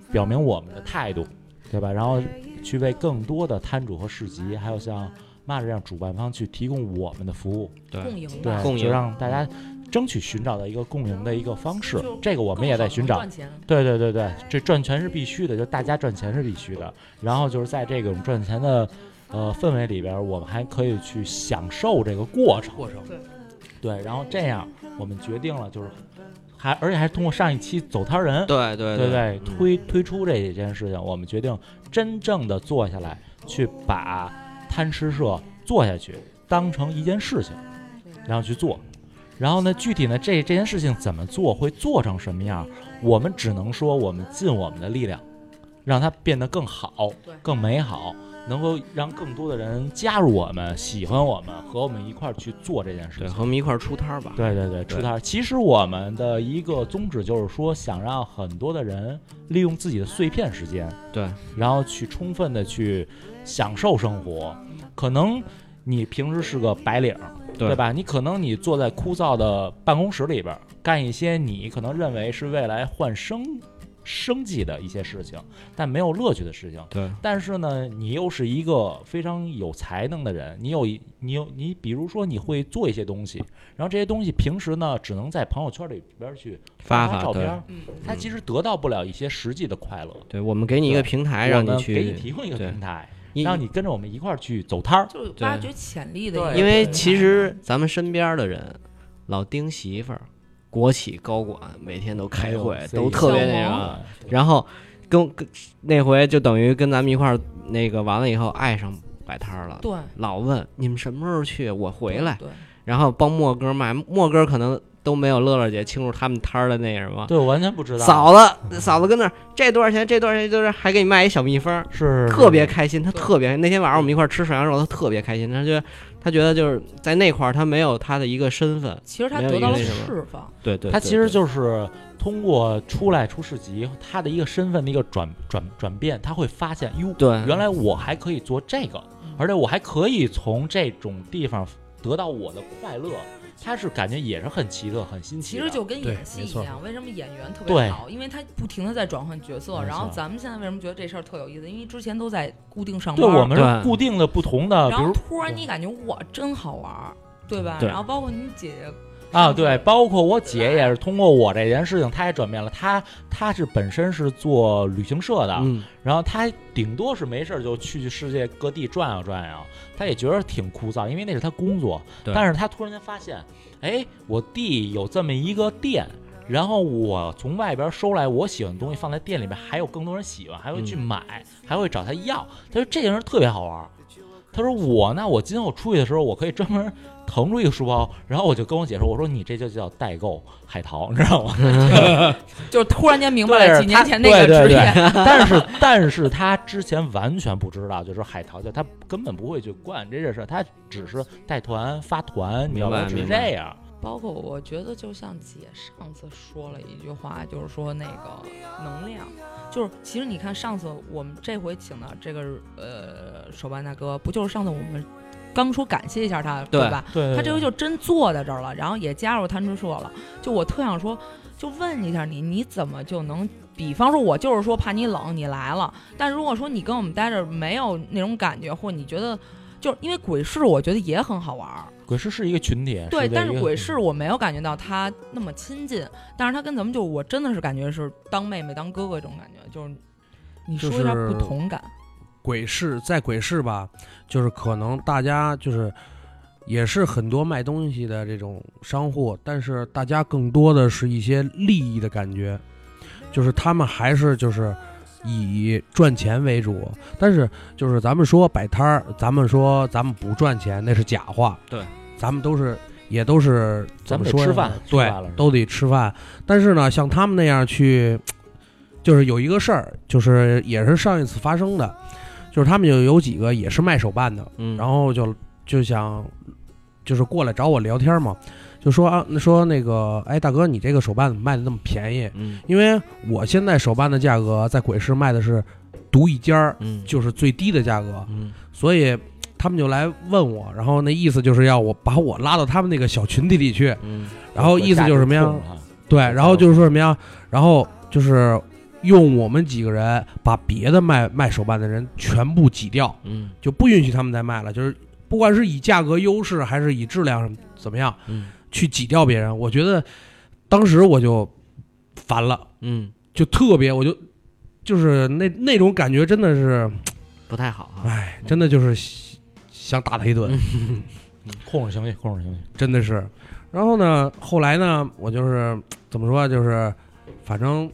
Speaker 2: 表明我
Speaker 5: 嗯
Speaker 2: 们的态度，对吧？然后去为更多的摊主和市集，还有像蚂蚱这样主办方去提供我们的服务，
Speaker 5: 共赢
Speaker 2: 对
Speaker 5: 吧，
Speaker 1: 共，
Speaker 2: 就
Speaker 1: 赢
Speaker 2: 让大家争取寻找到一个共赢的一个方式
Speaker 5: 就，
Speaker 2: 这个我
Speaker 5: 我
Speaker 2: 们也在寻找
Speaker 5: 赚。钱，
Speaker 2: 对对对对，这赚钱是必须的，就大家赚钱是必须的。然后就是在这种赚钱的呃氛围里边儿，我们还可以去享受这个过程。
Speaker 3: 过程
Speaker 2: 对，然后这样我们决定了，就是还而且还是通过上一期走摊儿人，
Speaker 1: 对对嗯
Speaker 2: 对
Speaker 1: 对
Speaker 2: 对，推推出这一件事情，我们决定真正的做下来，去把贪吃社做下去，当成一件事情，然后去做。然后呢，具体呢这这件事情怎么做，会做成什么样，我们只能说我们尽我们的力量，让它变得更好
Speaker 5: 对、
Speaker 2: 更美好，能够让更多的人加入我们、喜欢我们，和我们一块儿去做这件事
Speaker 1: 对，
Speaker 2: 情
Speaker 1: 和。我们一块儿出摊儿吧。
Speaker 2: 对对对，出摊儿。其实我们的一个宗旨就是说，想让很多的人利用自己的碎片时间，
Speaker 1: 对，
Speaker 2: 然后去充分的去享受生活。可能你平时是个白领儿，
Speaker 1: 对
Speaker 2: 吧？你可能你坐在枯燥的办公室里边儿，干一些你可能认为是未来换生生计的一些事情，但没有乐趣的事情。
Speaker 1: 对
Speaker 2: 但是呢，你又是一个非常有才能的人，你有一你有你，比如说你会做一些东西，然后这些东西平时呢，只能在朋友圈里边去
Speaker 1: 发
Speaker 2: 发
Speaker 1: 发
Speaker 2: 照
Speaker 1: 对
Speaker 2: 片，
Speaker 5: 嗯，
Speaker 2: 他其实得到不了一些实际的快乐。
Speaker 1: 对，我们给你一个
Speaker 2: 对
Speaker 1: 平台，
Speaker 2: 我
Speaker 1: 让
Speaker 2: 们
Speaker 1: 你去
Speaker 2: 给你提供一个
Speaker 1: 对
Speaker 2: 平台，
Speaker 1: 因
Speaker 2: 让你跟着我们一块儿去走摊儿。
Speaker 5: 就是挖掘潜力的一个。
Speaker 1: 因为其实咱们身边的人，老丁媳妇儿，国企高管每天都开会
Speaker 2: 哎，呦
Speaker 1: 都特别那
Speaker 5: 小
Speaker 1: 啥
Speaker 5: 王。
Speaker 2: 啊，
Speaker 1: 然后跟跟那回就等于跟咱们一块儿那个完了以后，爱上摆摊儿了，
Speaker 5: 对，
Speaker 1: 老问你们什么时候去，我回来，
Speaker 5: 对，
Speaker 1: 然后帮莫哥卖，莫哥可能都没有乐乐姐清楚他们摊儿的那什么。
Speaker 2: 对，我完全不知道。
Speaker 1: 嫂子，嫂子跟那儿这多少钱？这多少钱？这多少钱？还给你卖一小蜜蜂儿，
Speaker 2: 是
Speaker 1: 特别开心。他
Speaker 5: 对
Speaker 1: 特别那天晚上我们一块儿吃涮羊肉，他特别开心。他觉得他觉得就是在那块儿他没有他的一个身份，
Speaker 5: 其实他
Speaker 1: 没有
Speaker 5: 得到
Speaker 1: 一
Speaker 5: 了
Speaker 1: 个那什么
Speaker 5: 释放，
Speaker 1: 对对
Speaker 2: 他
Speaker 1: 对
Speaker 2: 其实
Speaker 1: 对
Speaker 2: 就是通过出来出市集，他的一个身份的一个转转转变，他会发现，哟，
Speaker 1: 对
Speaker 5: 嗯
Speaker 2: 原来我还可以做这个，而且我还可以从这种地方得到我的快乐。他是感觉也是很奇特、很新奇
Speaker 5: 其
Speaker 2: 的。
Speaker 5: 实就跟
Speaker 3: 对
Speaker 5: 演戏
Speaker 3: 没
Speaker 5: 一
Speaker 3: 错
Speaker 5: 样，为什么演员特
Speaker 2: 对
Speaker 5: 别好？因为他不停的在转换角色。
Speaker 2: 没
Speaker 5: 然后
Speaker 2: 错
Speaker 5: 咱们现在为什么觉得这事儿特有意思？因为之前都在固定上班
Speaker 2: 对
Speaker 5: 儿，
Speaker 2: 我们
Speaker 1: 对
Speaker 2: 是固定的、不同的，
Speaker 5: 然
Speaker 2: 比
Speaker 5: 后
Speaker 2: 如
Speaker 5: 突然你感觉哇，真好玩儿，对吧？
Speaker 1: 对
Speaker 5: 然后包括你姐姐
Speaker 2: 啊，对，包括我姐也是通过我这件事情，她也转变了。她她是本身是做旅行社的，
Speaker 1: 嗯，
Speaker 2: 然后他顶多是没事儿就去世界各地转悠转悠，他也觉得挺枯燥，因为那是他工作。
Speaker 1: 对
Speaker 2: 但是他突然间发现，哎，我弟有这么一个店，然后我从外边收来我喜欢的东西，放在店里面，还有更多人喜欢，还会去
Speaker 1: 嗯
Speaker 2: 买，还会找他要。他说这件事特别好玩儿。他说我呢，我今后出去的时候，我可以专门腾出一个书包，然后我就跟我姐说，我说你这就叫代购海淘，你知道吗？
Speaker 5: 就是突然间明白了
Speaker 2: 对
Speaker 5: 几年
Speaker 2: 他
Speaker 5: 前那个
Speaker 2: 对对
Speaker 5: 职业，
Speaker 2: 但是，但是他之前完全不知道，就是海淘，就他根本不会去管这件事，他只是带团发团，你知道吧？
Speaker 1: 明白
Speaker 2: 是
Speaker 1: 明
Speaker 2: 这
Speaker 1: 白
Speaker 2: 样。
Speaker 5: 包括我觉得，就像姐上次说了一句话，就是说那个能量，就是其实你看上次我们这回请的这个呃手办大哥，不就是上次我们刚说感谢一下他
Speaker 1: 对
Speaker 5: 吧？
Speaker 2: 对，嗯
Speaker 5: 他这回就真坐在这儿了，然后也加入贪吃社了。就我特想说，就问一下你，你怎么就能？比方说，我就是说怕你冷，你来了。但如果说你跟我们待着没有那种感觉，或你觉得，就是因为鬼市，我觉得也很好玩儿。
Speaker 2: 鬼市是一个群体，
Speaker 5: 对，
Speaker 2: 的
Speaker 5: 但
Speaker 2: 一
Speaker 5: 是
Speaker 2: 个
Speaker 5: 鬼市我没有感觉到他那么亲近，但是他跟咱们就我真的是感觉是当妹妹当哥哥这种感觉，就是你
Speaker 3: 就
Speaker 5: 说有点
Speaker 3: 是
Speaker 5: 不同感，
Speaker 3: 鬼市在鬼市吧，就是可能大家就是也是很多卖东西的这种商户，但是大家更多的是一些利益的感觉，就是他们还是就是以赚钱为主。但是就是咱们说摆摊儿，咱们说咱们不赚钱那是假话，
Speaker 1: 对，
Speaker 3: 咱们都是也都是
Speaker 2: 咱
Speaker 3: 怎
Speaker 2: 们得
Speaker 3: 么说
Speaker 2: 吃
Speaker 3: 呢
Speaker 2: 饭吃
Speaker 3: 对
Speaker 2: 饭了是吧，
Speaker 3: 都得吃饭。但是呢，像他们那样去，就是有一个事儿，就是也是上一次发生的，就是他们有有几个也是卖手办的，
Speaker 1: 嗯，
Speaker 3: 然后就就想就是过来找我聊天嘛，就说啊说那个哎大哥，你这个手办怎么卖的那么便宜？
Speaker 1: 嗯
Speaker 3: 因为我现在手办的价格在鬼市卖的是独一家儿，
Speaker 1: 嗯
Speaker 3: 就是最低的价格，
Speaker 1: 嗯
Speaker 3: 所以。他们就来问我，然后那意思就是要我把我拉到他们那个小群体里去，
Speaker 1: 嗯
Speaker 3: 然后意思就是什么呀
Speaker 2: 鬼？市
Speaker 3: 对，然后就是说什么呀？然后就是用我们几个人把别的卖卖手办的人全部挤掉，
Speaker 1: 嗯
Speaker 3: 就不允许他们再卖了。就是不管是以价格优势还是以质量什么怎么样
Speaker 1: 嗯
Speaker 3: 去挤掉别人，我觉得当时我就烦了，
Speaker 1: 嗯，
Speaker 3: 就特别我就就是那那种感觉真的是，
Speaker 1: 不太好 啊。
Speaker 3: 哎，真的就是想想打他一顿。
Speaker 2: 控制情绪，控制情绪。
Speaker 3: 真的是。然后呢，后来呢，我就是怎么说啊，就是反正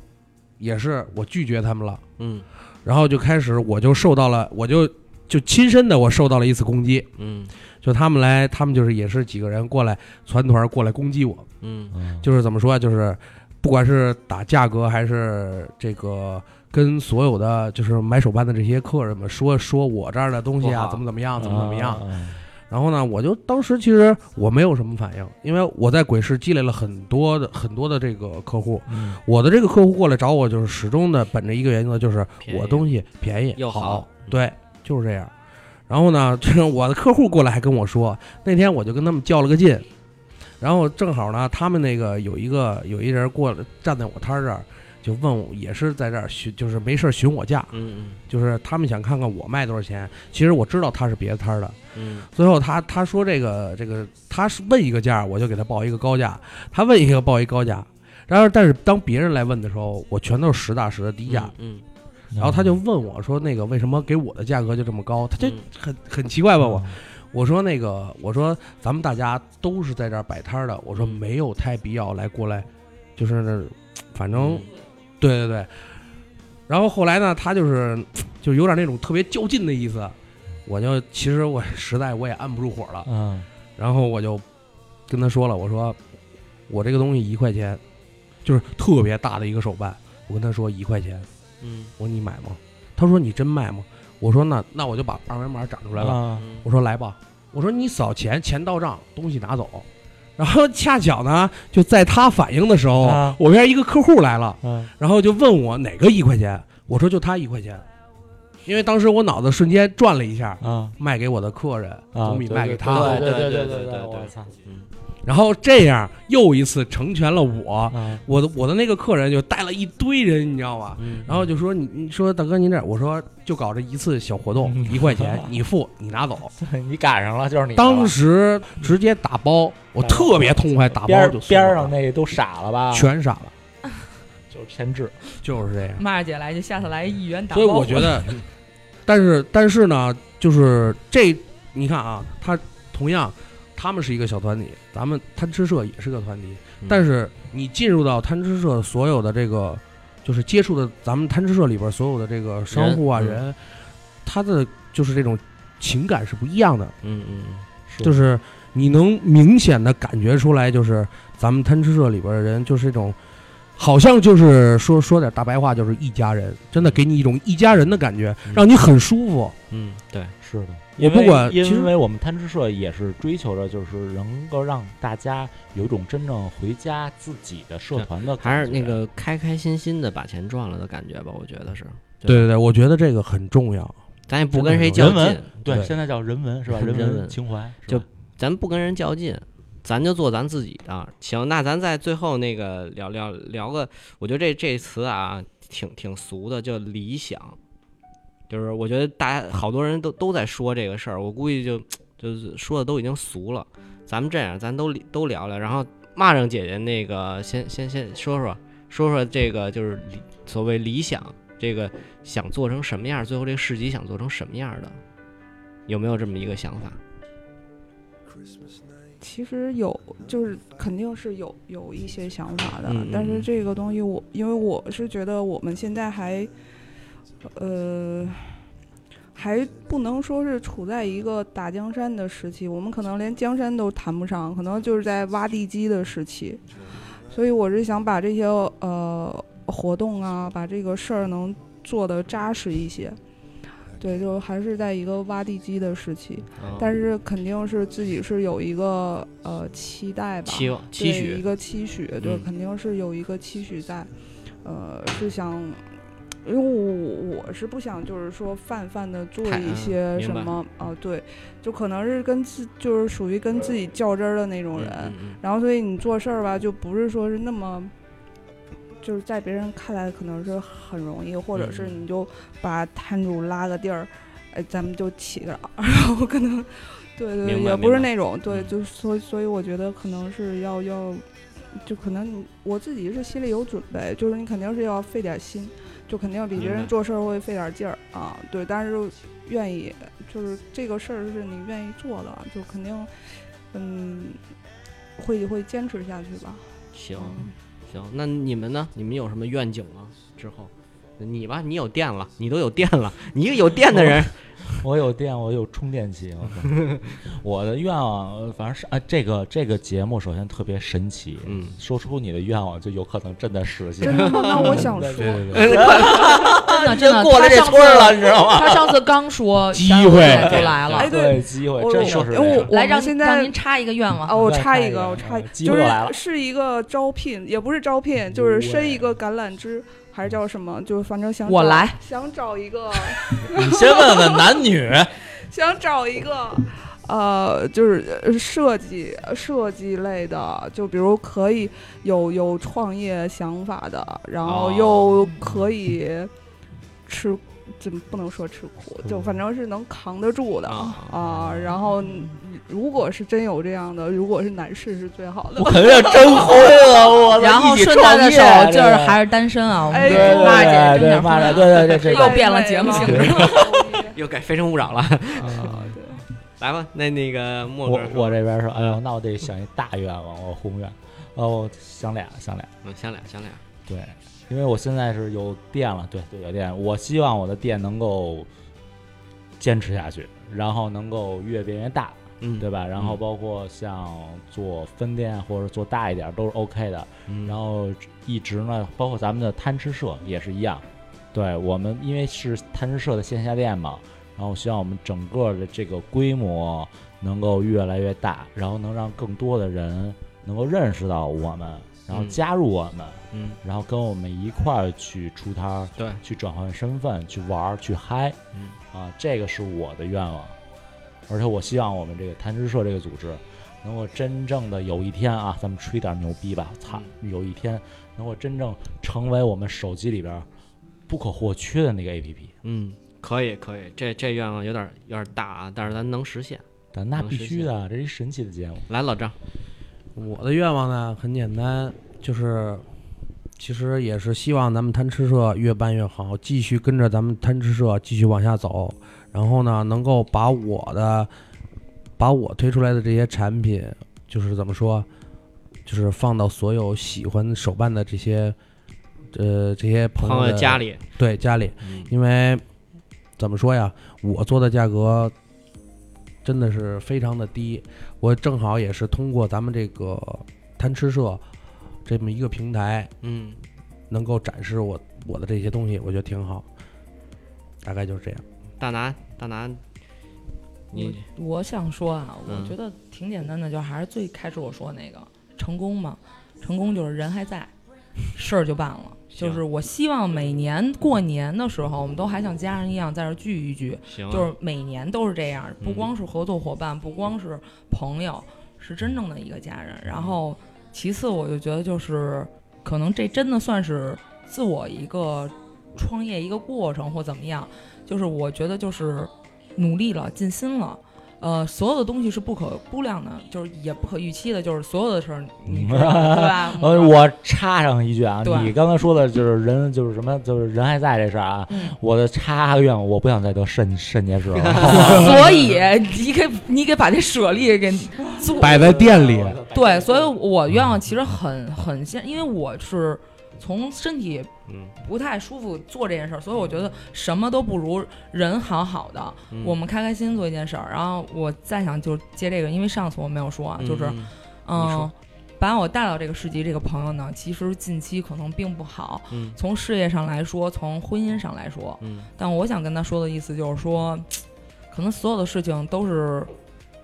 Speaker 3: 也是我拒绝他们了，
Speaker 1: 嗯
Speaker 3: 然后就开始我就受到了，我就就亲身的我受到了一次攻击，
Speaker 1: 嗯
Speaker 3: 就他们来，他们就是也是几个人过来团团过来攻击我，
Speaker 1: 嗯
Speaker 2: 嗯，
Speaker 3: 就是怎么说啊，就是不管是打价格还是这个。跟所有的就是买手办的这些客人们说说我这儿的东西
Speaker 1: 不
Speaker 3: 啊
Speaker 1: 好
Speaker 3: 怎么怎么样怎么怎么样，
Speaker 2: 嗯？嗯
Speaker 3: 然后呢，我就当时其实我没有什么反应，因为我在鬼市积累了很多的很多的这个客户，
Speaker 2: 嗯
Speaker 3: 我的这个客户过来找我，就是始终的本着一个原则，就是
Speaker 1: 便宜
Speaker 3: 我东西便宜
Speaker 1: 又
Speaker 3: 好，
Speaker 1: 好
Speaker 3: 对，就是这样。然后呢，这个我的客户过来还跟我说，那天我就跟他们较了个劲，然后正好呢，他们那个有一个有一人过来站在我摊儿这儿，就问我，也是在这儿询，就是没事儿询我价，
Speaker 1: 嗯
Speaker 3: 就是他们想看看我卖多少钱。其实我知道他是别的摊儿的，
Speaker 1: 嗯
Speaker 3: 最后他他说这个这个，他是问一个价，我就给他报一个高价；他问一个报一高价。然后，但是当别人来问的时候，我全都是实打实的低
Speaker 1: 嗯，
Speaker 3: 价。
Speaker 1: 嗯
Speaker 2: 嗯
Speaker 3: 然后他就问我说：“那个为什么给我的价格就这么高？”他就
Speaker 1: 嗯
Speaker 3: 很很奇怪问我
Speaker 2: 嗯，
Speaker 3: 我说：“那个，我说咱们大家都是在这儿摆摊儿的，我说
Speaker 1: 嗯
Speaker 3: 没有太必要来过来，就是那反正
Speaker 1: 嗯
Speaker 3: 对对对。然后后来呢，他就是就有点那种特别较劲的意思，我就其实我 实在我也按不住火了，
Speaker 2: 嗯，
Speaker 3: 然后我就跟他说了，我说我这个东西一块钱，就是特别大的一个手办，我跟他说一块钱，
Speaker 1: 嗯
Speaker 3: 我说你买吗？他说你真卖吗？我说那那我就把二维码展出来了，
Speaker 2: 了，
Speaker 1: 嗯
Speaker 3: 我说来吧，我说你扫钱，钱到账，东西拿走。然后恰巧呢，就在他反应的时候，
Speaker 2: 啊
Speaker 3: 我这边一个客户来了，
Speaker 2: 嗯，
Speaker 3: 然后就问我哪个一块钱，我说就他一块钱，因为当时我脑子瞬间转了一下，
Speaker 2: 啊
Speaker 3: 卖给我的客人
Speaker 2: 啊，
Speaker 3: 总比卖给他好。
Speaker 2: 对
Speaker 1: 对对
Speaker 2: 对
Speaker 1: 对
Speaker 2: 对，
Speaker 1: 对
Speaker 2: 我
Speaker 1: 对
Speaker 2: 操！
Speaker 1: 嗯
Speaker 3: 然后这样又一次成全了我，
Speaker 2: 啊
Speaker 3: 我的我的那个客人就带了一堆人，你知道吧？
Speaker 1: 嗯，
Speaker 3: 然后就说你你说大哥您这儿，我说就搞这一次小活动，
Speaker 2: 嗯
Speaker 3: 一块钱你付你拿走。
Speaker 2: 对 你赶上了，就是你的了。
Speaker 3: 当时直接打包，我特别痛快，打
Speaker 2: 边
Speaker 3: 包
Speaker 2: 儿
Speaker 3: 就送
Speaker 2: 边
Speaker 3: 了
Speaker 2: 儿上那啊都傻了吧？
Speaker 3: 全傻了，
Speaker 2: 就是偏执。
Speaker 3: 就是这样。
Speaker 5: 骂着姐来就下次来一元打包。
Speaker 3: 所以我觉 得，但是但是呢，就是这你看啊，他同样他们是一个小团体，咱们贪吃社也是个团体，但是你进入到贪吃社所有的这个，就是接触的咱们贪吃社里边所有的这个商户啊
Speaker 1: 人
Speaker 3: 人，他的就是这种情感是不一样的，
Speaker 1: 嗯嗯
Speaker 3: 就是你能明显的感觉出来，就是咱们贪吃社里边的人就是这种。好像就是说说点大白话，就是一家人，真的给你一种一家人的感觉，让你很舒服。
Speaker 1: 嗯，对，
Speaker 2: 是的，
Speaker 3: 我不管
Speaker 2: 因为
Speaker 3: 其实
Speaker 2: 因为我们贪吃社也是追求着，就是能够让大家有一种真正回家自己的社团的感觉，
Speaker 1: 还是那个开开心心的把钱赚了的感觉吧，我觉得是，
Speaker 3: 对对对，我觉得这个很重要。
Speaker 1: 咱也不跟谁较
Speaker 2: 人文
Speaker 1: 劲，
Speaker 2: 对，
Speaker 3: 对
Speaker 2: 现在叫人文是吧？
Speaker 1: 人文
Speaker 2: 文情怀是
Speaker 1: 就
Speaker 2: 吧
Speaker 1: 咱不跟人较劲，咱就做咱自己的。行，那咱在最后那个聊聊聊个，我觉得这这词啊，挺挺俗的，叫理想。就是我觉得大家好多人都都在说这个事儿，我估计就就是说的都已经俗了。咱们这样，咱都都聊聊，然后蚂蚱姐姐那个先先先说说说说这个就是理所谓理想，这个想做成什么样，最后这个市集想做成什么样的，有没有这么一个想法？
Speaker 4: 其实有，就是肯定是有有一些想法的，
Speaker 1: 嗯嗯
Speaker 4: 但是
Speaker 1: 嗯
Speaker 4: 这个东西我，因为我是觉得我们现在还，呃，还不能说是处在一个打江山的时期，我们可能连江山都谈不上，可能就是在挖地基的时期，所以我是想把这些呃活动啊，把这个事儿能做得扎实一些。对，就还是在一个挖地基的时期，
Speaker 1: 嗯
Speaker 4: 但是肯定是自己是有一个呃期待吧，
Speaker 1: 期望
Speaker 4: 对
Speaker 1: 期许
Speaker 4: 一个期许，对，
Speaker 1: 嗯
Speaker 4: 肯定是有一个期许在，呃，是想，因为我我是不想就是说泛泛的做
Speaker 1: 太
Speaker 4: 一
Speaker 1: 嗯
Speaker 4: 些
Speaker 1: 明
Speaker 4: 什
Speaker 1: 白
Speaker 4: 么啊、对，就可能是跟自就是属于跟自己较真儿的那种人，
Speaker 1: 嗯嗯
Speaker 4: 然后所以你做事儿吧，就不是说是那么，就是在别人看来可能是很容易，或者是
Speaker 1: 嗯
Speaker 4: 你就把摊主拉个地儿，哎，咱们就起个 了，然后可能，对对对，
Speaker 1: 明白
Speaker 4: 也不是
Speaker 1: 明白
Speaker 4: 那种，对，
Speaker 1: 嗯
Speaker 4: 就所以所以我觉得可能是要要，就可能你我自己是心里有准备，就是你肯定是要费点心，就肯定比别
Speaker 1: 明白
Speaker 4: 人做事儿会费点劲儿啊，对，但是愿意就是这个事儿是你愿意做的，就肯定，嗯，会会坚持下去吧。
Speaker 1: 嗯行
Speaker 4: 嗯
Speaker 1: 行，那你们呢？你们有什么愿景吗？之后，你吧，你有电了，你都有电了，你一个有电的人，
Speaker 2: 我有电，我有充电器。我 靠我的愿望，呃反正是啊，这个这个节目首先特别神奇，
Speaker 1: 嗯，
Speaker 2: 说出你的愿望就有可能真的实现
Speaker 4: 真。的吗？那我 想
Speaker 2: 对
Speaker 4: 说，
Speaker 2: 对对，
Speaker 5: 真 的真的，
Speaker 1: 过了
Speaker 5: 他
Speaker 1: 这
Speaker 5: 上
Speaker 1: 村儿
Speaker 5: 次
Speaker 1: 了，你知道吗？
Speaker 5: 他上次刚 说
Speaker 2: 机
Speaker 5: 然后
Speaker 2: 会
Speaker 5: 现在就来了
Speaker 4: 哎，对
Speaker 2: 对机会
Speaker 4: 我
Speaker 2: 真
Speaker 4: 我
Speaker 2: 的是这
Speaker 4: 哎我
Speaker 2: 样。
Speaker 5: 来
Speaker 4: 们
Speaker 5: 让
Speaker 4: 现
Speaker 5: 让
Speaker 4: 在
Speaker 5: 您插一个愿望。
Speaker 4: 啊，我
Speaker 2: 再
Speaker 4: 插
Speaker 2: 看
Speaker 4: 一
Speaker 2: 一
Speaker 4: 个，
Speaker 2: 个
Speaker 4: 我插一
Speaker 2: 嗯，机
Speaker 4: 就
Speaker 2: 会
Speaker 4: 是
Speaker 2: 来了
Speaker 4: 是一个招聘，也不是招聘，就是伸
Speaker 1: 哎
Speaker 4: 一个橄榄枝，还是叫什么？就是反正想
Speaker 5: 我
Speaker 4: 找
Speaker 5: 来，
Speaker 4: 想找一 个，
Speaker 2: 你先 问问 男女，
Speaker 4: 想找一个。呃，就是呃设计设计类的，就比如可以有有创业想法的，然后又可以吃，怎么不能说吃苦，就反正是能扛得住的
Speaker 1: 啊
Speaker 4: 啊。然后如果是真有这样的，如果是男士是最好的。
Speaker 2: 肯定征婚啊！我
Speaker 5: 然后顺带的手就是还是单身啊，我们
Speaker 4: 哎
Speaker 5: 这
Speaker 2: 对
Speaker 5: 个
Speaker 4: 骂
Speaker 5: 姐
Speaker 2: 对
Speaker 5: 真
Speaker 2: 对
Speaker 5: 点
Speaker 2: 骂
Speaker 5: 儿
Speaker 2: 着，对对对，这
Speaker 5: 又变了节目
Speaker 4: 太
Speaker 5: 形
Speaker 4: 累了
Speaker 1: 又改《非诚勿扰》了， 来吧，那那个莫
Speaker 2: 我
Speaker 1: 哥说，
Speaker 2: 我这边说，哎呦，那我得想一大愿望，我宏愿，哦，我想俩，想俩，
Speaker 1: 嗯，想俩想俩，
Speaker 2: 对，因为我现在是有电了，对对，有电，我希望我的电能够坚持下去，然后能够越变越大，
Speaker 1: 嗯，
Speaker 2: 对吧？然后
Speaker 1: 嗯
Speaker 2: 包括像做分店或者做大一点都是 OK 的，
Speaker 1: 嗯，
Speaker 2: 然后一直呢，包括咱们的贪吃社也是一样，对我们因为是贪吃社的线下店嘛，然后希望我们整个的这个规模能够越来越大，然后能让更多的人能够认识到我们，然后
Speaker 1: 嗯
Speaker 2: 加入我们，
Speaker 1: 嗯，
Speaker 2: 然后跟我们一块儿去出摊儿，
Speaker 1: 对，
Speaker 2: 去转换身份，去玩儿，去嗨，
Speaker 1: 嗯
Speaker 2: 啊，这个是我的愿望，而且我希望我们这个贪吃社这个组织，能够真正的有一天啊，咱们吹点牛逼吧，操，
Speaker 5: 嗯
Speaker 2: 有一天能够真正成为我们手机里边儿不可或缺的那个 APP，
Speaker 1: 嗯，可以可以，这这愿望有点有点大啊，但是咱能实现。
Speaker 2: 但那
Speaker 1: 能
Speaker 2: 必
Speaker 1: 实
Speaker 2: 须
Speaker 1: 现
Speaker 2: 的，这是一神奇的节
Speaker 5: 嗯
Speaker 2: 目，
Speaker 1: 来，老张，
Speaker 3: 我的愿望呢很简单，就是其实也是希望咱们贪吃社越办越好，继续跟着咱们贪吃社继续往下走，然后呢能够把我的把我推出来的这些产品，就是怎么说，就是放到所有喜欢手办的这些，呃，这些朋友
Speaker 1: 朋
Speaker 3: 的
Speaker 1: 友家，里，
Speaker 3: 对家里，因为怎么说呀，我做的价格真的是非常的低。我正好也是通过咱们这个贪吃社这么一个平台，
Speaker 1: 嗯，
Speaker 3: 能够展示我我的这些东西，我觉得挺好。大概就是这样。
Speaker 1: 大拿大拿，你
Speaker 5: 我想说啊，
Speaker 1: 嗯
Speaker 5: 我觉得挺简单的，就还是最开始我说那个成功嘛，成功就是人还在，事儿就办了。
Speaker 1: 行
Speaker 5: 就是我希望每年过年的时候，我们都还像家人一样在这儿聚一聚，
Speaker 1: 行啊，
Speaker 5: 就是每年都是这样，不
Speaker 1: 嗯
Speaker 5: 光是合作伙伴，不光是朋友，是真正的一个家人。然后，其次我就觉得就是，可能这真的算是自我一个创业一个过程或怎么样，就是我觉得就是努力了，尽心了。呃，所有的东西是不可估量的，就是也不可预期的，就是所有的事儿，你知道的对吧？
Speaker 2: 呃，我插上一句啊，
Speaker 5: 对
Speaker 2: 你刚才说的就是人，就是什么，就是人还在这事儿啊。
Speaker 5: 嗯
Speaker 2: 我的插个愿望，我不想再得肾肾结石 了。
Speaker 5: 所以你给你给把这舍利给做
Speaker 3: 摆在店 里，
Speaker 5: 对，所以我愿望其实很很现，因为我是从身体
Speaker 1: 嗯
Speaker 5: 不太舒服做这件事儿，所以我觉得什么都不如人好好的，
Speaker 1: 嗯
Speaker 5: 我们开开心心做一件事儿。然后我再想就接这个，因为上次我没有说啊，就是
Speaker 1: 嗯你
Speaker 5: 嗯
Speaker 1: 说，
Speaker 5: 把我带到这个市集这个朋友呢，其实近期可能并不好，
Speaker 1: 嗯
Speaker 5: 从事业上来说，从婚姻上来说，
Speaker 1: 嗯
Speaker 5: 但我想跟他说的意思就是说，可能所有的事情都是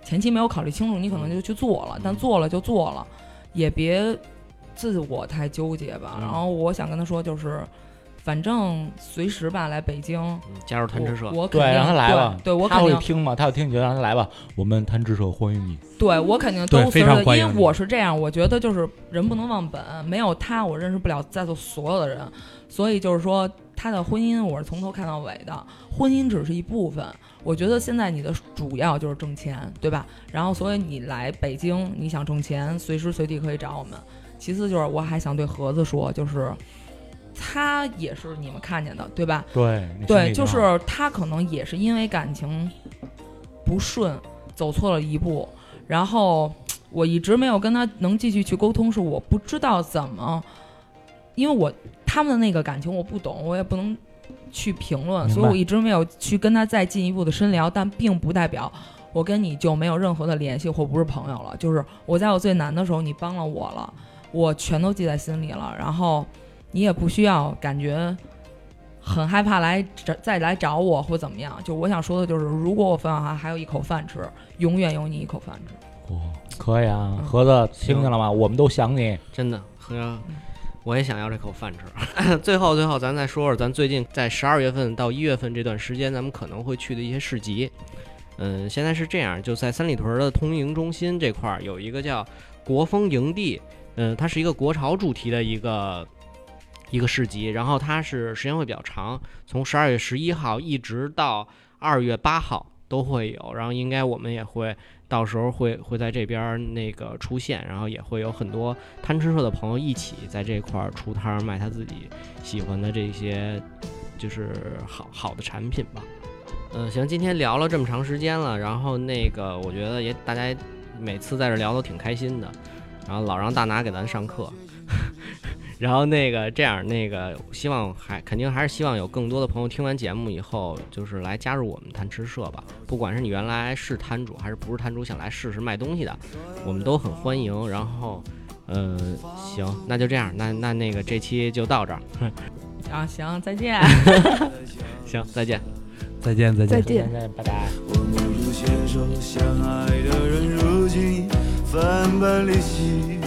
Speaker 5: 前期没有考虑清楚，你可能就去做了，但
Speaker 1: 嗯
Speaker 5: 做了就做了，也别自我太纠结吧。
Speaker 1: 嗯
Speaker 5: 然后我想跟他说就是，反正随时吧，来北京，
Speaker 1: 嗯加入贪吃社
Speaker 5: 我，我肯
Speaker 2: 对，
Speaker 5: 定
Speaker 2: 让他来吧。
Speaker 5: 对对我
Speaker 2: 他
Speaker 5: 肯
Speaker 2: 会
Speaker 5: 定
Speaker 2: 听吗？他要听你就让他来吧。我们贪吃社欢迎你。
Speaker 5: 对我肯定
Speaker 3: 对
Speaker 5: 都随
Speaker 3: 非常
Speaker 5: 着，
Speaker 3: 欢
Speaker 5: 因
Speaker 3: 迎
Speaker 5: 为
Speaker 3: 你
Speaker 5: 我是这样，我觉得就是人不能忘本，没有他我认识不了在座所有的人，所以就是说他的婚姻我是从头看到尾的，婚姻只是一部分。我觉得现在你的主要就是挣钱，对吧？然后所以你来北京，你想挣钱，随时随地可以找我们。其次就是我还想对盒子说，就是他也是你们看见的，对吧？
Speaker 2: 对，你身
Speaker 5: 对，
Speaker 2: 体
Speaker 5: 就
Speaker 2: 挺好
Speaker 5: 是他可能也是因为感情不顺，走错了一步，然后我一直没有跟他能继续去沟通，是我不知道怎么，因为我他们的那个感情我不懂，我也不能去评论，
Speaker 2: 明白
Speaker 5: 所以我一直没有去跟他再进一步的深聊，但并不代表。我跟你就没有任何的联系或不是朋友了，就是我在我最难的时候你帮了我了，我全都记在心里了。然后你也不需要感觉很害怕来找再来找我或怎么样。就我想说的就是，如果我冯小涵还有一口饭吃，永远有你一口饭吃。
Speaker 2: 可以啊。
Speaker 5: 嗯
Speaker 2: 盒子，听见了吗？我们都想你。
Speaker 1: 真的，和我也想要这口饭吃。 最后，最后，咱再说说咱最近在十二月份到一月份这段时间，咱们可能会去的一些市集。嗯，现在是这样，就在三里屯的通营中心这块儿有一个叫国风营地，嗯，它是一个国潮主题的一个一个市集，然后它是时间会比较长，从十二月十一号一直到二月八号都会有，然后应该我们也会到时候会会在这边儿那个出现，然后也会有很多贪吃社的朋友一起在这块儿出摊儿卖他自己喜欢的这些就是好好的产品吧。嗯、行，今天聊了这么长时间了，然后那个我觉得也大家每次在这聊都挺开心的，然后老让大拿给咱上课， 然后那个这样那个希望还肯定还是希望有更多的朋友听完节目以后，就是来加入我们贪吃社吧，不管是你原来是摊主还是不是摊主，想来试试卖东西的，我们都很欢迎。然后。呃，行，那就这样，那那那个这期就到这儿，
Speaker 5: 啊，行，再见。
Speaker 1: 行，再见。
Speaker 3: 再见，再见，
Speaker 4: 再见。
Speaker 2: 拜拜。
Speaker 6: 我们如携手相爱的人，如今分崩离析，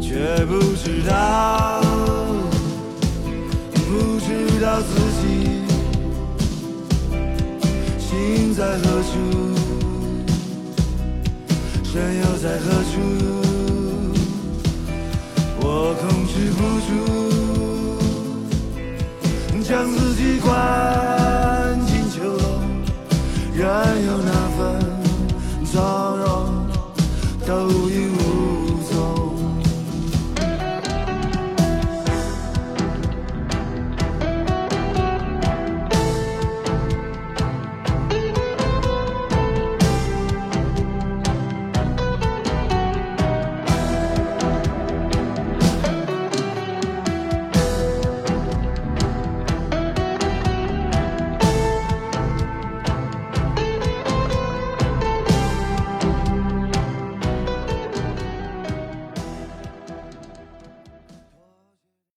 Speaker 6: 却不知道，不知道自己心在何处，身又在何处，我控制不住，将自己关。